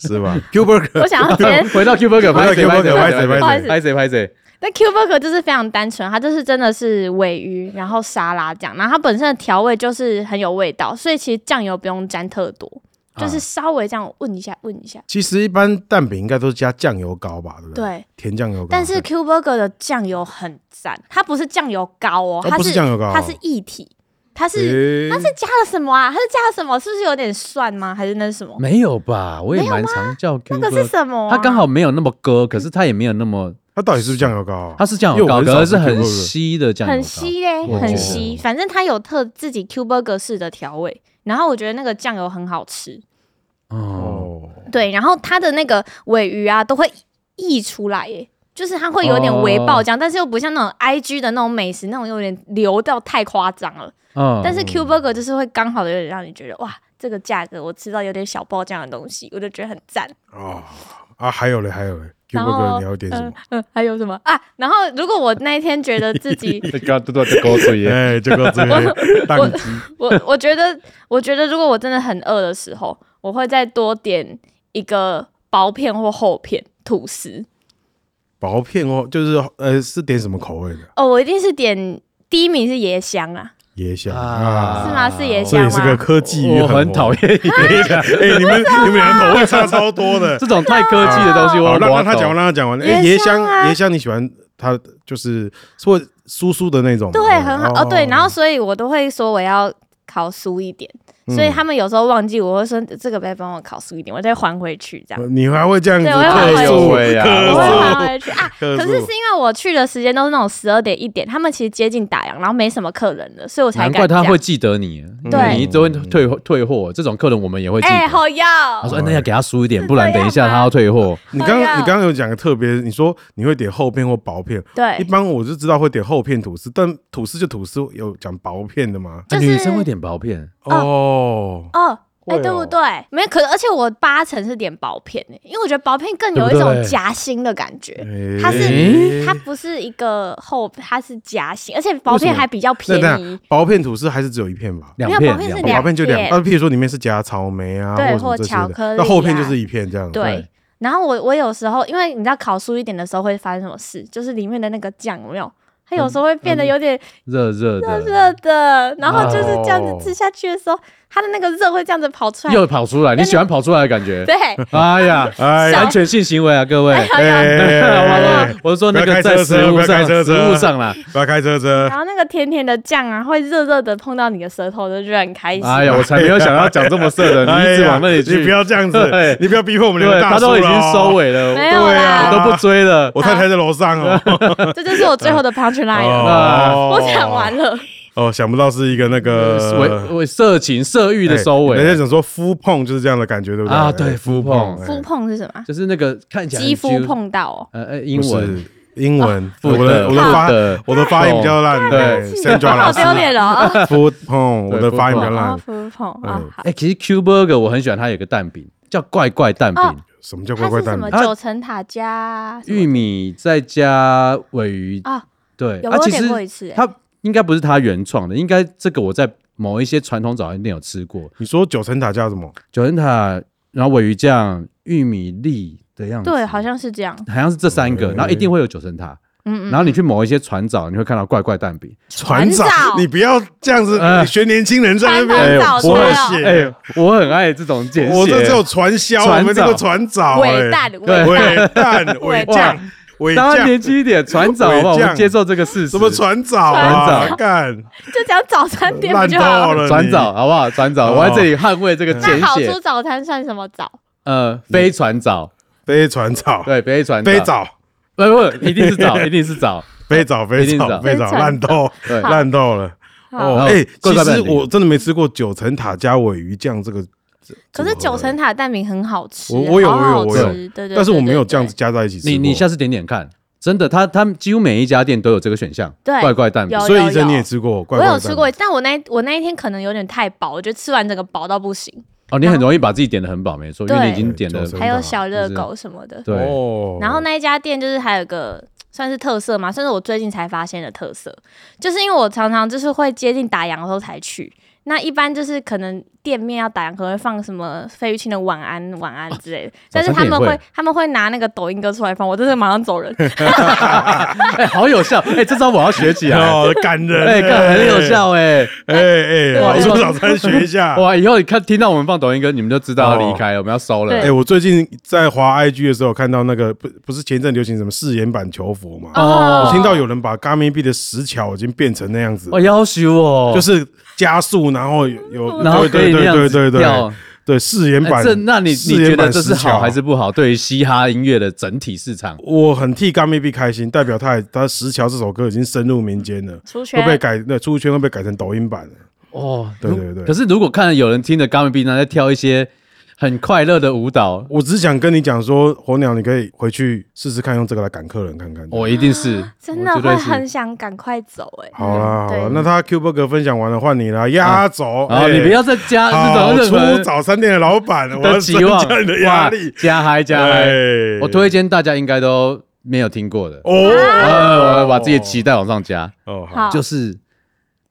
是吧？Q Burger
我想要直接
回到 Q Burger，
回到
拍谁
Q
拍谁
Burger，
拍
拍谁
拍
谁
谁
拍谁拍谁？
那 Q Burger 就是非常单纯，它就是真的是尾鱼，然后沙拉酱，然后它本身的调味就是很有味道，所以其实酱油不用沾特多，就是稍微这样问一下问一下。
其实一般蛋饼应该都是加酱油膏吧，对不对？
对，
甜酱油膏。
但是 Q Burger 的酱油很赞，它不是酱油膏哦，
哦
它
不是酱油膏哦
它是液体，它是
诶
它是加了什么啊？它是加了什么？是不是有点蒜吗？还是那是什么？
没有吧？我也蛮常叫
那
Q
个是
Burger，
什么啊、
嗯它刚好没有那么割，可是它也没有那么，
它到底是不是酱油膏啊？
它是酱油膏，
因为我
可
很
是
少吃
很
Q Burger
稀的酱油膏，
很稀嘞、
我
很
觉得
稀。反正它有特自己 Q Burger 式的调味，然后我觉得那个酱油很好吃。
哦，
哦，
对，然后它的那个尾鱼啊都会溢出来耶，就是它会有点
哦
微爆浆，但是又不像那种 I G 的那种美食那种有点流到太夸张了。
哦
嗯
但是 Q Burger 就是会刚好的有点让你觉得哇，这个价格我吃到有点小爆浆的东西，我就觉得很赞。
哦啊，还有嘞，还有嘞，Q
然后
Burger 你要点什么？
嗯，还有什么啊？然后如果我那一天觉得 自己
这个都在勾嘴
呃
耶，
哎，这个这个蛋鸡
我我觉得，我觉得如果我真的很饿的时候，我会再多点一个薄片或厚片吐司。
薄片哦，就是呃，是点什么口味的？
哦，我一定是点第一名是椰香啊，椰
椰香
啊
是
啊，
吗是椰
这
香
也
吗
是个科技，
我很讨。厌椰香，
哎，你 们你们两个口味差超多的
这。种太科技的东西，我
好，让
我
让哦他讲完，让他讲完。哎，
啊椰
椰
香
香
啊
椰香，你喜欢它就是说酥酥的那种吗？
嗯
对，很好哦对，然
后
后所以我都会说我要烤酥一点，
嗯
所以他们有时候忘记，我会说这个不要帮我烤酥一点，我再还回去 这样。
你还会这样子
啊对我会还
克
回
数
去
我会
克
还回去 啊，
克
可
数
是是因为我去的时间都是那种十二点一点，他们其实接近打烊，然后没什么客人了，所以我才
难
敢
怪他
这样
会记得你，因为
对
你都会退退货，这种客人我们也会记
哎、
得。
好要
他说：“哎那要给他输一点，
是
不然
这样
等一下
吗
他要退货。
数。你刚
哎呀
你刚刚有讲个特别，你说你会点厚片或薄片，一
啊
对，
般我就知道会点厚片吐司，但吐司就吐司，有讲薄片的吗？
啊就是
女生会点薄片，
哦，
哦。哎、
会哦
对不对？没有，可而且我八成是点薄片呢、因为我觉得薄片更有一
对不
种
对嗯
夹心的感觉，
哎
它是
诶
它不是一个厚，它是夹心，而且薄片还比较便
那那
宜。
薄片吐司还是只有一片吧？
两
没有
片
薄片是
两
薄
片，
片就两，
两片
啊，譬如说里面是夹草莓啊，
对
或什么这些的
或巧克力啊
那厚片就是一片这样。
对，然后我我有时候因为你知道烤酥一点的时候会发生什么事，就是里面的那个酱有没有？它有时候会变
嗯
得有点
热热的，
热的，然后就是这样子
哦
吃下去的时候，它的那个热会这样子跑出来。
又跑出来，你喜欢跑出来的感觉？
对，
哎呀，
哎
小
安全性行为啊，各位！
哎哎哎哎，
我是说那
不要
个
开
在
车
食物
不要
上，
开车
食物上啦。
不要开车车
然。后那个甜甜的酱啊，会热热的碰到你的舌头，就觉得很开心。
哎呀，我才没有想要讲这么色的，呃你一 直往那里
哎呀
去，
你不要这样子
对，
你不要逼迫我们两
对，
个大
他
叔
都已
了
经
哦
收，尾了，
没有
对
啦
啊，
我都不追了。
我太太在楼上哦。
这就是我最后的 punch line 了。
哦
我讲完了，
哦，想不到是一个那个
为为色情色欲的收
哎人家
尾
想说肤碰就是这样的感觉，对不对？
啊，对，肤碰
哎
肤碰是什么？啊
就是那个看起来很
肌肤
Q，
碰到 哦，
呃呃，
不
英
是
文
英文，
负
我的
的
我的发
负的
我的发音比较烂，
啊对
对，圣庄
好
老师
丢脸 哦。
肤碰，我的发音比较
啊，
烂。
肤碰啊，好
哎、其实 Q Burger 我很喜欢它有个蛋饼，叫怪怪蛋饼，
哦
什么叫乖啊
它
乖
是什
蛋
么？
饼？
九层塔加什么
玉米再加尾鱼，
啊？
对，
有
啊，
我
其
点
实
过一次，哎
它应该不是它原创的，应该这个我在某一些传统早餐店有吃过，
你说九层塔叫什么？
九层塔，然后尾鱼酱、玉米粒的样子，
欸对，好像是这样。嗯
好像是这三个，
嗯
然后一定会有九层塔，然后你去某一些船长，你会看到怪怪蛋饼。
船长
船，长
你不要这样子
呃
学年轻人在那边
船长
我
船
很
长
写
哎，我很爱这种简写。
我这只有传销，
船
我们这个
长
船长
伟大
哎
的
对
伟大，
伪蛋、伪
伪
将、伪
当然
将，
年轻一 点，船长好不好？我
伪将
们接受这个事实。
什么船长啊？
船长
干
就讲早餐店不
烂
就
透
好了？
了，
船
你
长好不好？船
哦
长，我在这里捍卫这个
那
简
好
写
出。早餐算什么早？
呃，非船长，
飞船长，
对，非船长，
飞早，
不不，一定是 早，一定是早。
飞早，飞
一定
早，
早
飞早，
飞早
烂透，
对
烂透了。
好
哦，
好
哎，其
怪
实
怪蛋饼
我真的没吃过九层塔加尾鱼酱这个，
可是九层塔蛋饼很好吃，
我我有
好好
我有我
吃
有
对对对，
但是我没有
对
这样子，加在一起吃过。
你你下次点点看，真的，他他们几乎每一家店都有这个选项，
对
怪怪蛋饼
有。
所以医生你也吃过，怪
我
怪
有
的
吃
蛋
过
饼，，
但我那我那一天可能有点太饱，我觉得吃完整个饱到不行，
哦，你很容易把自己点的很饱，没错，因为
对
你已经点了
九。层真的
还有
啊
小热
就是
狗什么的。
对，
哦
然后？那一家店就是还有个算是特色嘛，算是我最近才发现的特色，就是因为我常常就是会接近打烊的时候才去。那一般就是可能店面要打烊，可能会放什么费玉清的晚安晚安之类的，但是
哦早
他
餐店也
们会
会
他们会拿那个抖音歌出来放，我真的马上 走人。
哎，好有效，哎，这招我要学起来，
哦，感人，
哎，干很有，效，哎，
哎哎，
哇
好出早餐学一下。
哇，以后你看听到我们放抖音歌，你们就知道要离开了，我们要收了
对
哎、。我最近在滑 IG 的时候看到那个不不是前一阵流行什么誓言版求佛嘛？
哦
我听到有人把嘎咪币的石桥已经变成那样子，
哦，要求哦，
就是加速，然后有有
然后可
对
以那
对
样
对
子
对对
跳
对誓言版。
哎这那你
誓
你
言
觉
版
得这是
石桥
好还是？不好？对于嘻哈音乐的整体市场，
我很替嘎咪币开心，代表他也他石桥这首歌已经深入民间了，
出圈
会被改那出圈会被改成抖音版了。
哦，
对对对
可是如果看有人听着 Gummy B 呢，在跳一些很快乐的舞蹈，
我只想跟你讲说，火鸟你可以回去试试看，用这个来赶客人看看。
我一定是
真的
我绝
会
对是
很想赶快走哎、
好啦好啦
对，
那他 Q b u r g 分享完了，换你啦，压轴。
嗯啊，
哎
你不要再加
好
这种任
出
何
早餐店的老 板，我要增
的期望
加你的压力
哇。加嗨加嗨！
哎
我推荐大家应该都没有听过的，
哦
呃，我把自己的期待往上加，
哦好
嗯好，
就是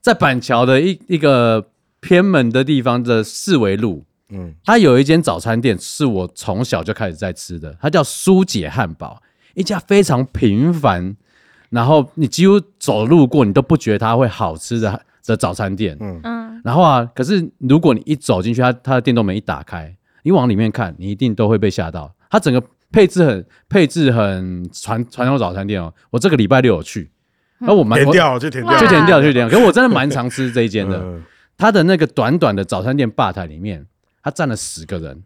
在板桥的一一个偏门的地方的四维路，
嗯
它有一间早餐店是我从小就开始在吃的，它叫苏姐汉堡，一家非常平凡，然后你几乎走路过你都不觉得它会好吃的的早餐店。
嗯，
然后啊，可是如果你一走进去，它它的电动门一打开，你往里面看，你一定都会被吓到。它整个配置很配置很传传统早餐店哦。我这个礼拜六有去，然后我蛮
填
我
掉就填掉，
就填掉就填 掉，可是我真的蛮常吃这一间的。
嗯
他的那个短短的早餐店吧台里面，他站了十个人，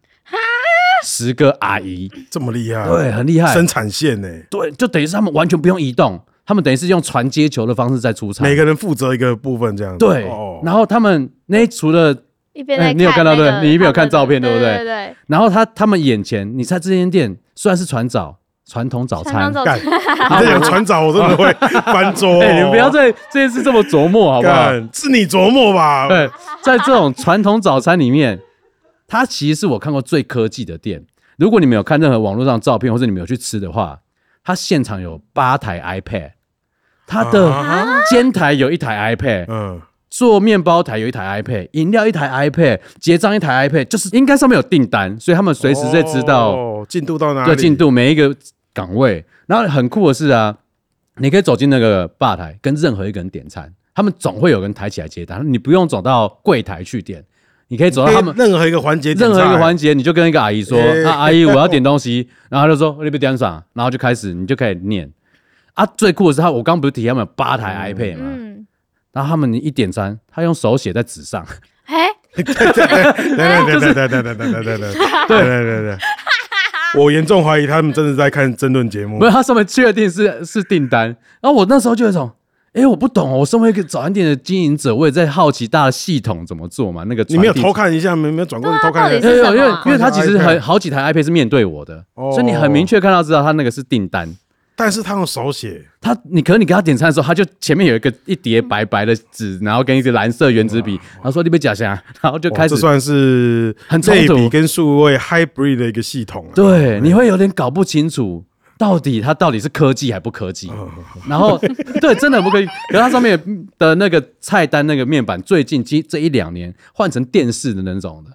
十个阿姨，
这么厉害，
对，，很厉害，
啊生产线呢，
对，就等于是他们完全不用移动，他们等于是用传接球的方式在出差，
每个人负责一个部分这样子。哦
对，然后他们那除了，
一边在看、那
哎你有看到对
个
你一边有看
他们的
照片
对
对不对
对对
然后他他们眼前，你猜这间店虽然是传早传统早
常常
餐，
走
干，你在讲船长，我真的 会翻桌哦。
哎、你们不要在 这件事这么琢磨好不好？
干，是你琢磨吧？
对，在这种传统早餐里面，它其实是我看过最科技的店。如果你们有看任何网络上的照片，或者你们有去吃的话，它现场有八台 iPad，它的
啊
煎台有一台 iPad，
嗯，
做面包台有一台 iPad，饮料一台 iPad，结账一台 iPad，就是应该上面有订单，所以他们随时在知道
哦进度到哪里，
这进度每一个岗位。然后很酷的是啊，你可以走进那个吧台，跟任何一个人点餐，他们总会有人抬起来接单，你不用走到柜台去点，你可以走到
哎，
他们
任何一个环节，
任何一个环节，你就跟一个阿姨说
哎：“
啊，阿姨，我要点东 西。”然后她就说：“你别点啥。”然后就开始，你就开始念。啊，最酷的是他，我刚不是提他们有八台 iPad 嘛，
嗯，
然后他们一点餐，他用手写在纸上，
哎、
对对对对对对对对对 对对对对。我严重怀疑他们真的在看争论节目
没。有，他上面确定是是订单。然后我那时候就有一种，哎，我不懂哦，我身为一个早餐店的经营者，我也在好奇大的系统怎么做嘛，那个
你
传
没有
递
偷看一下，没没有转过去偷看一
对
下
啊？是什么
有有，因为因为他
看一下
其实
iPad
很好几台 iPad 是面对我的，
哦
所以你很明确看到知道他那个是订单。
但是他用手写，
他，你可能你给他点餐的时候，他就前面有一个一叠白白的纸，然后跟一支蓝色圆珠笔，然后说你被假虾，啊然后就
哇
开始
哦这算是
很冲
类
突
比跟数位 hybrid 的一个系统啊。
对，你会有点搞不清楚到底它到底是科技还不科技。
哦
然后 对，真的很不科技。可是它上面的那个菜单那个面板，最近这这一两年换成电视的那种的，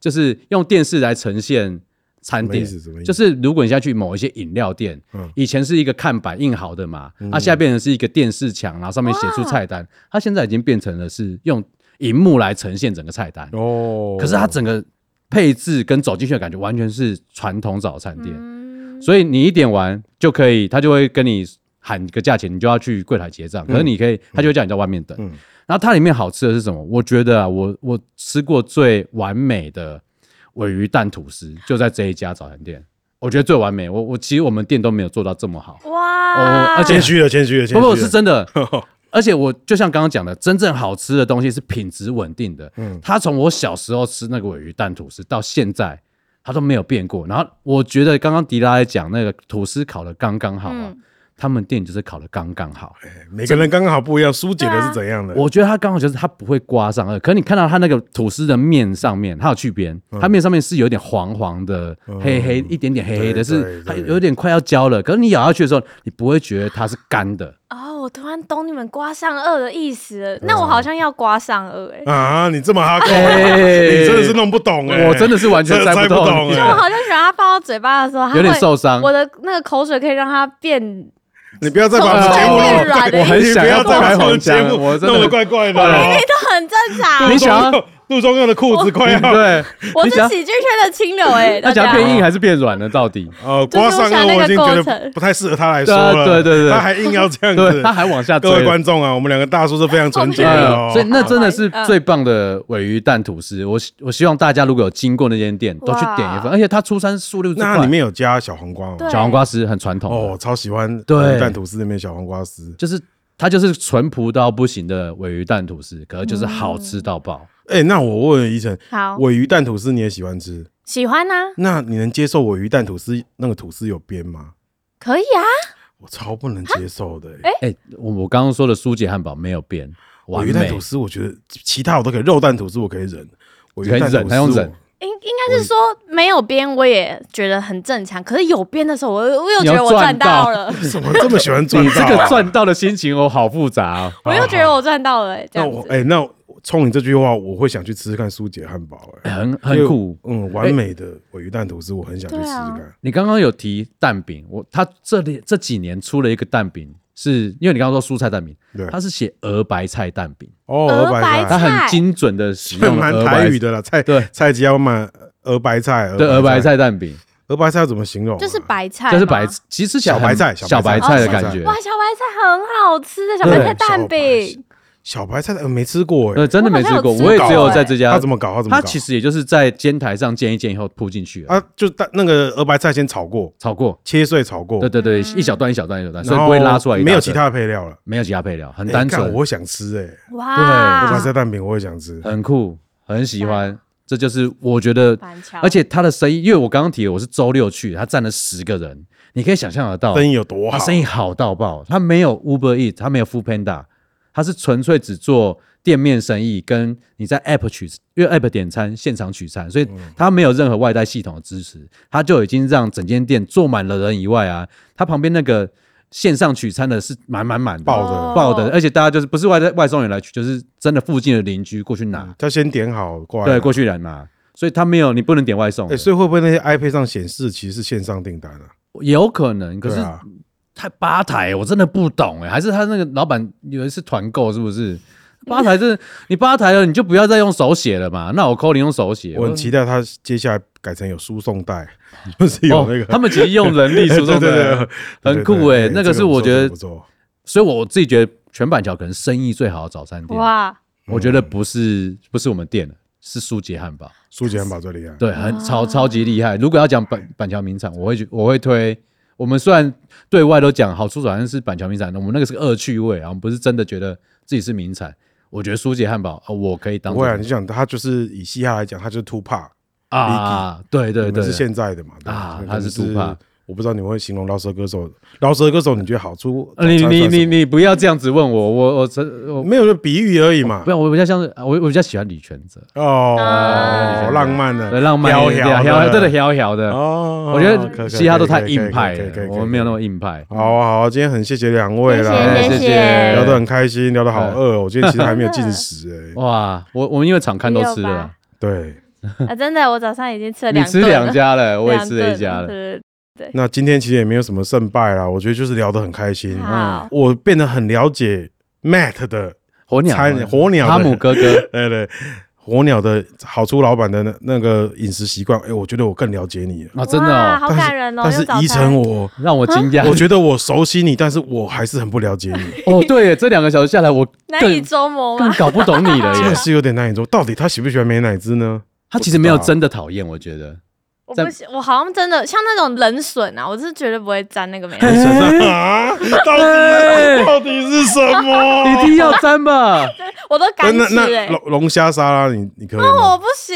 就是用电视来呈现餐
什么意
店
思什么意思，
就是如果你现在去某一些饮料店
嗯，
以前是一个看板印好的嘛，它现在变成是一个电视墙，然后上面写出菜单，它现在已经变成了是用荧幕来呈现整个菜单，
哦，
可是它整个配置跟走进去的感觉完全是传统早餐店，
嗯
所以你一点完就可以，他就会跟你喊个价钱，你就要去柜台结账。可是你可以，他就会叫你在外面等。
嗯
然后它里面好吃的是什么？我觉得啊，我我吃过最完美的尾鱼蛋吐司就在这一家早餐店，我觉得最完美。我我其实我们店都没有做到这么好。
哇，
哦而且
谦虚了，谦虚了，谦虚
不
了。
不，是真 的。而且我就像刚刚讲的，真正好吃的东西是品质稳定的。嗯，它从我小时候吃那个尾鱼蛋吐司到现在，它都没有变过。然后我觉得刚刚迪拉在讲那个吐司烤的刚刚好啊，
嗯
他们店就是烤的刚刚好。
每个人刚刚好不一样，苏姐的是怎样的？
啊我觉得它刚好就是它不会刮上颚，可是你看到它那个吐司的面上面，它有去边，
嗯
它面上面是有点黄黄的、黑黑一点点黑黑
对
的，是它
对对
有点快要焦了。可是你咬下去的时候，你不会觉得它是干的。
哦，我突然懂你们刮上颚的意思了。
啊
那我好像要刮上颚哎、
啊，你这么哈扣，
哎
你真的是弄不懂 哎，
我真的是完全
真的
猜
猜
不
不
透
懂
你
就我
哎，
好像喜欢它放到嘴巴的时候，它
有点
会
受伤哦
我的那个口水可以让它变
你不要再把我们节目
变
弄
软的
我
意
很
思，
你不要再把我们节目
啊我真的
弄得怪怪的哦。
哎都很正常。
啊你想要啊
杜仲佑杜中佑的裤子 快要
对，
我
你
是
想
喜剧圈的清流哎、
那
大
想
家
要变硬还是变软呢？到底？
呃，
就是
刮上颚，我已经觉
我想那个
得
过
不太适合他来说了。
对对对对
他还硬要这样
对，
子
他。还往下追
各位。观众啊，我们两个大叔是非常纯洁
哎
的
呦
哦。
所以那真的是最棒的尾鱼蛋吐司。我希我希望大家如果有经过那间店，都去点一份，
哇
而且它出餐速率之
那
快。
它里面有加小黄瓜哦
对。
小黄瓜丝很传统
哦，
哦，
超喜欢
对
卤蛋吐司里面小黄瓜丝。
就是它就是淳朴到不行的尾鱼蛋吐司，可是就是好吃到爆。
哎，那我问宜晨，
好
尾鱼蛋吐司你也喜欢吃？
喜欢呐、啊，
那你能接受尾鱼蛋吐司那个吐司有边吗？
可以啊，
我超不能接受的、欸。
哎
哎，我我刚刚说的苏姐汉堡没有变，
尾
完
鱼蛋
美
吐。司我觉得其他我都可以，肉蛋吐司我可以忍，尾鱼
可以
蛋
忍
吐
他用
司
忍
我
应应该是说没有边我也觉得很正常，可是有边的时候我又我又觉
你
得
要
我
赚
赚
到
到 了，
为什么这么喜欢赚
你
到
这
啊、
个赚到的心情哦，好复杂哦。
我又觉得我赚到了、欸，这
那
样
我
子。
哎、那我冲你这句话，我会想去吃吃看苏姐汉堡、欸，哎、
很很酷。
嗯，完美的尾鱼蛋吐司，我很想去吃吃看。
对啊
你刚刚有提蛋饼，我他这里这几年出了一个蛋饼，是因为你刚刚说蔬菜蛋饼
对，
它是写鹅白菜蛋饼，
哦，
鹅
鹅白
白
菜，
它
菜
很精准的使
对
用
蛮
鹅
台
白
语的啦，菜
对
菜鸡要买鹅白菜，
对鹅白，菜蛋饼，
鹅白菜要怎么形容、啊？
就是白菜吗，
就是白其实吃起来
小白
很
菜
小
小
白
白菜
菜的
哦
感
小白
觉
哇，，小白菜很好吃的小白
对
菜蛋饼，
小白菜，呃，没吃过哎、
呃，真的没吃过，
我好像有吃
我也只有
过
在这家
他怎。么搞？他怎么
它
搞？
其实也就是在煎台上煎一煎以后铺进去了，
啊，就蛋那个鹅白菜先炒过，
炒过，
切碎炒过，
对对对，
嗯
一小段一小段一小段，所
然
以
后
不会拉出来一大
哦没有
段
其他的配料了。
没有其他配料，很
哎
单
干
纯
我，会想吃哎、
对
哇，
鹅白菜蛋饼我也想吃。
很酷，很喜
哎
欢。这就是我觉得
板桥，
而且他的生意，因为我刚刚提了，我是周六去，他占了十个人，你可以想象得到，
生意有多
他
好？
哦生意好到爆，他没有 Uber Eat，他没有 Food Panda，他是纯粹只做店面生意，跟你在 App 取，因为 App 点餐现场取
嗯
餐，所以他没有任何外带系统的支持，他就已经让整间店坐满了人以外啊，他旁边那个线上取餐的是满满满的。
爆
哦
的，
爆的，而且大家就是不是外带外送员来取，就是真的附近的邻居过去拿，
他先点好过来。
对，过去人拿，所以他没有，你不能点外送
哎，
的，
啊所以会不会那些 iPad 上显示其实是线上订单啊？
有可能。可
对
是
啊，
他吧台，我真的不懂哎，还是他那个老板以为是团购是不是？吧台这你吧台了，你就不要再用手写了嘛。那我扣你用手写，哦
我很期待他接下来改成有输送带， 就是有那
哦，他
个。
们其实用人 力
对
输送
对对
的
对，，
很酷哎，那
个
个是我觉得
不，错。
所以我自己觉得全板桥可能生意最好的早餐店，
哇，
我觉得不是不是我们店的。是苏杰汉堡，
苏姐汉堡最厉害。
对，很超超级厉害。如果要讲板板桥名产，我会去我会推。我们虽然对外都讲好处好像是板桥名产，我们那个是个恶趣味啊，我们不是真的觉得自己是名产。我觉得苏姐汉堡，呃我可以当
不
做
会啊，你想他就是以嘻哈来讲，他就是 Two Pac，
啊，对对
你们，
对
是现在的嘛？对吧
啊
可能
他是 Tupac
我不知道你们会形容饶舌歌手，饶舌歌手你觉得好出？
呃你
早餐
你
算什
你
么
你不要这样子问我，我我真我
没有就比喻而已嘛
不。要，我比较像是啊我我比较喜欢李全哲，
哦
啊，
浪漫的，
对浪漫一点，
飘
摇
摇
真的摇摇的。
哦，
我觉
可
得
以
嘻哈都太
可以
硬派
可以可以可以
了，
可以
我们没有那么硬派。
好啊好啊，今天很谢谢两位啦，
哎
谢
谢
谢
聊得
谢。
很开 心，聊得好饿哦，我今天其实还没有进食哎，
哇，我我们因为场刊都吃了，
对，
啊，真的，我早上已经吃了
你
两
吃
顿
两
了，
家了，我也吃了
两
一家
顿
了。
对
那今天其实也没有什么胜败啦，我觉得就是聊得很开心
对，好，
我变得很了解 Matt 的，
火鸟
菜火鸟的
哈姆哥哥
对对，火鸟的好处老板的那那个饮食习惯，哎，我觉得我更了解你了。
啊，真的
哇
哦，
好
但是
感人哦，
但是
用早
宜
餐
城， 我，
让我惊讶
我。觉得我熟悉你，但是我还是很不了解你，
哦，对耶，这两个小时下来，我
难以
更
捉摸
更
嘛，
搞不懂你了
真
耶
的。是有点难以做。到底他喜不喜欢美乃滋 呢？
他其实没有真的讨厌，我觉得。
我
在
不行，我好像真的像那种冷笋啊，我是绝对不会沾那个美
哎
乃滋，
啊， 到底到底是什
一
么？
定要沾吧？
我都敢
那
吃哦
那
哎，
龙龙虾沙拉你你可以吗？
我不行，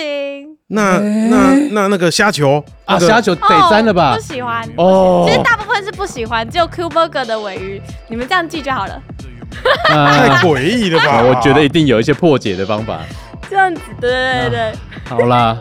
那那那那个虾球
哎啊，
那个
虾球
哦
得沾了吧
不？喜欢。
哦
其，实大部分是不喜欢，只有 Q Burger 的尾鱼，你们这样记就好了。
太
啊
诡异了吧？啊
我觉得一定有一些破解的方法。
这样子，对对对对，
好啦，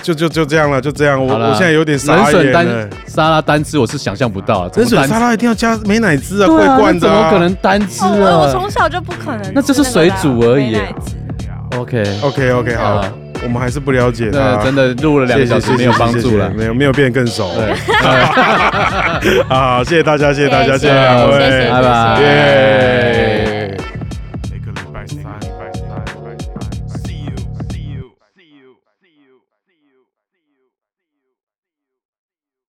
就就就这样了，就这样。我
好啦，
我现在有点
冷
傻眼
笋
了
单。沙拉单吃，我是想象不到的。
冷水
怎么单吃
沙拉一定要加美乃滋啊，
对
桂
啊，
冠的
那怎
啊
么可能单吃
哦我我从
啊
小就不可能吃个的啊。
那这是水煮而已
美乃滋
？OK，
？OK OK 好
啊，
我们还是不了解
那
他，
真的录了两个小时
谢谢
没有帮助
谢谢谢
了
谢。没有没有变更熟。啊
对，
好，谢谢大家，谢谢大家，谢
谢
谢两
谢
位，
谢谢
拜拜。
耶
耶
每个礼拜三，每个礼拜三。